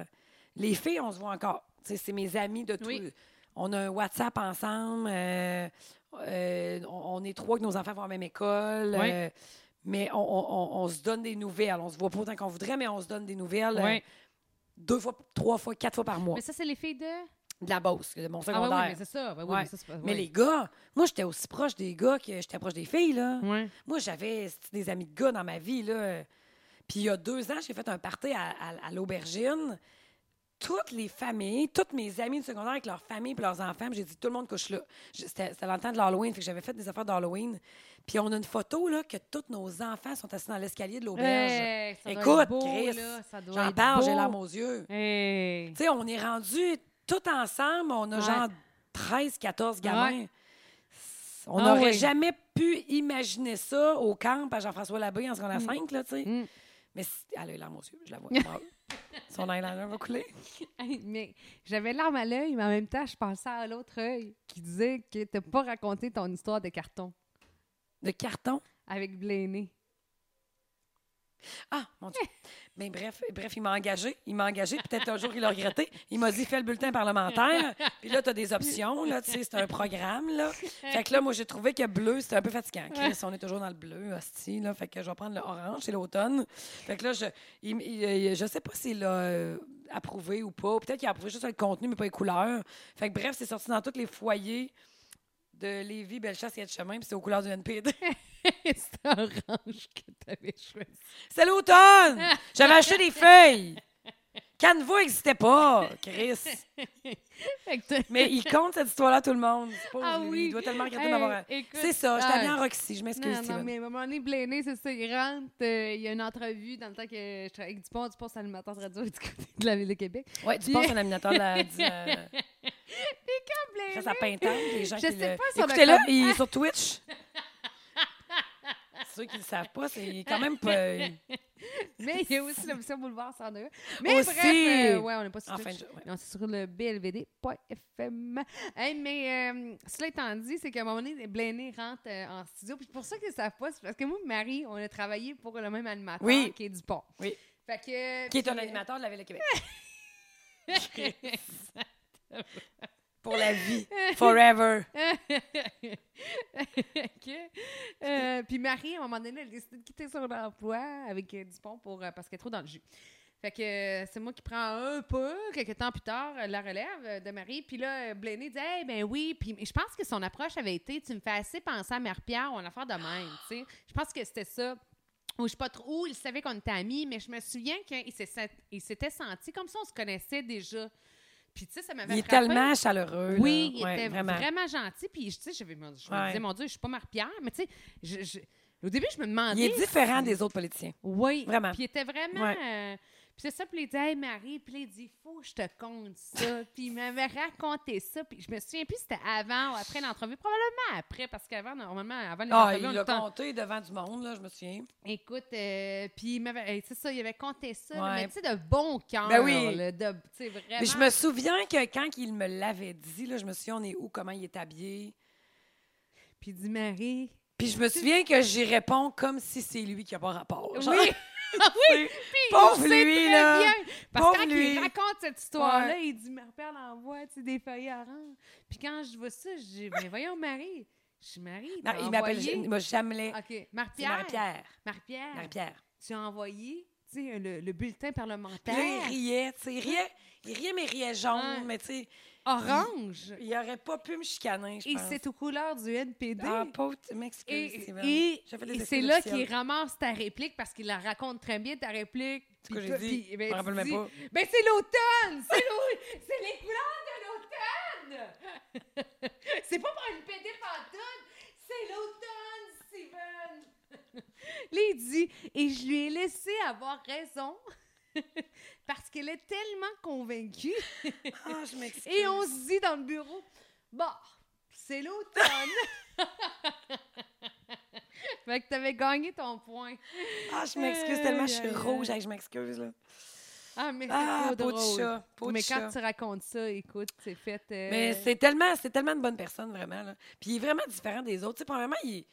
A: Les filles, on se voit encore. Tu sais, c'est mes amis de tout.
B: Oui.
A: On a un WhatsApp ensemble. euh, euh, on, on est trois que nos enfants vont à la même école.
B: Oui.
A: euh, mais on, on- on- on se donne des nouvelles. On se voit pas autant qu'on voudrait, mais on se donne des nouvelles euh,
B: Ouais.
A: deux fois, trois fois, quatre fois par mois.
B: Mais ça, c'est les filles de.
A: De la Beauce, de mon
B: Ah, ouais,
A: secondaire.
B: ouais, mais c'est ça. Ben oui,
A: Ouais.
B: mais ça, c'est pas-
A: Mais
B: ouais.
A: les gars, moi, j'étais aussi proche des gars que j'étais proche des filles, là.
B: Ouais.
A: Moi, j'avais c'est-tu, des amis de gars dans ma vie, là. Puis il y a deux ans, j'ai fait un party à, à- à l'aubergine. Toutes les familles, toutes mes amies de secondaire avec leurs familles et leurs enfants, puis j'ai dit tout le monde couche là. Je- C'était c'était dans le temps de l'Halloween, fait que j'avais fait des affaires d'Halloween. Puis on a une photo là que tous nos enfants sont assis dans l'escalier de l'auberge.
B: Hey, ça doit
A: Écoute,
B: être beau,
A: Chris,
B: là, ça doit
A: j'en
B: être
A: parle, j'ai
B: beau.
A: l'âme aux yeux.
B: Hey. [LAUGHS]
A: Tu sais, on est rendu tout ensemble, on a
B: Ouais.
A: genre 13, 14 gamins. On
B: Ah
A: n'aurait
B: oui.
A: jamais pu imaginer ça au camp à Jean-François Labbé en secondaire 5, là, tu sais.
B: Mm.
A: Mais c'est- elle a les larmes aux yeux, je
B: [LAUGHS]
A: la vois. Ah oui. Son eyeliner va couler.
B: Hey, mais j'avais l'arme à l'œil, mais en même temps, je pensais à l'autre œil qui disait que t'as pas raconté ton histoire de carton
A: De carton.
B: avec Bléné. [LAUGHS]
A: Ah, mon Dieu. Mais bref, bref, il m'a engagé. Il m'a engagé. Peut-être un jour, il l'a regretté. Il m'a dit, fais le bulletin parlementaire. Puis là, tu as des options. Là, tu sais, c'est un programme. Là. Fait que là, moi, j'ai trouvé que bleu, c'était un peu fatigant. Chris, on est toujours dans le bleu, hostie. Là. Fait que je vais prendre le orange, c'est l'automne. Fait que là, je, il- il- il- je sais pas s'il a euh, approuvé ou pas. Peut-être qu'il a approuvé juste le contenu, mais pas les couleurs. Fait que bref, c'est sorti dans tous les foyers de Lévis, Bellechasse et chemin puis c'est aux couleurs du NPD.
B: C'était orange que t'avais choisi.
A: C'est
B: [LAUGHS]
A: l'automne! J'avais acheté des feuilles! Canva n'existait pas, Chris.
B: Fait que t'as-
A: Mais il compte cette histoire-là à tout le monde. C'est pas-
B: Ah
A: il-
B: oui.
A: Il doit tellement regretter
B: Hey,
A: d'avoir.
B: écoute,
A: C'est ça, je
B: ah,
A: t'avais en Roxy, je m'excuse.
B: Non, non,
A: Steven.
B: mais à un moment donné, Bléné, c'est ça, il rentre. euh, il y a une entrevue dans le temps que je travaillais avec Dupont, Dupont, c'est animateur de radio du côté de la ville de Québec.
A: Ouais, tu
B: [LAUGHS] Puis-
A: penses à un animateur de la. du- euh,
B: Bléné,
A: Grâce à Pintan, les gens
B: Je
A: qui
B: sais
A: le-
B: pas si on a
A: Écoutez-le,
B: comme- Ah.
A: il est sur
B: [LAUGHS]
A: Twitch. Ceux qui ne le savent pas, c'est il est quand même pas. euh,
B: mais il y a aussi l'option Boulevard 102. Mais
A: Aussi.
B: bref, euh, ouais, on n'est pas sur
A: En
B: Twitch.
A: fin de jour, ouais.
B: Non, c'est sur le blvd.fm. Hey, mais euh, cela étant dit, c'est qu'à un moment donné, Bléné rentre euh, en studio. Puis pour ceux qui ne savent pas, c'est parce que moi et Marie, on a travaillé pour le même animateur
A: Oui.
B: qui est Dupont.
A: Oui.
B: Fait que,
A: Qui est un
B: puis- euh,
A: animateur de la Ville de
B: [LAUGHS]
A: Québec. Pour la vie. Forever.
B: [LAUGHS] Ok. Euh, puis Marie, à un moment donné, elle a décidé de quitter son emploi avec euh, Dupont pour, euh, parce qu'elle est trop dans le jus. Fait que euh, c'est moi qui prends un peu, quelques temps plus tard, euh, la relève euh, de Marie. Puis là, euh, Bléné dit Eh ben oui. Puis mais je pense que son approche avait été Tu me fais assez penser à Mère Pierre, on a affaire de même. tu sais. Je pense que c'était ça. Ou je sais pas trop où, il savait qu'on était amis, mais je me souviens qu'il s'est sen- il s'était senti comme si on se connaissait déjà. Puis tu sais, ça m'avait
A: Il est
B: frappé.
A: tellement chaleureux. là.
B: Oui, il
A: Ouais,
B: était
A: vraiment.
B: vraiment, gentil. Puis, je, tu sais, j'avais- je me
A: Ouais.
B: disais, mon Dieu, je suis pas Marie-Pierre. Mais, tu sais, je- je- au début, je me
A: Il
B: demandais.
A: est différent des autres politiciens.
B: Oui,
A: Vraiment.
B: Puis, il était vraiment.
A: Ouais.
B: euh, puis, c'est ça. Puis, il dit, hey, Marie. Puis, là, il dit, faut que je te compte ça. [LAUGHS] puis, il m'avait raconté ça. Puis, je me souviens plus si c'était avant ou après l'entrevue. Probablement après, parce qu'avant, normalement, avant
A: Ah,
B: l'entrevue,
A: il
B: on
A: l'a
B: était en-
A: compté devant du monde, là, je me souviens.
B: Écoute, euh, puis, il m'avait. hey, C'est ça, il avait compté ça. là,
A: Ouais.
B: Mais, tu sais, de bon cœur.
A: Ben oui.
B: là, de, tu sais, vraiment.
A: Mais je me souviens que quand il me l'avait dit, là, je me souviens on est où, comment il est habillé.
B: Puis, il dit, Marie.
A: Puis je me souviens que j'y réponds comme si c'est lui qui a pas rapport. Genre,
B: Oui! Ah [LAUGHS] oui! Puis
A: [LAUGHS] Pauvre
B: il sait
A: lui,
B: très
A: là.
B: bien. Parce que
A: Pauvre
B: quand
A: lui.
B: il raconte cette histoire-là, il dit Ma père l'envoie, tu sais, des feuilles oranges. Puis quand je vois ça, je dis Mais voyons, Marie. Je suis Marie.
A: Non,
B: t'as
A: il m'appelle
B: envoyé- Ah,
A: il m'a jamais
B: OK.
A: C'est
B: Marie-Pierre.
A: Marie-Pierre.
B: Marie-Pierre.
A: Marie-Pierre.
B: tu as envoyé tu sais, le, le bulletin
A: Puis
B: parlementaire
A: là, il riait, tu sais, il riait, il riait, mais il riait jaune,
B: Ouais.
A: mais tu sais,
B: orange.
A: il aurait pas pu me chicaner, je
B: Et
A: pense.
B: c'est aux couleurs du NPD.
A: Ah, pauvre, tu m'excuses,
B: Et,
A: Steven.
B: et-
A: J'ai fait des
B: et
A: excuses
B: c'est là
A: officielles.
B: qu'il ramasse ta réplique parce qu'il la raconte très bien, ta réplique.
A: C'est ce que
B: Puis
A: j'ai
B: toi-
A: eh dit.
B: puis,
A: Je
B: ben,
A: me
B: tu
A: rappelle même
B: dis,
A: pas.
B: Ben, c'est l'automne! C'est l'au- c'est les couleurs de l'automne! [LAUGHS] c'est pas pour une PD pantoute! C'est l'automne, Steven! [LAUGHS] Là, il dit, et je lui ai laissé avoir raison [LAUGHS] parce qu'elle est tellement convaincue.
A: Ah, je m'excuse.
B: Et on se dit dans le bureau, bon, c'est l'automne. [LAUGHS] fait que t'avais gagné ton point.
A: Ah, je m'excuse tellement, je suis
B: Aïe, aïe, aïe.
A: rouge, hey, je m'excuse, là.
B: Ah, mais euh, c'est
A: Ah,
B: trop
A: peau de
B: drôle.
A: chat, peau de
B: mais
A: chat.
B: quand tu racontes ça, écoute, c'est fait. euh,
A: Mais c'est tellement, c'est tellement une bonne personne, vraiment. Là. Puis il est vraiment différent des autres. Tu sais, premièrement, il, est-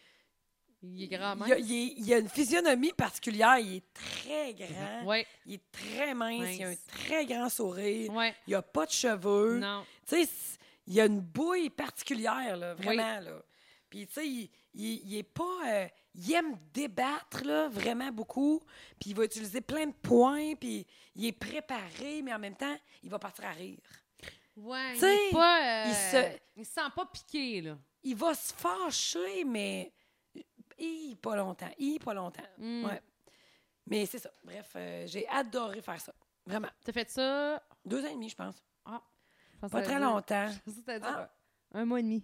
B: Il est grand
A: il, a, il est- il a une physionomie particulière. Il est très grand.
B: Oui,
A: Il est très mince.
B: Mince.
A: Il a un très grand sourire.
B: oui.
A: Il a pas de cheveux.
B: Non.
A: Tu sais, c- il a une bouille particulière, là, vraiment. Là. Puis, tu sais, il, il, il est pas. euh, il aime débattre, là, vraiment beaucoup. Puis il va utiliser plein de points, puis il est préparé, mais en même temps, il va partir à rire.
B: Ouais, il
A: T'sais,
B: est pas. euh,
A: il
B: il,
A: se-
B: se... sent pas piqué, là.
A: Il va se fâcher, mais... Il, pas longtemps. Il, pas longtemps.
B: Mm.
A: Ouais. Mais c'est ça. Bref, euh, j'ai adoré faire ça. Vraiment.
B: T'as fait ça.
A: Deux ans et demi, je pense.
B: Ah, je pense que
A: Pas
B: t'as
A: très
B: dit-
A: longtemps.
B: [LAUGHS] je pensais que t'as dit
A: Ah.
B: un- Un mois et demi.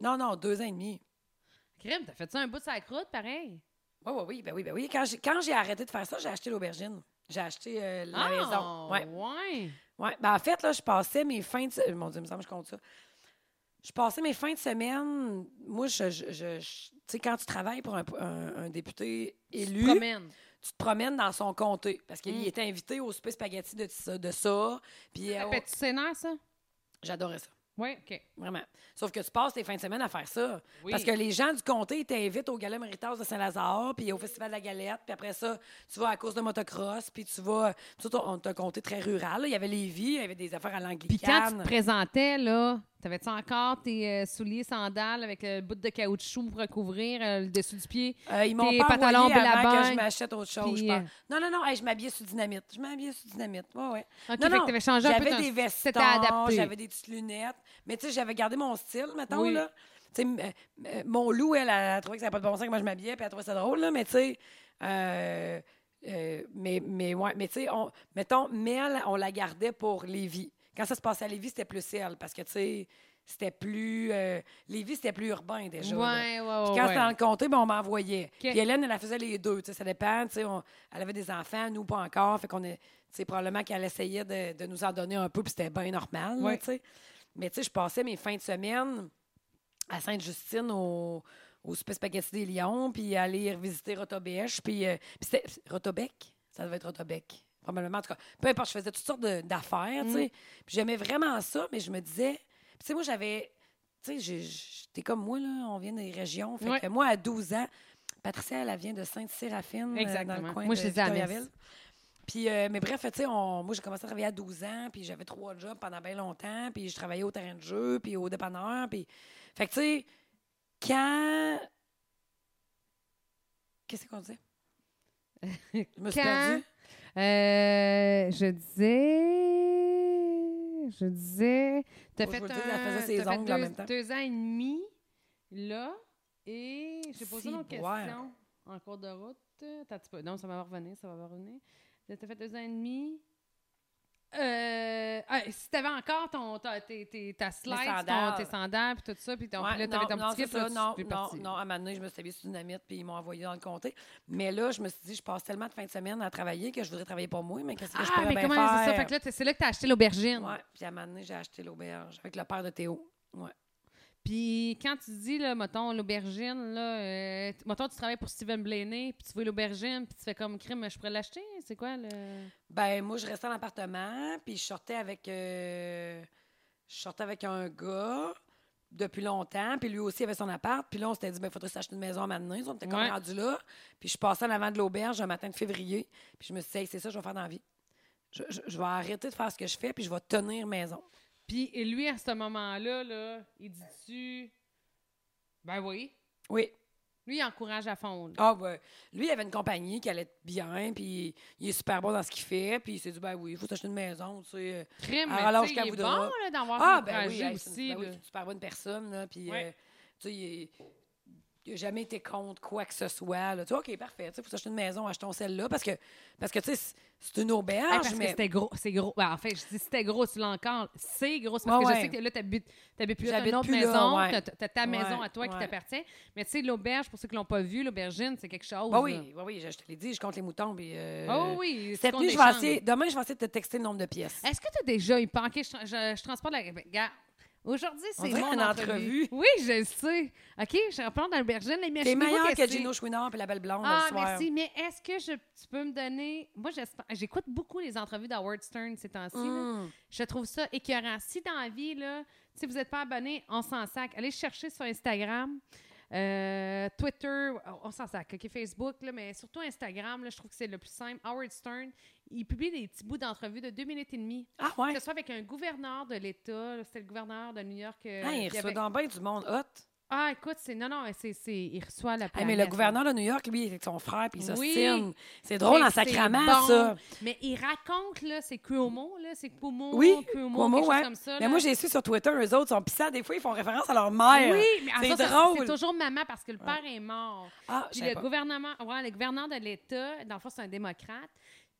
A: Non, non, deux ans et demi.
B: Crème, t'as fait ça un bout de sa croûte, pareil.
A: Oui, oui, oui, ben oui, ben oui. Quand j'ai, quand j'ai arrêté de faire ça, j'ai acheté l'aubergine. J'ai acheté euh, la maison. Ouais.
B: Ah, ouais.
A: Ouais. Ben, en fait, là, je passais mes fins de semaine. Mon Dieu, il me semble que je compte ça. Je passais mes fins de semaine. Moi, je. je- je- je- tu sais, quand tu travailles pour un, un- un député élu,
B: Promène.
A: tu te promènes dans son comté. Parce qu'il
B: Mm.
A: était invité au souper spaghetti de ça. De ça puis, euh,
B: Tapais-tu ses nerfs, ça?
A: j'adorais ça.
B: Oui, OK.
A: Vraiment. Sauf que tu passes tes fins de semaine à faire ça.
B: Oui.
A: Parce que les gens du comté ils t'invitent au Gala Méritas de Saint-Lazare, puis au Festival de la Galette, puis après ça, tu vas à la course de motocross, puis tu vas. Tu sais, on t'a un comté très rural. là. Il y avait Lévis, il y avait des affaires à
B: Puis quand tu
A: l'anglicane.
B: te présentais, là, t'avais-tu encore tes euh, souliers, sandales avec le bout de caoutchouc pour recouvrir euh, le dessus du pied?
A: Euh, ils m'ont
B: tes
A: pas
B: pantalons
A: envoyé avant
B: blabang,
A: que je m'achète autre chose,
B: puis,
A: je pense.
B: euh,
A: Non, non, non, hey, je m'habillais sous dynamite. Je m'habillais sous dynamite. Ouais, ouais.
B: OK,
A: non,
B: fait
A: non,
B: que t'avais changé un peu
A: J'avais
B: ton-
A: des
B: t'étais
A: vestons,
B: adapté.
A: j'avais des petites lunettes. Mais tu sais, j'avais gardé mon style, mettons,
B: Oui.
A: là. Tu sais, m- euh, mon loup, elle, elle, elle trouvait que ça n'avait pas de bon sens que moi je m'habillais, puis elle trouvait ça drôle, là, mais tu sais... euh, euh, mais, mais, ouais, mais tu sais, on- mettons, Mel, on la gardait pour Lévis. Quand ça se passait à Lévis, c'était plus elle, parce que, tu sais, c'était plus... euh, Lévis, c'était plus urbain, déjà.
B: Ouais,
A: là.
B: ouais, ouais.
A: Puis quand
B: ouais.
A: c'était dans le comté, ben, on m'envoyait. Puis Hélène, elle la faisait les deux. tu sais, Ça dépend. tu sais, on- elle avait des enfants, nous pas encore. Fait qu'on est. tu sais, probablement qu'elle essayait de, de nous en donner un peu, puis c'était bien normal. là,
B: Ouais.
A: tu sais. Mais tu sais, je passais mes fins de semaine à Sainte-Justine au, au Super Spaghetti des Lions, puis aller revisiter Rotobèche. Puis, euh, puis c'était. Rotobec? Ça devait être Rotobec. Probablement, en tout cas. Peu importe, je faisais toutes sortes de- d'affaires. tu sais. Puis j'aimais vraiment ça, mais je me disais. Puis tu sais, moi, j'avais tu sais, j'ai- j'étais comme moi, là, on vient des régions. Fait
B: Ouais.
A: que moi, à 12 ans, Patricia, elle, elle vient de Sainte-Séraphine, euh, dans le
B: Exactement.
A: coin
B: Moi,
A: de
B: je les ai à Metz.
A: Victoriaville. Puis, euh, mais bref, tu sais, on- moi, j'ai commencé à travailler à 12 ans, puis j'avais trois jobs pendant bien longtemps, puis je travaillais au terrain de jeu, puis au dépanneur, puis... Fait que, tu sais, quand... Qu'est-ce qu'on
B: [LAUGHS]
A: dit? Je me suis
B: Quand-
A: perdue.
B: Euh, je disais. Je disais. T'as
A: Faut que
B: fait,
A: je vous le
B: un,
A: dise, elle faisait ses
B: t'as fait
A: ongles
B: deux,
A: en même temps.
B: deux ans et demi, là. Et j'ai posé une autre
A: Ciboire.
B: question en cours de route. Attends, un petit peu. non, ça va revenir, ça va revenir. Là, T'as fait deux ans et demi. Euh, ah, si t'avais encore ton, ta, tes, tes, ta slide, ton-
A: sandales.
B: tes sandales, puis tout ça, puis ton,
A: Ouais,
B: puis là, t'avais ton
A: non,
B: petit
A: c'est
B: kit, là,
A: ça,
B: tu-
A: non,
B: tu es
A: non,
B: parti.
A: non, à un moment donné, je me suis habillée sous dynamite, puis ils m'ont envoyé dans le comté. Mais là, je me suis dit, je passe tellement de fins de semaine à travailler que je voudrais travailler pour moi, mais qu'est-ce que je
B: Ah,
A: pourrais
B: mais
A: bien
B: comment
A: faire?
B: c'est ça? Fait que là, t'es- c'est là que t'as acheté l'aubergine.
A: Ouais, puis à un moment donné, j'ai acheté l'auberge avec le père de Théo. Ouais.
B: Puis quand tu dis, là, mettons, l'aubergine, là, euh, t- mettons, tu travailles pour Steven Blaney, puis tu vois l'aubergine, puis tu fais comme crime, je pourrais l'acheter? C'est quoi le.
A: Ben, moi, je restais en appartement, puis je sortais avec, euh, je sortais avec un gars depuis longtemps, puis lui aussi avait son appart, puis là, on s'était dit, ben, faudrait s'acheter une maison à maintenant. On était comme
B: Ouais.
A: rendu là, puis je passais en avant de l'auberge un matin de février, puis je me suis dit, Hey, c'est ça, que je vais faire dans la vie. Je, je- je vais arrêter de faire ce que je fais, puis je vais tenir maison.
B: Puis et lui, à ce moment-là, là, il dit-tu. Ben oui.
A: Oui.
B: Lui, il encourage à fond. là.
A: Ah, ben, lui, il avait une compagnie qui allait bien, puis il est super bon dans ce qu'il fait, puis il s'est dit, ben oui, il faut s'acheter une maison, tu sais. euh,
B: Crime, mais
A: Alors,
B: tu sais,
A: qu'elle
B: il est
A: vous
B: bon,
A: donnera.
B: là, d'avoir
A: Ah,
B: ah,
A: ben oui, hey, c'est
B: aussi,
A: une, ben oui,
B: là.
A: c'est une super bonne personne. Là, puis,
B: Ouais.
A: euh, tu sais, il, est- il a jamais été contre quoi que ce soit. Là. Tu vois, OK, parfait. Tu sais, faut s'acheter une maison, achetons celle-là. Parce que, parce que tu sais, c'est- c'est une
B: Hey,
A: auberge,
B: parce que
A: mais
B: c'était gros, c'est gros. Ben, en fait, je dis c'était gros, tu l'as encore. C'est gros. c'est
A: Ah
B: Parce que
A: ouais.
B: je sais que là, t'habites, t'habites plus là, t'as
A: J'habite
B: une autre
A: plus là,
B: maison.
A: ouais.
B: t'as- T'as ta maison
A: Ouais,
B: à toi qui
A: ouais.
B: t'appartient. Mais tu sais, l'auberge, pour ceux qui l'ont pas vu, l'aubergine, c'est quelque chose.
A: bah
B: là.
A: oui, bah oui, je, je te l'ai dit, je compte les moutons. Puis, euh,
B: Oh oui, c'est
A: Cette
B: qu'on
A: nuit, je vais
B: échange.
A: essayer- demain, je vais essayer de te texter le nombre de pièces.
B: Est-ce que tu as déjà eu peur? Ok, je, tra- je- je transporte la. ben, regarde. Aujourd'hui,
A: On
B: c'est
A: dirait
B: mon
A: une entrevue.
B: Oui, je le sais. OK, je reprends dans l'aubergine. mais je
A: T'es
B: sais pas
A: meilleur que
B: qu'est-ce
A: Gino Chouinard puis la belle blonde
B: Ah,
A: le soir.
B: merci. Mais est-ce que je, tu peux me donner. Moi, j'espère- j'écoute beaucoup les entrevues d'Howard Stern ces temps-ci. là.
A: Mm.
B: Je trouve ça écœurant. Si dans la vie, là, si vous n'êtes pas abonné, on s'en sac. Allez chercher sur Instagram, euh, Twitter, on s'en sac, OK, Facebook, là, mais surtout Instagram, là, je trouve que c'est le plus simple. Howard Stern, il publie des petits bouts d'entrevues de deux minutes et demie.
A: Ah, ouais.
B: Que ce soit avec un gouverneur de l'État, là, c'était le gouverneur de New York. euh,
A: Hein, il
B: qui
A: reçoit
B: avait-
A: dans bien du monde hot.
B: Ah, écoute, c'est. Non, non, c'est, c'est- il reçoit la
A: Hey,
B: planète.
A: mais le gouverneur de New York, lui, il est avec son frère, puis il
B: Oui.
A: s'ostine. C'est drôle en
B: Fait que c'est
A: sacrament,
B: bon.
A: ça.
B: Mais il raconte, là, c'est Cuomo, là, c'est Cuomo,
A: Oui,
B: Cuomo,
A: Cuomo,
B: quelque chose
A: ouais.
B: comme ça.
A: Mais
B: là.
A: moi, j'ai su sur Twitter, eux autres sont pissants. Des fois, ils font référence à leur mère.
B: Oui, mais en
A: c'est
B: fait, ça,
A: drôle.
B: C'est toujours maman parce que le père est mort.
A: Ah, je
B: Puis
A: savais
B: le
A: pas.
B: gouvernement, ouais, le gouverneur de l'État, dans le fond, c'est un démocrate.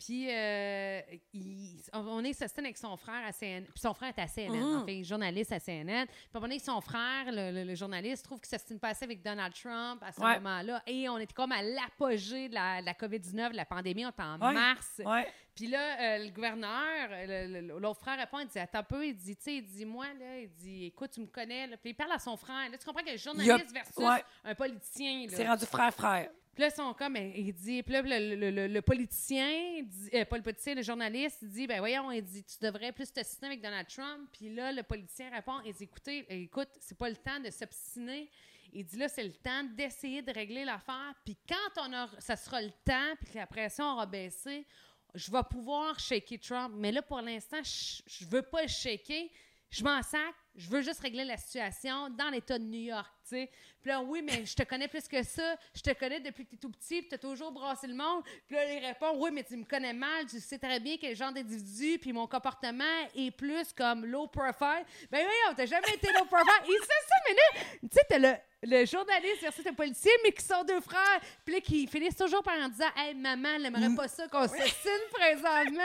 B: Puis euh, il- on- on est s'ostine avec son frère à CNN. Puis son frère est à CNN,
A: Mhm.
B: en fait, il est journaliste à CNN. Puis à un moment donné, son frère, le, le- le journaliste, trouve qu'il s'ostine pas assez avec Donald Trump à ce
A: Ouais.
B: moment-là. Et on était comme à l'apogée de la, de la COVID-19, de la pandémie, on était en
A: Ouais.
B: mars.
A: Ouais.
B: Puis là, euh, le gouverneur, le- le- l'autre frère répond, il dit Attends un peu, il dit, tu sais, il dit, moi, là, il dit, écoute, tu me connais, là. Puis il parle à son frère. Là, tu comprends que le journaliste versus
A: ouais.
B: un politicien,
A: C'est
B: là.
A: rendu frère-frère. Ah,
B: Puis là, ils sont comme, il il dit, puis là, le, le- le- le politicien, dit- euh, pas le politicien, le journaliste, il dit, ben voyons, il dit, tu devrais plus t'obstiner avec Donald Trump. Puis là, le politicien répond, il dit, écoutez, euh, écoute, c'est pas le temps de s'obstiner. Il dit là, c'est le temps d'essayer de régler l'affaire. Puis quand on aura- ça sera le temps, puis que la pression aura baissé, je vais pouvoir shaker Trump. Mais là, pour l'instant, je je veux pas le shaker. Je m'en sac. Je veux juste régler la situation dans l'État de New York, tu sais. Puis là, oui, mais je te connais plus que ça. Je te connais depuis que t'es tout petit, puis t'as toujours brassé le monde. Puis là, il répond, oui, mais tu me connais mal. Tu sais très bien quel genre d'individu, puis mon comportement est plus comme low profile. Ben oui, t'as jamais été low profile. Et ça, ça, mais là, tu sais, t'as le, le journaliste versus le policier, mais qui sont deux frères, puis là, qui finissent toujours par en disant Hey, maman, elle aimerait pas ça qu'on s'assine présentement.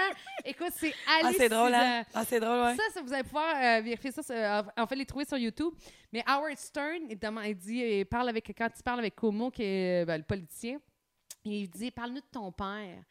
B: Écoute, c'est
A: Ah,
B: hallucinant.
A: c'est drôle, hein? Ah, c'est drôle, ouais.
B: Ça, ça, vous allez pouvoir euh, vérifier ça. ça, euh, en fait, les trouver sur YouTube. Mais Howard Stern, il, demande- il dit, il parle avec, quand il parle avec Como, qui est euh, ben, le politicien, il dit Parle-nous de ton père.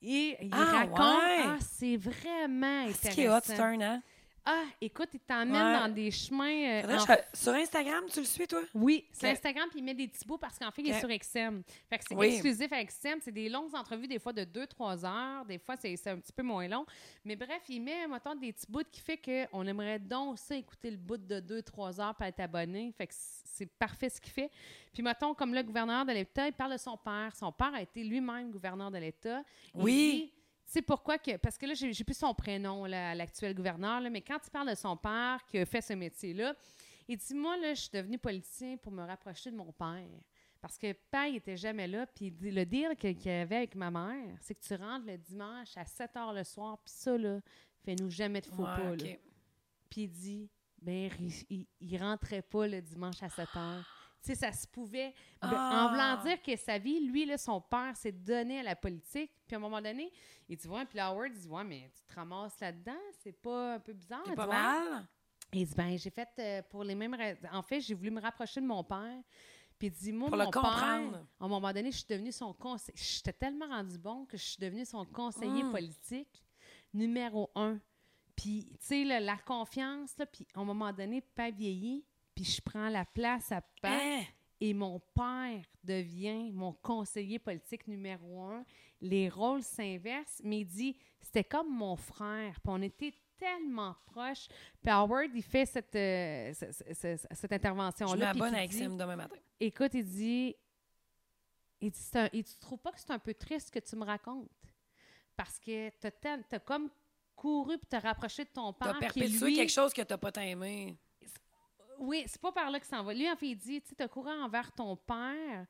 B: Et il
A: Ah,
B: raconte
A: ouais. Ah,
B: Ah, c'est vraiment
A: C'est qui est hot,
B: intéressant.
A: Stern, hein?
B: Ah, écoute, il t'emmène
A: Ouais.
B: dans des chemins. euh,
A: Faudrait que
B: en-
A: je- Sur Instagram, tu le suis, toi?
B: oui, sur
A: Ok.
B: Instagram, puis il met des petits bouts parce qu'en fait, il
A: Ok.
B: est sur XM. Fait que c'est
A: Oui.
B: exclusif à XM. C'est des longues entrevues, des fois de 2-3 heures, des fois c'est c'est un petit peu moins long. Mais bref, il met, mettons, des petits bouts qui fait qu'on aimerait donc ça écouter le bout de 2-3 heures pour être abonné. Fait que c- c'est parfait ce qu'il fait. Puis, mettons, comme le gouverneur de l'État, il parle de son père. Son père a été lui-même gouverneur de l'État. Il
A: Oui.
B: dit, Tu sais pourquoi que. Parce que là, j'ai j'ai plus son prénom, là, à l'actuel gouverneur, là, mais quand il parle de son père qui a fait ce métier-là, il dit Moi, là, je suis devenu politicien pour me rapprocher de mon père. Parce que père, il était jamais là. Puis il dit- le deal que- qu'il y avait avec ma mère, c'est que tu rentres le dimanche à 7 h le soir, puis ça, là, fais-nous jamais de faux
A: Ouais,
B: pas. là.
A: ok. Ah,
B: Puis il dit Ben, il, il- il rentrait pas le dimanche à 7 h. Tu sais, ça se pouvait. Ben,
A: Ah!
B: En voulant dire que sa vie, lui, là, son père s'est donné à la politique. Puis à un moment donné, il dit Ouais, puis là, Howard il dit Ouais, mais tu te ramasses là-dedans, c'est pas un peu bizarre.
A: C'est
B: Il
A: pas
B: dit, Ouais.
A: mal.
B: Et il dit, ben, j'ai fait euh, pour les mêmes raisons. En fait, j'ai voulu me rapprocher de mon père. Puis il dit, moi,
A: Pour le
B: mon père,
A: comprendre.
B: à un moment donné, je suis devenue son conseiller. J'étais tellement rendu bon que je suis devenue son conseiller
A: Mm.
B: politique numéro un. Puis, tu sais, là, la confiance, là, puis à un moment donné, pas vieilli, puis je prends la place à papa.
A: Hein?
B: Et mon père devient mon conseiller politique numéro un. Les rôles s'inversent, mais il dit c'était comme mon frère. Puis on était tellement proches. Puis Howard, il fait cette, euh, ce- ce- ce- cette
A: Je
B: intervention-là. puis
A: m'abonne
B: il
A: à
B: dit-
A: XM demain matin.
B: Écoute, il dit il dit, C'est un- et tu trouves pas que c'est un peu triste que tu me racontes? Parce que t'as tant- t'as comme couru pour te rapprocher de ton père.
A: T'as
B: qui,
A: perpétué
B: lui,
A: quelque chose que t'as pas tant aimé.
B: oui, c'est pas par là que ça en va. Lui, en fait, il dit, tu sais, t'as couru envers ton père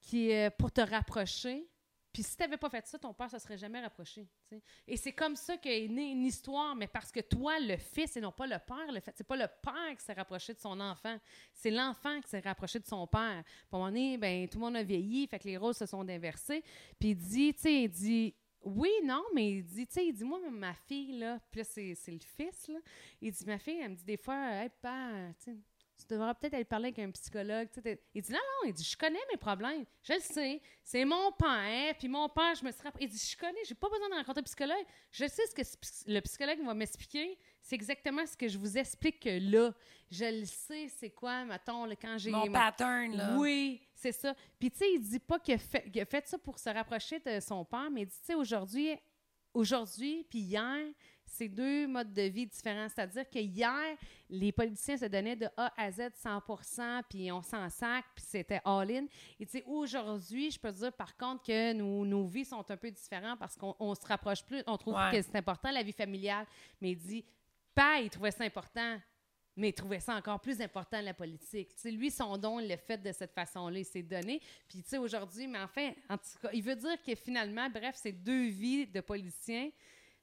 B: qui, euh, pour te rapprocher. Puis si t'avais pas fait ça, ton père ne serait jamais rapproché. tu sais. Et c'est comme ça qu'est née une histoire, mais parce que toi, le fils, et non pas le père, le fait, c'est pas le père qui s'est rapproché de son enfant, c'est l'enfant qui s'est rapproché de son père. Puis à un moment donné, ben, tout le monde a vieilli, fait que les rôles se sont inversés. Puis il dit, tu sais, il dit, oui, non, mais il dit, tu sais, il dit, moi, ma fille, là, puis là, c'est c'est le fils, là, il dit, ma fille, elle me dit des fois, hey, pa, tu sais, tu devrais peut-être aller parler avec un psychologue. tu sais, t'es- Il dit, non, non, il dit, je connais mes problèmes. Je le sais. C'est mon père. Puis mon père, je me serais. Il dit, je connais, j'ai pas besoin de rencontrer un psychologue. Je sais ce que ce psy- le psychologue va m'expliquer. C'est exactement ce que je vous explique là. Je le sais, c'est quoi, mettons, là, quand j'ai.
A: Mon pattern, là.
B: Oui, c'est ça. Puis tu sais, il dit pas qu'il a, fait- qu'il a fait ça pour se rapprocher de son père, mais il dit, tu sais, aujourd'hui, aujourd'hui puis hier, c'est deux modes de vie différents. C'est-à-dire que hier, les politiciens se donnaient de A à Z 100 puis on s'en sac, puis c'était all-in. Et tu sais, aujourd'hui, je peux te dire par contre que nos, nos vies sont un peu différentes parce qu'on on se rapproche plus, on trouve
A: Ouais.
B: que c'est important, la vie familiale. Mais il dit, pas, il trouvait ça important. mais il trouvait ça encore plus important la politique. Tu sais, lui, son don, il l'a fait de cette façon-là, il s'est donné. Puis, tu sais, aujourd'hui, mais enfin, en tout cas, il veut dire que finalement, bref, c'est deux vies de politiciens,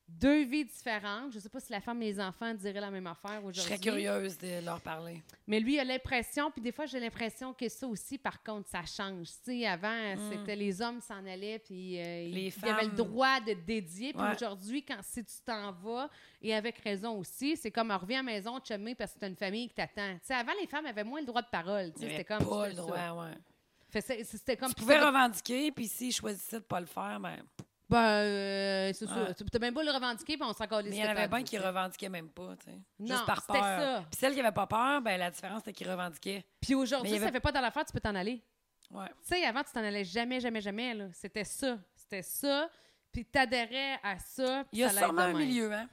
B: deux vies différentes. Je sais pas si la femme et les enfants diraient la même affaire aujourd'hui.
A: Je serais curieuse de leur parler.
B: Mais lui, il a l'impression, puis des fois, j'ai l'impression que ça aussi, par contre, ça change. Tu sais, avant,
A: Mm.
B: c'était les hommes s'en allaient, puis euh, ils
A: Les
B: ils avaient le
A: femmes.
B: droit de dédier. Puis
A: Ouais.
B: aujourd'hui, quand si tu t'en vas, et avec raison aussi, c'est comme on revient à la maison, chumé, parce que t'as une famille qui t'attend. Tu sais, avant, les femmes avaient moins le droit de parole. Tu sais,
A: Ils
B: c'était
A: avaient
B: comme.
A: pas le
B: tu fais ça.
A: droit, ouais.
B: Fait ça, C'était comme.
A: Tu pouvais revendiquer, puis s'ils choisissaient de pas le faire, ben,
B: Ben, euh, c'est
A: Ouais.
B: ça. Tu peux même pas le revendiquer, puis on s'en calait
A: mais il
B: ce
A: y en
B: que
A: avait
B: t'as
A: bien
B: dit,
A: qui
B: tu sais.
A: revendiquaient même pas, tu sais.
B: Non,
A: Juste par
B: c'était
A: peur.
B: ça.
A: Puis celles qui n'avaient pas peur, ben la différence, c'était qu'ils revendiquaient.
B: Puis
A: Mais
B: aujourd'hui,
A: il y
B: ça
A: avait-
B: fait pas dans l'affaire, tu peux t'en aller.
A: Ouais.
B: Tu sais, avant, tu t'en allais jamais, jamais, jamais. là. C'était ça. C'était ça. Puis t'adhérais à ça.
A: Il
B: puis
A: y a
B: ça allait
A: sûrement
B: de
A: un
B: même.
A: milieu, hein?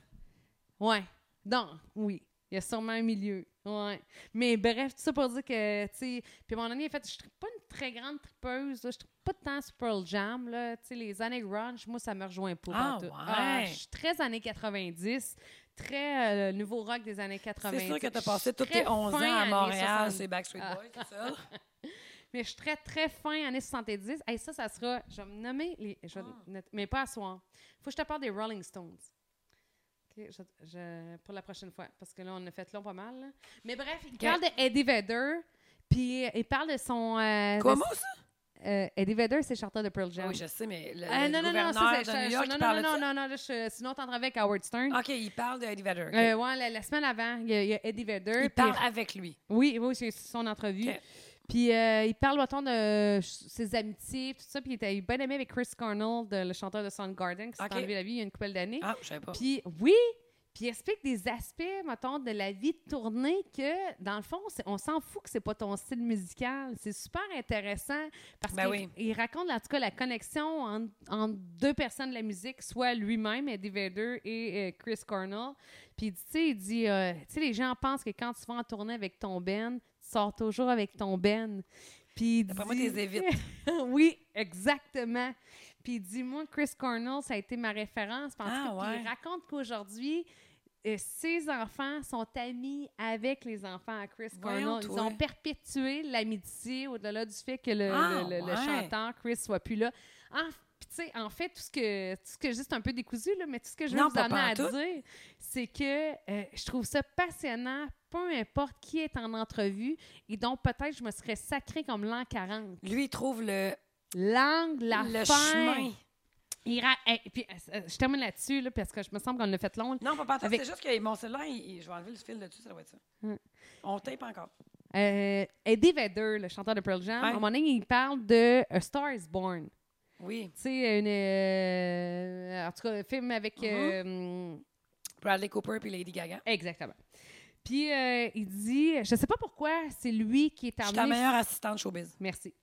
B: Ouais. Non, oui. Il y a sûrement un milieu. Ouais. Mais bref, tout ça pour dire que, tu sais. Puis mon ami, en fait, je suis pas une très grande tripeuse. là. Je suis pas tant sur Pearl Jam, là. Tu sais, les années grunge, moi, ça me rejoint pas.
A: Ah,
B: pantoute.
A: ouais.
B: je suis très années 90. Très euh, nouveau rock des années 90.
A: C'est sûr que t'as
B: Je
A: passé
B: suis
A: tous tes
B: très
A: 11 ans
B: fin
A: à
B: années
A: Montréal,
B: 70.
A: c'est Backstreet
B: Ah.
A: Boys, c'est ça?
B: Mais je suis très, très fin, années 70. Hey, ça, ça sera. Je vais me nommer les. je vais
A: Ah.
B: not- mais pas à soir. Faut que je te parle des Rolling Stones. OK, je- je- pour la prochaine fois, parce que là, on a fait long pas mal. là. Mais bref, il parle de Eddie Vedder, puis euh, il parle de son. euh, de-
A: Comment ça?
B: euh, Eddie Vedder, c'est le chanteur de Pearl Jam.
A: Oui, je sais, mais le,
B: Euh,
A: le
B: non, non, non,
A: gouverneur
B: ça, c'est-
A: de
B: je-
A: New
B: je-
A: York, il
B: non, non,
A: parle
B: non,
A: de ça?
B: non, non, là, je- sinon, t'entendras avec Howard Stern.
A: OK, il parle de Eddie Vedder. ok.
B: Euh, ouais, la, la semaine avant, il y a, il y a Eddie Vedder. puis-
A: il parle avec lui.
B: Oui, oui, c'est son entrevue.
A: Ok.
B: Puis euh, il parle, mettons, de ch- ses amitiés, tout ça. Puis il était bien aimé avec Chris Cornell, de- le chanteur de Soundgarden, qui s'est
A: Ok.
B: enlevé la vie il y a une couple d'années.
A: Ah, je savais pas.
B: Puis oui, puis il explique des aspects, mettons, de la vie de tournée que, dans le fond, c'est- on s'en fout que c'est pas ton style musical. C'est super intéressant parce
A: Ben
B: qu'il
A: oui.
B: il raconte, en tout cas, la connexion en- entre deux personnes de la musique, soit lui-même, Eddie Vedder, et euh, Chris Cornell. Puis, il dit, tu sais, il dit, euh, tu sais, les gens pensent que quand tu vas en tournée avec ton band, tu sors toujours avec ton band. Puis, il
A: D'après moi,
B: dit-
A: t'es évites.
B: [LAUGHS] oui, exactement. Puis dis-moi, Chris Cornell, ça a été ma référence. Parce
A: Ah,
B: que, puis
A: ouais.
B: il raconte qu'aujourd'hui, euh, ses enfants sont amis avec les enfants à Chris
A: Voyons,
B: Cornell. Ils
A: toi.
B: ont perpétué l'amitié au-delà du fait que le,
A: Ah,
B: le- le- le
A: ouais.
B: chanteur Chris soit plus là. En, puis tu sais, en fait, tout ce que tout ce que juste un peu décousu là, mais tout ce que je veux
A: Non,
B: vous
A: pas
B: amener à
A: pantoute.
B: dire, c'est que euh, je trouve ça passionnant, peu importe qui est en entrevue, et donc peut-être je me serais sacrée comme l'an 40
A: Lui, il trouve le,
B: l'angle, la
A: le
B: fin.
A: chemin.
B: Il ra- hey, puis, euh, je termine là-dessus là, parce que je me semble qu'on l'a fait long. là.
A: Non, pas partout.
B: Avec- Mm.
A: C'est juste que mon cellulaire, il- il- je vais enlever le fil de dessus, ça doit être ça.
B: Ouais.
A: On tape encore.
B: Euh, Eddie Vedder, le chanteur de Pearl Jam,
A: Ouais.
B: à un moment donné, il parle de A Star Is Born.
A: Oui.
B: Tu sais, une, euh, en tout cas, un film avec
A: Uh-huh.
B: euh, hum,
A: Bradley Cooper puis Lady Gaga.
B: exactement. Puis euh, il dit, je sais pas pourquoi, c'est lui qui est
A: Je suis
B: amené.
A: ta meilleure assistante showbiz.
B: Merci.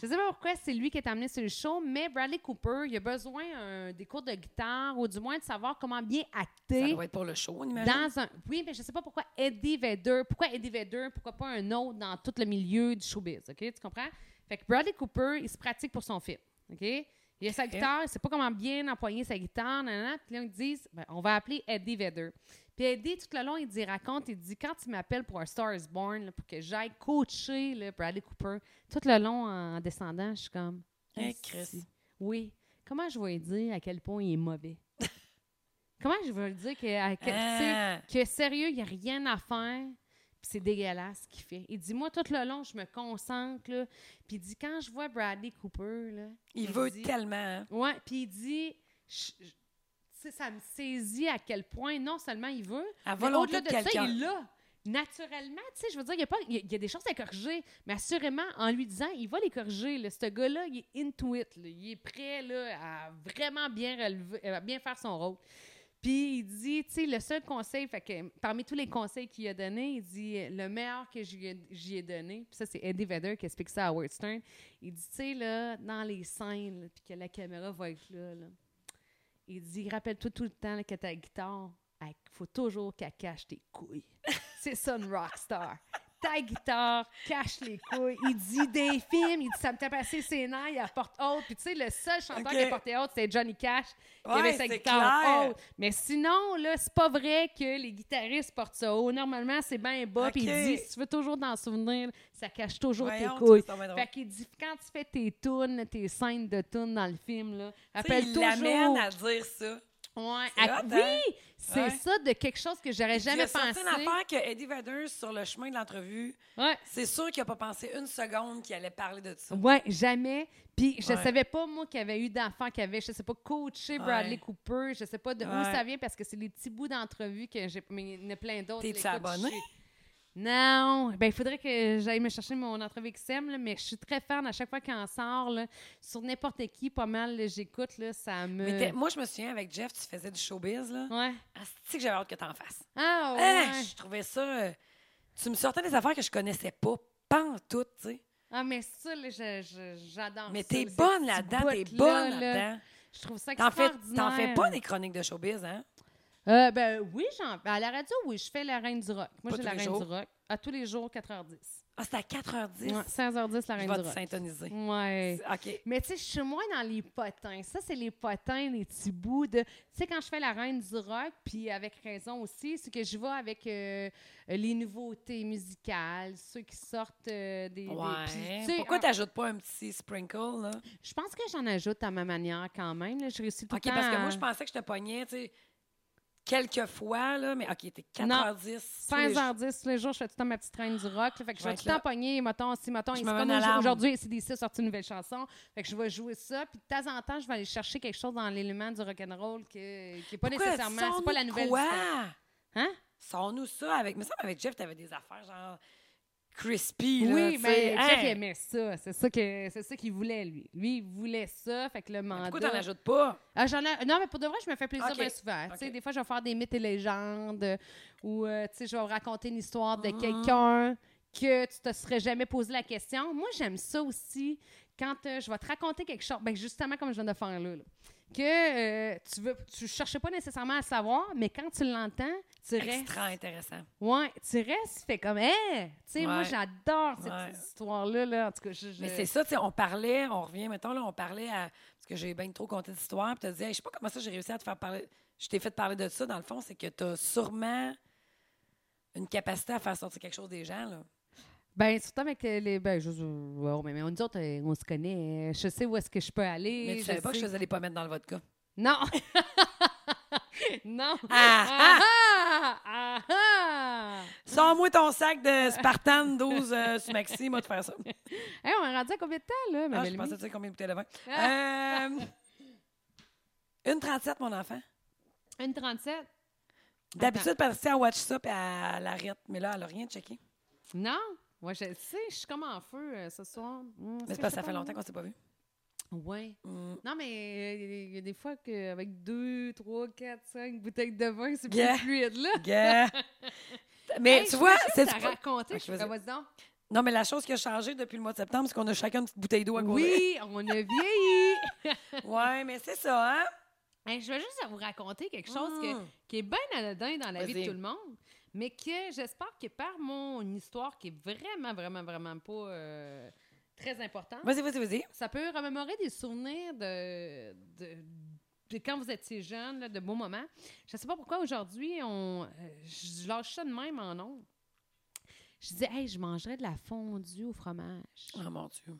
B: Je sais pas pourquoi c'est lui qui est amené sur le show, mais Bradley Cooper, il a besoin euh, des cours de guitare ou du moins de savoir comment bien
A: Ça
B: acter.
A: doit être pour le show, on imagine.
B: dans un. Oui, mais je sais pas pourquoi Eddie Vedder. Pourquoi Eddie Vedder? Pourquoi pas un autre dans tout le milieu du showbiz? OK? Tu comprends? Fait que Bradley Cooper, il se pratique pour son film. OK? Il a sa guitare, il sait pas comment bien empoigner sa guitare, nanana. Puis là, ils disent, ben, on va appeler Eddie Vedder. Puis Eddie, tout le long, il dit, raconte, il dit, quand tu m'appelles pour un Star is Born, là, pour que j'aille coacher là, Bradley Cooper, tout le long, en descendant, je suis comme.
A: Hein,
B: Esti.
A: Chris.
B: Oui. Comment je vais dire à quel point il est mauvais? Comment je vais dire que, à quel, tu sais,
A: Ah.
B: que sérieux, il n'y a rien à faire. Puis c'est dégueulasse ce qu'il fait. Il dit, moi, tout le long, je me concentre. là. Puis il dit, quand je vois Bradley Cooper, là,
A: Il veut
B: dit-
A: tellement. hein.
B: Ouais, puis il dit, je- je- tu sais, ça me saisit à quel point, non seulement il veut,
A: À
B: mais
A: volonté
B: au-delà
A: de
B: de ça,
A: quelqu'un.
B: il l'a. Naturellement, tu sais, je veux dire, il y, a pas- il y a- il y a des choses à corriger, mais assurément, en lui disant, il va les corriger. Là. Ce gars-là, il est into it. là. Il est prêt là, à vraiment bien, relever, euh, à bien faire son rôle. Puis il dit, tu sais, le seul conseil, fait que, parmi tous les conseils qu'il a donné, il dit euh, le meilleur que j'y ai- j'y ai donné, puis ça, c'est Eddie Vedder qui explique ça à Howard Stern. Il dit, tu sais, là, dans les scènes, là, puis que la caméra va être là, là, il dit, rappelle-toi tout le temps là, que
A: [LAUGHS]
B: ta guitare, il faut toujours qu'elle cache tes couilles. c'est ça une rockstar. ta guitare, cache les couilles. Il dit des films, il dit ça me t'a passé ses nerfs, il apporte haute. Puis tu sais, le seul chanteur
A: Ok.
B: qui apportait haute, c'était Johnny Cash, qui
A: Ouais,
B: avait sa
A: c'est
B: guitare
A: clair.
B: haute. Mais sinon, là, c'est pas vrai que les guitaristes portent ça haut. Normalement, c'est bien bas. Puis
A: Ok.
B: il dit, si tu veux toujours t'en souvenir, ça cache toujours
A: Voyons,
B: tes couilles.
A: ça, c'est bien drôle.
B: Fait qu'il dit, quand tu fais tes tunes, tes scènes de tunes dans le film, là,
A: Tu sais,
B: appelle
A: Il l'amène
B: toujours.
A: à dire ça.
B: Ouais,
A: C'est
B: à-
A: hot, hein?
B: Oui, c'est
A: Ouais.
B: ça de quelque chose que j'aurais jamais
A: Il a sorti
B: pensé.
A: une affaire que Eddie Vedder, sur le chemin de l'entrevue,
B: Ouais.
A: c'est sûr qu'il n'a pas pensé une seconde qu'il allait parler de ça.
B: Ouais, jamais. Puis je
A: Ouais.
B: savais pas, moi, qu'il y avait eu d'enfants qui avaient, je sais pas, coaché Bradley
A: Ouais.
B: Cooper. Je sais pas de où
A: Ouais.
B: ça vient parce que c'est les petits bouts d'entrevues que j'ai. Mais il y en a plein d'autres.
A: T'es-tu
B: Écoute,
A: abonné?
B: je suis- Non. Ben, il faudrait que j'aille me chercher mon entrevue XM, là, mais je suis très fan à chaque fois qu'il en sort. là, sur n'importe qui, pas mal, là, j'écoute. là, Ça me.
A: Mais t'es- moi, je me souviens, avec Jeff, tu faisais du showbiz, là.
B: Ouais.
A: Asti que j'avais hâte que t'en fasses.
B: Ah, ouais.
A: Hein, je trouvais ça... euh, Tu me sortais des affaires que je connaissais pas, pas en tout, tu sais.
B: Ah, mais ça, là, je- je- j'adore.
A: Mais
B: Ah, ça,
A: t'es
B: là, ces
A: bonne
B: petits
A: là-dedans, t'es
B: bouts-là,
A: bonne
B: là.
A: là-dedans.
B: Je trouve ça
A: T'en fais,
B: extraordinaire.
A: t'en fais pas des chroniques de showbiz, hein?
B: Euh, ben oui, j'en... à la radio, oui, je fais la reine du rock.
A: Pas
B: Moi, j'ai
A: tous
B: la
A: les
B: reine
A: jours.
B: du rock. À tous les jours, 4h10.
A: Ah, c'est à 4h10.
B: Ouais, 16h10, la
A: je
B: reine
A: vais
B: du
A: te
B: rock.
A: syntoniser.
B: Ouais.
A: OK.
B: Mais tu sais, je suis moins dans les potins. Ça, c'est les potins, les petits bouts de. Tu sais, quand je fais la reine du rock, puis avec raison aussi, c'est que je vais avec euh, les nouveautés musicales, ceux qui sortent euh, des. des- puis,
A: Ouais.
B: tu sais,
A: Pourquoi
B: en-
A: t'ajoutes pas un petit sprinkle, là?
B: Je pense que j'en ajoute à ma manière quand même. là. Je réussis tout
A: OK,
B: le temps
A: parce que moi,
B: à-
A: je pensais que je te pognais, tu sais, quelques fois, là, mais OK, t'es
B: Non.
A: 4h10.
B: 16h10 tous les jours, je fais tout le temps ma petite reine du rock. là. fait que
A: Je
B: je vais
A: vais
B: tout
A: être
B: le temps
A: là.
B: pogner, mettons, si, mettons,
A: Je
B: ici,
A: me mets
B: comme
A: une
B: aujourd'hui-
A: alarme.
B: aujourd'hui, CDC a sorti une nouvelle chanson. Fait que je vais jouer ça. Puis de temps en temps, je vais aller chercher quelque chose dans l'élément du rock'n'roll que- qui n'est pas nécessairement, c'est pas la nouvelle.
A: Quoi?
B: du temps. Hein?
A: Sors-nous ça avec. Mais ça, avec Jeff, t'avais des affaires genre crispy, là.
B: Oui,
A: tu
B: mais
A: sais,
B: Jeff, il
A: hein?
B: aimait ça. C'est ça que- c'est ça qu'il voulait, lui. Lui, il voulait ça. Fait que le mandat.
A: Pourquoi t'en ajoutes pas?
B: Ah, j'en ai- Non, mais pour de vrai, je me fais plaisir
A: Ok.
B: bien souvent. Tu sais,
A: Ok.
B: Des fois, je vais faire des mythes et légendes euh, ou euh, tu sais, je vais raconter une histoire de
A: Mhm.
B: quelqu'un que tu te serais jamais posé la question. Moi, j'aime ça aussi quand euh, je vais te raconter quelque chose, ben, justement comme je viens de faire là, là, que euh, tu veux, tu cherchais pas nécessairement à savoir, mais quand tu l'entends, tu restes.
A: Extra intéressant.
B: Ouais, tu restes, fait comme, Hein! tu sais, moi,
A: Ouais.
B: j'adore cette
A: Ouais.
B: histoire-là. Là. En tout cas, je, je-
A: Mais c'est ça, tu sais, on parlait, on revient, mettons, là, on parlait à. Parce que j'ai bien trop compté d'histoires, puis t'as dit, Hey, je sais pas comment ça j'ai réussi à te faire parler. Je t'ai fait parler de ça, dans le fond, c'est que t'as sûrement une capacité à faire sortir quelque chose des gens, là.
B: Ben, surtout avec euh, les. Ben, je, je- ouais, mais, mais nous autres, euh, on se connaît. euh, Je sais où est-ce que je peux aller.
A: Mais tu savais pas que je
B: sais-
A: faisais les pommettes dans le vodka.
B: Non! [LAUGHS] non!
A: Ah,
B: Ah, ah, ah, ah.
A: Sors-moi ton sac de Spartan 12 euh, sur Maxi, moi, de faire ça.
B: Hey, on est rendu à combien de temps, là, ma
A: Ah, je
B: belle-mie?
A: pensais, tu sais, combien de bouteilles de vin.
B: Ah.
A: Euh, une 37, mon enfant.
B: Une 37?
A: D'habitude, Patricia, elle watch ça, puis elle arrête. Mais là, elle a rien checké.
B: Non? Moi, je tu sais, je suis comme en feu euh, ce soir. Hmm,
A: Mais
B: est-ce que
A: c'est parce
B: je
A: que ça
B: sais
A: fait
B: pas,
A: longtemps qu'on s'est pas vu.
B: non? Ouais.
A: Mm.
B: Non, mais euh, il y a des fois qu'avec deux, trois, quatre, cinq bouteilles de vin, c'est
A: Yeah.
B: plus fluide, là. [LAUGHS]
A: Yeah. Mais
B: Hey,
A: tu vois, c'est
B: j'imagine
A: du Ah,
B: t'as raconté.
A: Ok,
B: je suis comme,
A: vas-y.
B: Ben, vas-y donc.
A: Non, mais la chose qui a changé depuis le mois de septembre, c'est qu'on a chacun une petite bouteille d'eau à côté.
B: Oui, on a vieilli.
A: Ouais, mais c'est ça, hein?
B: Hey, je veux juste vous raconter quelque chose que-
A: Mm.
B: qui est bien anodin dans la vie de
A: Vas-y.
B: tout le monde, mais que j'espère que par mon histoire qui est vraiment, vraiment, vraiment pas euh, très importante,
A: Vas-y, vas-y, vas-y.
B: ça peut remémorer des souvenirs de, de, de quand vous étiez jeune, là, de beaux moments. Je ne sais pas pourquoi aujourd'hui, on, euh, je lâche ça de même en ondes. Je disais, hey, je mangerais de la fondue au fromage.
A: Oh mon Dieu.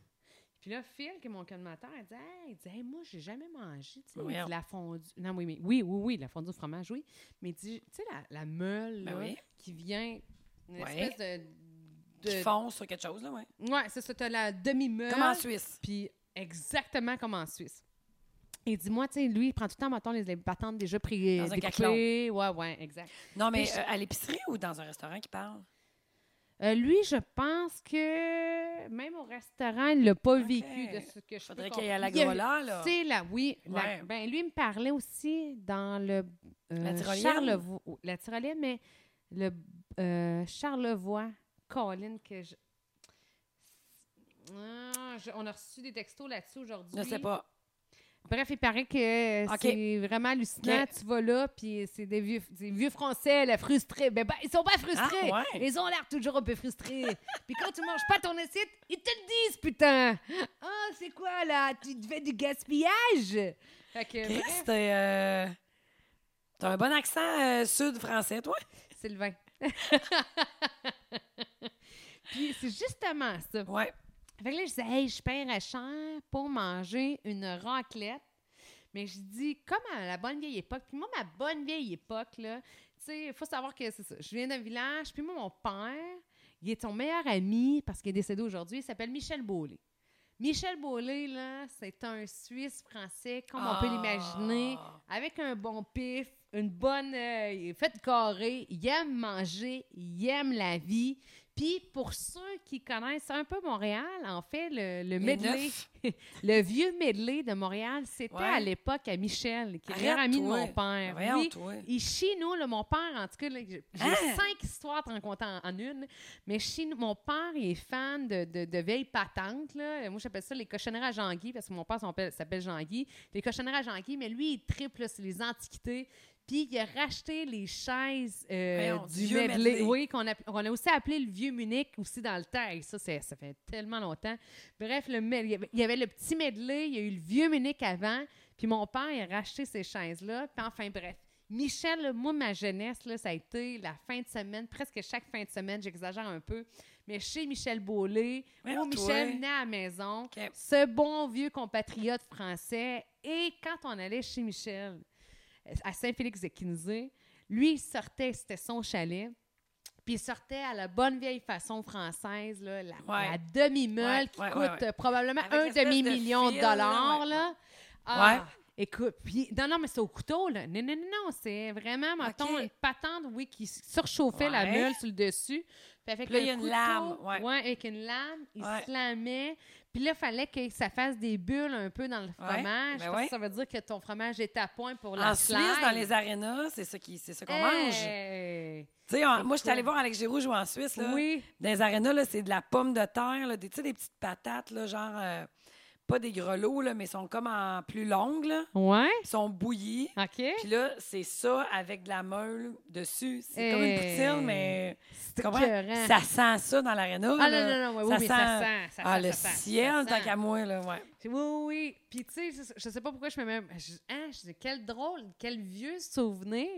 B: Puis là, Phil, qui est mon colmateur, il dit Hey, il dit, Hey, moi, j'ai jamais mangé tu sais, il dit,
A: Voyons.
B: la fondue. Non, oui, mais oui, oui, oui, la fondue au fromage, oui. Mais il dit, tu sais, la, la meule
A: Ben
B: là,
A: oui.
B: qui vient, une
A: Ouais.
B: espèce de.
A: Qui
B: de Hein?
A: fonce sur quelque chose, là, ouais.
B: ouais, c'est ça, t'as la demi-meule.
A: Comme en Suisse.
B: Puis exactement comme en Suisse. Et dis-moi, tu sais, lui, il prend tout le temps, mettons, les, les patentes déjà pré-
A: Dans un
B: découpées. Ouais, ouais, exact.
A: Non, mais
B: Puis je-
A: euh, à l'épicerie ou dans un restaurant qui parle?
B: Euh, lui, je pense que même au restaurant, il l'a pas
A: Ok.
B: vécu de ce que je
A: Faudrait
B: peux
A: qu'il y ait à la
B: comprendre. Il y a-
A: Gola, là.
B: C'est la, oui. la-
A: Ouais.
B: ben, lui, il me parlait aussi dans le. euh,
A: La tyrolienne?
B: Charlevoix. oh, La tyrolienne, mais le euh, Charlevoix, Colin, que je. Ah, je- on a reçu des textos là-dessus aujourd'hui.
A: Je sais pas.
B: Bref, il paraît que euh,
A: Ok.
B: c'est vraiment hallucinant.
A: Ok.
B: Tu vas là, puis c'est des vieux, des vieux Français, là, frustrés. Ben, ben, ils sont pas frustrés.
A: Ah, ouais.
B: Ils ont l'air toujours un peu frustrés. [LAUGHS] puis quand tu manges pas ton assiette, ils te le disent, putain. Ah, c'est quoi, là? Tu te fais du gaspillage? Fait que,
A: Chris,
B: bref,
A: t'es, euh, t'as un bon accent euh, sud-français, toi?
B: Sylvain. [LAUGHS] puis c'est justement ça.
A: Ouais.
B: Fait que là, je disais, hey, je paierais cher pour manger une raclette. Mais je dis, comme à la bonne vieille époque, puis moi, ma bonne vieille époque, là, tu sais, il faut savoir que c'est ça. Je viens d'un village, puis moi, mon père, il est ton meilleur ami, parce qu'il est décédé aujourd'hui, il s'appelle Michel Beaulé. Michel Beaulé, là, c'est un Suisse français, comme on peut l'imaginer,
A: Ah.
B: avec un bon pif, une bonne. euh, il est fait carré, il aime manger, il aime la vie. Puis pour ceux qui connaissent un peu Montréal, en fait, le, le
A: Il est
B: medley,
A: neuf.
B: le vieux medley de Montréal, c'était
A: Ouais.
B: à l'époque à Michel, qui est le meilleur
A: Arrête,
B: ami de
A: toi.
B: mon
A: Ben
B: père.
A: Voyons,
B: Lui,
A: toi.
B: Ben et chez nous, là, mon père, en tout cas, là, j'ai j'ai
A: Hein?
B: cinq histoires à te raconter en, en une. Mais chez nous, mon père il est fan de, de, de vieilles patentes. Là. Moi, j'appelle ça les cochonneries à Jean-Guy, parce que mon père s'appelle s'appelle Jean-Guy. Les cochonneries à Jean-Guy, mais lui, il triple là, sur les antiquités. Puis il a racheté les chaises euh,
A: Voyons,
B: du
A: du vieux
B: medley.
A: medley.
B: Oui, qu'on a, qu'on a aussi appelé le vieux Munich aussi dans le temps. Et ça, c'est- ça fait tellement longtemps. Bref, le, med- il y avait- il y avait le petit medley, il y a eu le vieux Munich avant. Puis mon père, il a racheté ces chaises-là. Puis enfin, bref. Michel, là, moi, ma jeunesse, là, ça a été la fin de semaine, presque chaque fin de semaine, j'exagère un peu, mais chez Michel Beaulé,
A: Voyons,
B: où Michel
A: toi.
B: venait à la maison,
A: OK.
B: ce bon vieux compatriote français, et quand on allait chez Michel, à Saint-Félix-de-Quinzé, lui, il sortait, c'était son chalet, puis il sortait à la bonne vieille façon française, là, la,
A: Ouais.
B: la demi-meule
A: Ouais,
B: qui
A: ouais,
B: coûte
A: ouais, ouais.
B: euh, probablement
A: Avec
B: un
A: l'espèce de
B: demi-million de
A: fil, là,
B: dollars,
A: ouais,
B: là. Ah,
A: Ouais.
B: Écoute, puis non, non, mais c'est au couteau, là. Non, non, non, non, c'est vraiment, mettons,
A: Ok.
B: une patente, oui, qui surchauffait la
A: Ouais.
B: meule sur le dessus. Puis avec
A: Puis là,
B: un
A: il y a une
B: couteau,
A: lame, ouais.
B: avec une lame, il
A: Ouais.
B: se slamait. Puis là, il fallait que ça fasse des bulles un peu dans le
A: ben
B: fromage. parce
A: ouais.
B: que ça veut dire que ton fromage est à point pour la Eh,
A: En Suisse,
B: slide.
A: dans les arénas, c'est ça qui- c'est ça qu'on mange.
B: Hey!
A: Tu sais, en- moi,
B: Écoute.
A: j'étais allée voir Alex Giroux jouer en Suisse. Là.
B: Oui.
A: Dans les arénas, là, c'est de la pomme de terre, là, des, tu sais, des petites patates, là, genre, euh, pas des grelots, là, mais sont comme en plus longues. là.
B: Ouais?
A: Ils sont bouillis.
B: OK.
A: Puis là, c'est ça avec de la meule dessus. C'est comme une
B: Hey.
A: poutine, mais.
B: Eh. C'est
A: Tu comprends?
B: écœurant.
A: Ça sent ça dans l'aréna.
B: Ah
A: là.
B: non, non, non, oui, oui, mais ça sent, ça
A: ah,
B: sent,
A: le
B: ça sent,
A: ciel,
B: ça
A: tant
B: sent.
A: qu'à moi, là, ouais.
B: J'ai- Oui, oui, oui. Puis, tu sais, c'est ça, je sais pas pourquoi je me mets. Je, hein, je dis, quel drôle, quel vieux souvenir.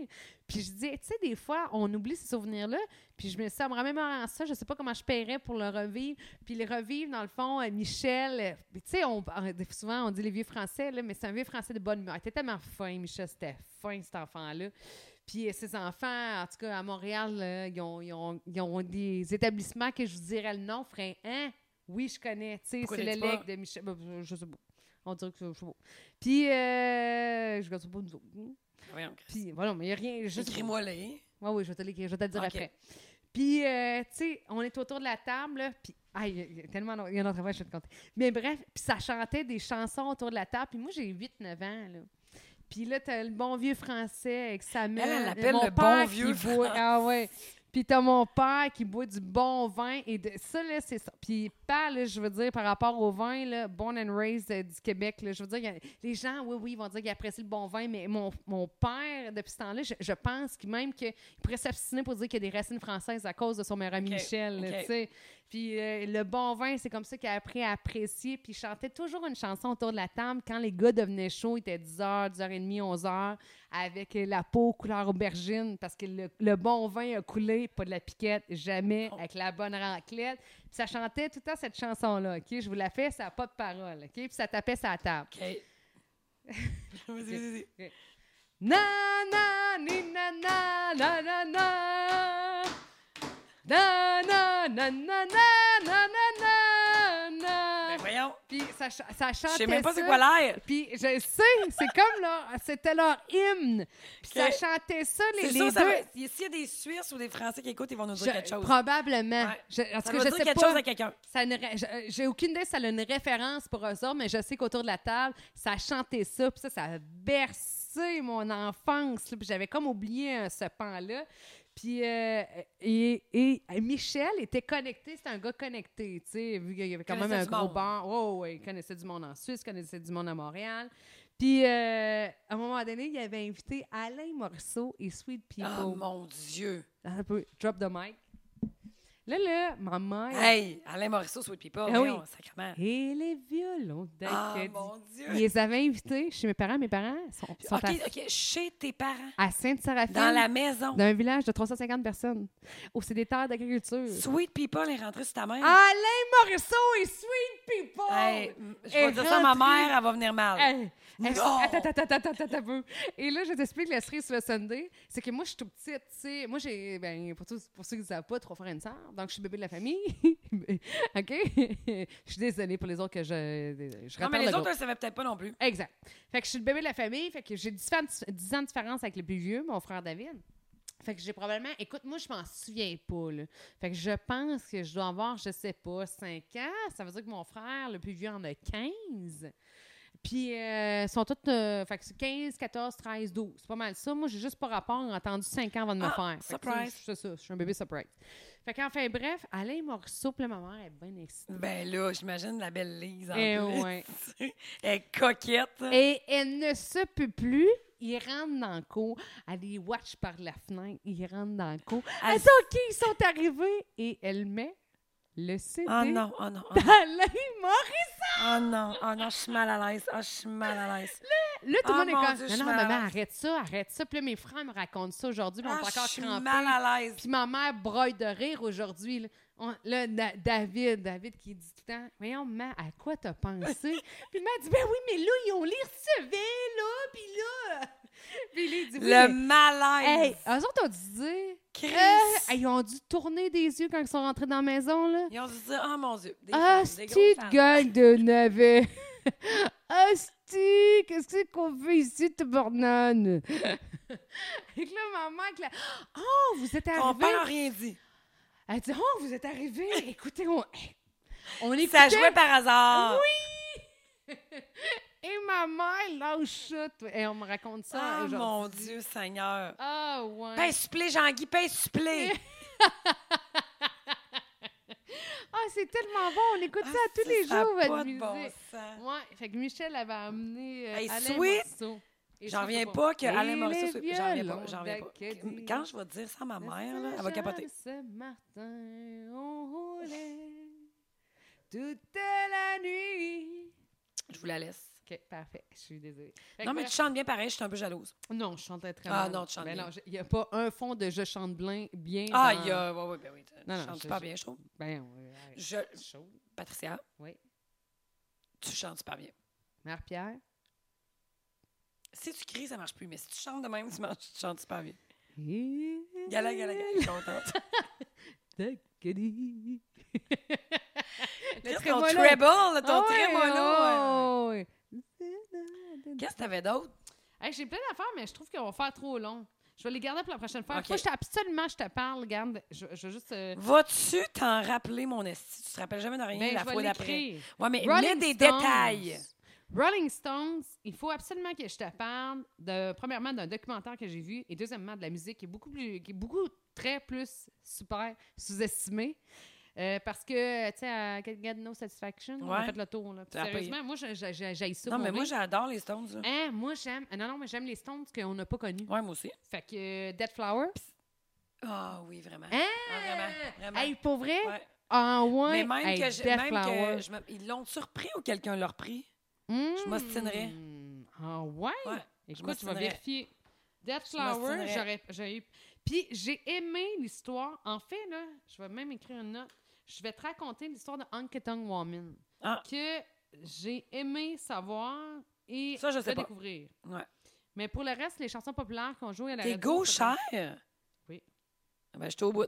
B: Puis, je dis, tu sais, des fois, on oublie ces souvenirs-là. Puis, je me suis en remémorant ça. Je sais pas comment je paierais pour le revivre. Puis, le revivre, dans le fond, euh, Michel. euh, puis tu sais, on, euh, souvent, on dit les vieux Français, là, mais c'est un vieux Français de bonne humeur. Il était tellement fin, Michel. C'était fin, cet enfant-là. Puis euh, ses enfants, en tout cas à Montréal, là, ils, ont, ils ont- ils ont des établissements que je vous dirais le nom, ferait hein? Oui, je connais. Tu sais,
A: Pourquoi
B: c'est le
A: t'as dit pas?
B: leg de Michel. ben, je sais pas. On dirait que je sais pas. Puis, euh, je ne pas nous autres.
A: Voyons.
B: Puis, voilà, mais il n'y a rien. Je sais pas.
A: Écris-moi
B: [LAUGHS]
A: les.
B: Oui, oui, je vais te, l'écrire, je vais te le dire
A: Ok.
B: après. Puis, euh, tu sais, on est autour de la table, là, puis... Ah, il y a- il y a tellement... long- Il y a un autre affaire, je vais te compter. Mais bref, puis ça chantait des chansons autour de la table. Puis moi, j'ai 8-9 ans, là. Puis là, t'as le bon vieux français avec sa mère.
A: elle l'appelle
B: mon
A: le bon
B: père
A: vieux
B: qui boit- Ah ouais. Puis t'as mon père qui boit du bon vin. Et de... ça, là, c'est ça. Puis pas, là, je veux dire, par rapport au vin, là, born and raised euh, du Québec, là, je veux dire, il y a- les gens, oui, oui, ils vont dire qu'ils apprécient le bon vin, mais mon, mon père, depuis ce temps-là, je, je pense que même qu'il pourrait s'abstiner pour dire qu'il y a des racines françaises à cause de son meilleur ami
A: Ok,
B: Michel, là,
A: ok.
B: tu sais. Puis euh, le bon vin, c'est comme ça qu'il a appris à apprécier. Puis il chantait toujours une chanson autour de la table. Quand les gars devenaient chauds, il était 10h, 10h30, 11h, avec la peau couleur aubergine, parce que le, le bon vin a coulé, pas de la piquette, jamais, avec la bonne raclette. Puis ça chantait tout le temps cette chanson-là, OK? Je vous la fais, ça n'a pas de parole, OK? Puis ça tapait sa table.
A: OK. [LAUGHS] Vas-y, vas-y, vas-y.
B: Na na ni na na na na na na na na na na na na na
A: Ben, voyons.
B: Puis ça, ch- ça chantait
A: Je sais même pas c'est
B: ça.
A: quoi l'air.
B: Puis je sais, c'est comme leur, c'était leur hymne. Puis
A: Ok.
B: ça chantait ça les,
A: C'est
B: les
A: sûr, ça
B: deux.
A: va- s'il y a des Suisses ou des Français qui écoutent, ils vont nous dire
B: Je-
A: quelque chose.
B: Probablement.
A: Ouais.
B: Je, en tout
A: Ça
B: cas,
A: va
B: je
A: dire
B: sais
A: quelque
B: pas.
A: chose à quelqu'un.
B: Ça a une ré- je- euh, J'ai aucune idée si ça a une référence pour eux autres, mais je sais qu'autour de la table, ça chantait ça, puis ça, ça a bercé mon enfance. là, Puis j'avais comme oublié euh, ce pan-là. Puis, euh, et, et Michel était connecté, c'était un gars connecté, tu sais, vu qu'il y avait quand même
A: Connaissait
B: un
A: du
B: gros
A: monde.
B: banc. Oh, ouais, il connaissait du monde en Suisse, il connaissait du monde à Montréal. Puis, euh, à un moment donné, il avait invité Alain Morceau et Sweet
A: Oh
B: People.
A: mon Dieu!
B: Attends un peu, drop the mic. Là, là, ma mère.
A: Hey! Alain Morisseau, Sweet People,
B: Ah oui.
A: voyons, sacrément.
B: Et les violons
A: Ah
B: d'Acadie.
A: mon Dieu!
B: Ils les avaient invités chez mes parents. Mes parents sont, sont
A: OK,
B: à-
A: OK, chez tes parents,
B: à, Sainte-Seraphine,
A: dans la maison.
B: d'un village de 350 personnes. Oh, c'est des terres d'agriculture.
A: Sweet People est rentrée sur ta mère.
B: Alain Morisseau et Sweet People!
A: Hey, m- je
B: est
A: vais dire ça à ma
B: rentrée.
A: mère, elle va venir mal.
B: Hey, est-ce-
A: Non!
B: Attends, attends, attends, attends, attends, un peu. Et là, je t'explique la cerise sur le Sunday. C'est que moi, je suis tout petite, tu sais. Moi, j'ai, ben, pour, tous- pour ceux qui ne savent pas, trois frères et une sœur. Donc, je suis bébé de la famille. [LAUGHS] OK? [LAUGHS] Je suis désolée pour les autres que je, je
A: non,
B: retarde
A: mais les
B: le
A: autres, elles ne savaient peut-être pas non plus.
B: Exact. Fait que je suis le bébé de la famille. Fait que j'ai 10, ans de- 10 ans de différence avec le plus vieux, mon frère David. Fait que j'ai probablement. Écoute, moi, je m'en souviens pas, là. Fait que je pense que je dois avoir, je sais pas, 5 ans. Ça veut dire que mon frère, le plus vieux, en a 15. Puis, euh, ils sont tous. euh, fait que c'est 15, 14, 13, 12. C'est pas mal ça. Moi, j'ai juste pas rapport entendu 5 ans avant de me
A: Ah,
B: faire. Fait que, tu sais,
A: surprise.
B: C'est ça, je suis un bébé surprise. Fait qu'enfin, bref, Alain Morceau, puis là, ma mère, elle est bien excitée.
A: Ben là, j'imagine la belle Lise en
B: Eh
A: plus.
B: ouais.
A: [LAUGHS] Elle est coquette.
B: Et elle ne se peut plus. Ils rentrent dans le cours. Elle les watch par la fenêtre. Ils rentrent dans le cours.
A: Elle-
B: Elle dit OK, ils sont arrivés. Et elle met le CD
A: Oh
B: [LAUGHS]
A: non, oh non, oh non,
B: d'Alain Morissette.
A: oh non, oh non, je suis mal à l'aise, oh, je suis mal à l'aise.
B: Là, tout le
A: Ah,
B: monde est
A: mon
B: comme
A: Dieu, je
B: Non,
A: suis
B: non,
A: mal à
B: maman,
A: l'aise.
B: arrête ça, arrête ça. Puis là, mes frères me racontent ça aujourd'hui. puis
A: Ah,
B: on est
A: je
B: encore
A: suis
B: crampés.
A: mal à l'aise.
B: Puis ma mère broille de rire aujourd'hui. Là, On- là, Da- David, David qui dit tout le temps Voyons, maman, à quoi t'as pensé Puis maman dit Ben oui, mais là, ils ont les recevait, là, puis là. [LAUGHS] Puis là, il dit Oui,
A: Le
B: mais- Hey,
A: malaise.
B: eux autres ont dû dire.
A: Chris.
B: Euh, hey, ils ont dû tourner des yeux quand ils sont rentrés dans la maison, là.
A: Ils ont dû dire, oh mon Dieu, des
B: Ah,
A: fans, des
B: c'ti
A: gros fans.
B: de gueule de navet. [LAUGHS] Ah, c'ti, qu'est-ce que c'est qu'on fait ici, te bornane? [LAUGHS] Et que là, maman, que là, oh, vous êtes
A: Ton
B: arrivés.
A: père n'a rien dit.
B: Elle dit, oh, vous êtes arrivés.
A: [LAUGHS]
B: Écoutez, on, on
A: Ça
B: écoutait.
A: jouait par hasard.
B: Oui! Et ma mère lâche ça. toi. Et on me raconte ça
A: Ah,
B: aujourd'hui.
A: mon Ben, Dieu, Seigneur.
B: Ah, ouais.
A: Pain supplé, Jean-Guy, pain supplé.
B: Ah, c'est tellement bon. On écoute
A: Ah,
B: ça tous les
A: ça a
B: jours, votre
A: pas de
B: musique.
A: bon sens.
B: Ouais, fait que Michel avait amené euh,
A: Hey,
B: Alain
A: Sweet!
B: Morceau. Et
A: J'en
B: Sweet
A: reviens
B: Pop.
A: pas que
B: Et
A: Alain
B: les
A: Morissette, soit- J'en reviens pas.
B: violons
A: J'en reviens pas.
B: d'Acadie.
A: Quand je vais dire ça à ma mère, là, elle va capoter.
B: Saint-Jean-Saint-Martin, on roulait toute la nuit.
A: Je vous la laisse.
B: OK, parfait. Je suis désolée. Fait que
A: Non, mais
B: bref-
A: tu chantes bien pareil, je suis un peu jalouse.
B: Non, je chantais très
A: Ah,
B: mal.
A: non, tu chantes
B: Ben
A: bien.
B: je- Il n'y a pas un fond de je chante blin- bien.
A: Ah,
B: dans-
A: il y a. Ouais, ouais, ben oui, tu
B: Non, non,
A: chantes
B: je-
A: super
B: je-
A: bien, je trouve.
B: Ben, ouais, arrête,
A: Je...
B: c'est chaud.
A: Patricia,
B: Oui.
A: tu chantes super bien.
B: Mère Pierre.
A: Si tu cries, ça marche plus, mais si tu chantes de même, tu, marches, tu chantes super bien. Gala,
B: Gala,
A: gala, gala, je suis
B: [LAUGHS]
A: contente.
B: D'acadie.
A: Chris,
B: Le
A: ton
B: trémolo.
A: treble, là, ton
B: Ah ouais,
A: trémolo. ouais.
B: ah ouais.
A: Qu'est-ce que t'avais d'autre?
B: Hey, J'ai plein d'affaires, mais je trouve qu'on va faire trop long. Je vais les garder pour la prochaine fois.
A: Ok.
B: Faut que je t'a- absolument, je te parle. Garde, je, je vais juste. euh,
A: Vas-tu t'en rappeler, mon esti? Tu te rappelles jamais de rien
B: ben,
A: la
B: je vais
A: fois d'après.
B: l'écrire.
A: Ouais, mais
B: Rolling
A: mets des
B: Stones.
A: détails.
B: Rolling Stones, il faut absolument que je te parle, de, premièrement, d'un documentaire que j'ai vu et deuxièmement, de la musique qui est beaucoup, plus, qui est beaucoup très plus super sous-estimée. Euh, parce que, tu sais, à Get, Get No Satisfaction, on a
A: Ouais.
B: fait le tour. Là. Puis
A: Ça a pas-
B: Sérieusement, moi, j'ai ça.
A: Non, mais moi,
B: mourir.
A: j'adore les Stones. là.
B: Hein, moi, j'aime. ah, Non, non, mais j'aime les Stones qu'on n'a pas connus.
A: Ouais, moi aussi.
B: Fait que euh, Dead Flower.
A: Ah oui, vraiment.
B: Hein?
A: Ah, vraiment, vraiment.
B: Hey, pour vrai?
A: Ouais.
B: Ah ouais.
A: Mais même
B: hey,
A: que, je-
B: Dead
A: même
B: Flower.
A: que je me- ils l'ont surpris ou quelqu'un l'a repris?
B: je
A: m'obstinerais.
B: Hmm. Ah ouais?
A: Ouais,
B: Écoute, tu vas
A: m'obstinerais.
B: vérifier. Dead Flower,
A: m'obstinerais.
B: j'aurais, j'aurais eu- Puis j'ai aimé l'histoire. En fait, là, je vais même écrire une note. Je vais te raconter l'histoire de Hunketung Woman
A: Ah.
B: que j'ai aimé savoir et
A: Ça, je sais pas.
B: découvrir.
A: Ouais.
B: Mais pour le reste, les chansons populaires qu'on joue à la
A: T'es
B: radio, c'est comme-
A: gauchère?
B: Oui.
A: Ah Ben, j'étais au bout.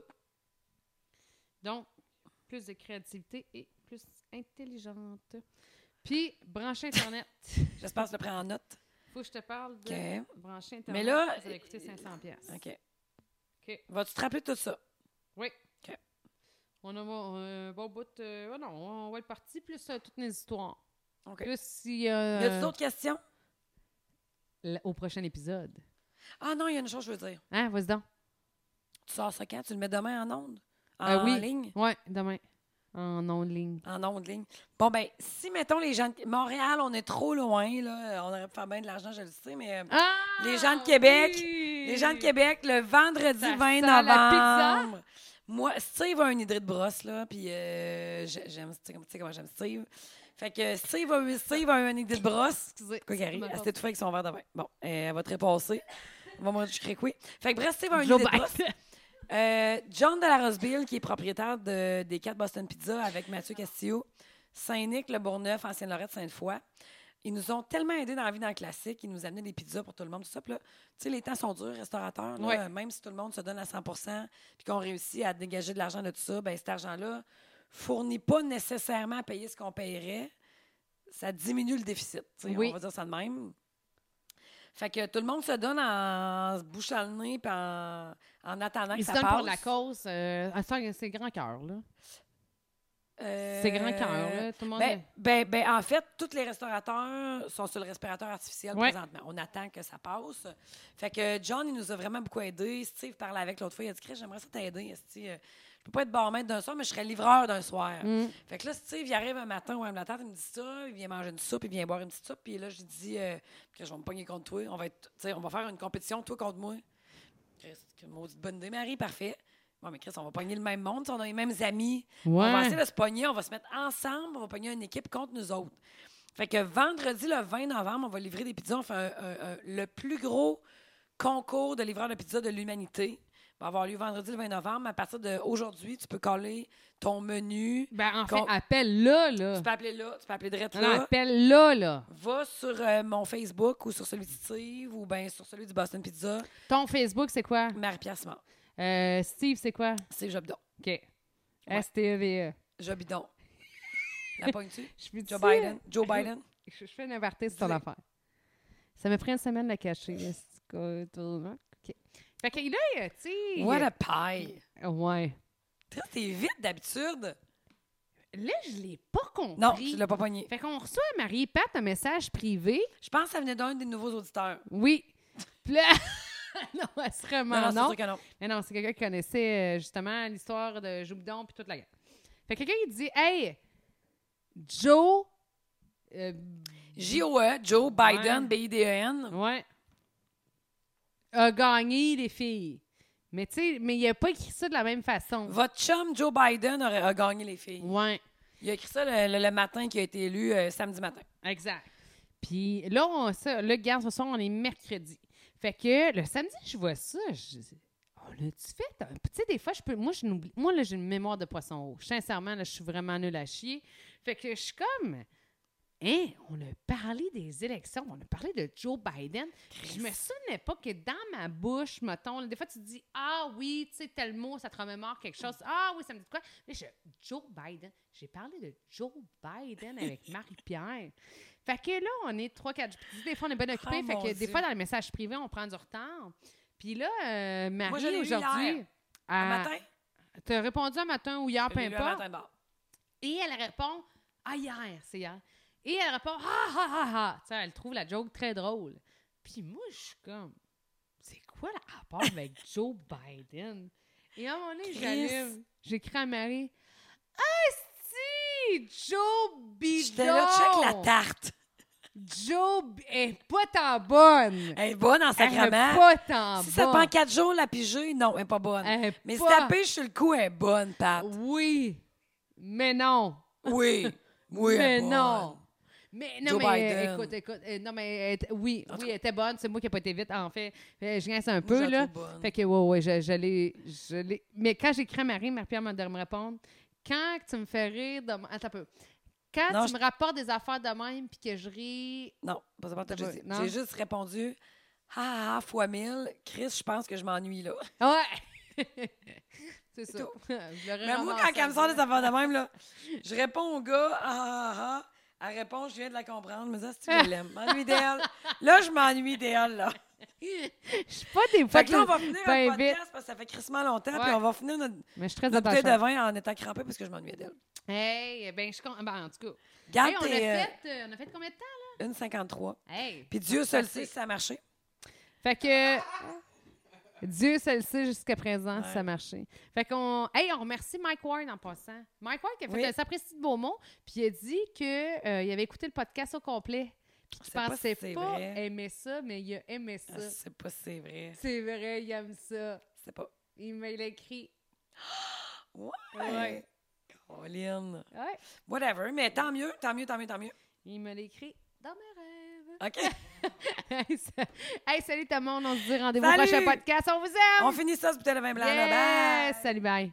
B: Donc, plus de créativité et plus intelligente. Puis, brancher
A: [LAUGHS]
B: Internet.
A: J'espère que tu le prends en note.
B: Faut que je te parle de
A: OK.
B: brancher Internet.
A: Mais là, euh,
B: ça va coûter 500 pièces.
A: OK.
B: OK.
A: Vas-tu te rappeler de tout ça?
B: On a un bon bout de... ouais, non, on va être parti, plus euh, toutes mes histoires.
A: OK.
B: Plus si... euh,
A: Y a-tu d'autres questions?
B: Au prochain épisode.
A: Ah non, il y a une chose que je veux dire.
B: Hein, vas-y donc.
A: Tu sors ça quand? Tu le mets demain en onde? En
B: Ah oui.
A: ligne?
B: Ouais, demain. En non ligne.
A: En ondes ligne. Bon, ben, si, mettons, les gens de Montréal, on est trop loin, là. On aurait pu faire bien de l'argent, je le sais, mais euh,
B: Ah!
A: Les gens de Québec, les gens de Québec, le vendredi
B: Ça
A: 20
B: sent la pizza.
A: novembre. Moi, Steve a un hydride brosse, là, puis euh, j'ai- j'aime, tu sais comme- tu sais comment j'aime Steve. Fait que Steve a, Steve a un hydride brosse.
B: Excusez.
A: Quoi qu'il arrive, Ah,
B: Ma
A: elle
B: faute.
A: s'est étouffée avec son verre de vin. Bon, euh, elle va te repasser. On va manger du crécouille. Fait que bref, Steve a un hydride brosse. Euh, John de la Roseville, qui est propriétaire de- des 4 Boston Pizza avec Mathieu Castillo, Saint-Nic, Le Bourgneuf, Ancienne-Lorette, Sainte-Foy. Ils nous ont tellement aidés dans la vie dans le classique. Ils nous amenaient des pizzas pour tout le monde, tout ça. Puis là, tu sais, les temps sont durs, restaurateurs. là.
B: Ouais.
A: Même si tout le monde se donne à 100 puis qu'on réussit à dégager de l'argent de tout ça, ben cet argent-là fournit pas nécessairement à payer ce qu'on paierait. Ça diminue le déficit. tu sais,
B: Oui.
A: On va dire ça de même. Fait que tout le monde se donne en se bouchant le nez puis en, en attendant Hein, que
B: Ils se
A: ça
B: donnent
A: passe.
B: pour la cause. euh, à faire- c'est grand cœur, là.
A: Euh,
B: C'est grand cœur, là. Tout le monde.
A: Ben, ben, ben, en fait, tous les restaurateurs sont sur le respirateur artificiel
B: Ouais.
A: présentement. On attend que ça passe. Fait que John, il nous a vraiment beaucoup aidés. Steve parlait avec l'autre fois. Il a dit Chris, j'aimerais ça t'aider. esti. Euh, Je peux pas être barmaître d'un soir, mais je serais livreur d'un soir.
B: Mm.
A: Fait que là, Steve, il arrive un matin au la table, il me dit ça, il vient manger une soupe, il vient boire une petite soupe. Puis là, je lui dis euh, que je vais me pogner contre toi. On va, être, tu sais, on va faire une compétition, toi contre moi. Chris, que maudite bonne idée, Marie, parfait. Bon, mais Chris, on va pogner le même monde, si on a les mêmes amis. On va
B: Ouais.
A: essayer de se pogner, on va se mettre ensemble, on va pogner une équipe contre nous autres. Fait que vendredi, le 20 novembre, on va livrer des pizzas. On fait un- un- un- le plus gros concours de livreurs de pizza de l'humanité. Va avoir lieu vendredi le 20 novembre. À partir d'aujourd'hui, tu peux coller ton menu.
B: Ben, en
A: Qu'on-
B: fait, appelle-là, là.
A: Tu peux appeler là, tu peux appeler direct
B: Ah Non, non,
A: là.
B: appelle-là, là.
A: Va sur euh, mon Facebook ou sur celui de Steve ou bien sur celui du Boston Pizza.
B: Ton Facebook, c'est quoi?
A: Marie-Pierre Simard.
B: Euh, Steve, c'est quoi?
A: C'est Jobidon.
B: OK. S-T-E-V-E. [LAUGHS]
A: Jobidon. La pointe-tu?
B: E. Je suis
A: Joe Biden. Joe Biden.
B: Je, je fais une aparté sur ton
A: Dis-le.
B: affaire. Ça m'a pris une semaine de la cacher. mais c'est quoi, tout- OK. Fait que là, euh, tu sais. euh,
A: What a pie!
B: Ouais.
A: Toi, T'es vite d'habitude.
B: Là, je l'ai pas compris.
A: Non, tu l'as pas pogné.
B: Fait qu'on reçoit à Marie-Pat un message privé.
A: Je pense que ça venait d'un des nouveaux auditeurs.
B: Oui. Puis là. [LAUGHS] non, elle serait
A: non,
B: non.
A: non, c'est sûr que non.
B: Mais non, c'est quelqu'un qui connaissait euh, justement l'histoire de Joubidon puis toute la guerre. Fait que quelqu'un il dit Hey, Joe. euh,
A: J-O-E, E, Joe Biden, B-I-D-E-N.
B: ouais. A gagné les filles. Mais tu sais, mais il a pas écrit ça de la même façon.
A: Votre chum Joe Biden aurait- a, gagné les filles.
B: Ouais,
A: Il a écrit ça le, le- le matin qui a été élu euh, samedi matin.
B: exact. Puis là, on, ça, là, regarde, ce soir, on est mercredi. Fait que le samedi, je vois ça. Je dis, on a-tu fait? un- Tu sais, des fois, je peux. Moi, je n'oublie- moi là, j'ai une mémoire de poisson rouge. Sincèrement, là, je suis vraiment nulle à chier. Fait que je suis comme. Hein, on a parlé des élections, on a parlé de Joe Biden. Puis Je me souvenais pas que dans ma bouche, mettons, là, des fois tu te dis Ah oui, tu sais, tel mot, ça te remémore quelque chose. Ah oui, ça me dit de quoi? Mais je- Joe Biden. J'ai parlé de Joe Biden avec
A: [LAUGHS]
B: Marie-Pierre. Fait que là, on est trois, quatre. Des fois, on est bien occupé.
A: Ah,
B: fait
A: mon
B: que des
A: Dieu.
B: fois, dans le message privé, on prend du retard. Puis là, euh, Marie,
A: je l'ai eu
B: aujourd'hui,
A: hier, Un matin?
B: elle- t'as répondu un matin ou hier,
A: Je
B: Ah, peu
A: l'ai lu un
B: importe.
A: matin de bord.
B: Et elle répond Ah, hier, c'est hier. Et elle répond Ah, ah, ah, ah. Tu sais, elle trouve la joke très drôle. Puis moi, je suis comme C'est quoi le rapport
A: [LAUGHS]
B: avec Joe Biden? Et à un moment donné,
A: Chris.
B: j'allume. J'écris à Marie Ah, si, Joe Bidon!
A: J'étais là, check la tarte.
B: Joe B- est pas tant bonne!
A: Elle est bonne en
B: Elle est
A: sacrament.
B: pas tant
A: Euh, Si ça te prend
B: bonne!
A: quatre jours la piger, non, elle est pas bonne.
B: Elle est
A: Mais si
B: pas-
A: la pige sur le coup, elle est bonne, Pat.
B: Oui, mais non!
A: [LAUGHS] Oui. Oui, elle
B: mais
A: est bonne.
B: non. Mais non,
A: Joe
B: mais
A: Biden.
B: euh, écoute, écoute, euh, non, mais elle était- oui,
A: En tout
B: oui, elle était bonne. C'est moi qui n'ai pas été vite. En fait, Euh, je grince un
A: Moi, je
B: peu,
A: la
B: là.
A: trouve bonne.
B: Fait que, ouais, ouais, je, je l'ai- je l'ai- Mais quand j'écris à Marie, Marie-Pierre m'a de me répondre Quand tu me fais rire de. m- Attends un peu. Quand
A: Non,
B: tu
A: je-
B: me rapportes des affaires de même puis que je ris.
A: Non, pas ça, pas ça,
B: T'as pas-
A: j'ai-
B: non?
A: J'ai juste répondu ah, ah, fois mille. Chris, je pense que je m'ennuie là.
B: Ouais! [LAUGHS] C'est ça.
A: tout.
B: [LAUGHS] Je l'aurais
A: [LAUGHS] Mais moi,
B: ramassé.
A: quand elle me sort des affaires de même, là, je réponds au gars, ah, ah, ah. Elle répond, je viens de la comprendre. Mais ça,
B: [LAUGHS]
A: c'est tu l'aime. M'ennuie d'elle. Là, je m'ennuie d'elle, là.
B: Je suis pas des fois.
A: Fait que là, on va finir
B: ben
A: un podcast parce que ça fait crissement longtemps, puis
B: Ouais.
A: on va finir notre,
B: Mais je suis très
A: notre bouteille de
B: attachée.
A: vin en étant crampé parce que je m'ennuie d'elle.
B: Hey, ben, je suis. con- Ben, en tout cas.
A: Garde
B: Hey, on, a
A: tes, euh,
B: fait, euh, on a fait combien de temps,
A: 1,53.
B: là? Hey!
A: Puis Dieu seul
B: Merci.
A: sait si ça a marché.
B: Fait que. Dieu seul le sait jusqu'à présent si
A: Ouais.
B: ça marchait. Fait qu'on. Hey, on remercie Mike Ward en passant. Mike Ward qui a fait
A: Oui.
B: un sapristi de Beaumont, puis il a dit que euh, il avait écouté le podcast au complet. Puis qu'il
A: Je sais pas
B: pensait
A: si c'est
B: pas,
A: vrai.
B: aimer ça, mais il a aimé ça.
A: Je sais pas si c'est vrai.
B: C'est vrai, il aime ça.
A: C'est pas.
B: Il me l'a écrit.
A: Ouais.
B: Ouais.
A: Colin.
B: Ouais.
A: Whatever, mais tant mieux, tant mieux, tant mieux, tant mieux.
B: Il me l'a écrit dans mes rêves. [LAUGHS]
A: OK.
B: hey, ça- hey, salut tout le monde. On se dit rendez-vous au
A: Salut!
B: prochain podcast. On vous aime.
A: On finit ça, ce bouteille de vin blanc. là. Bye.
B: Yes. Salut, bye.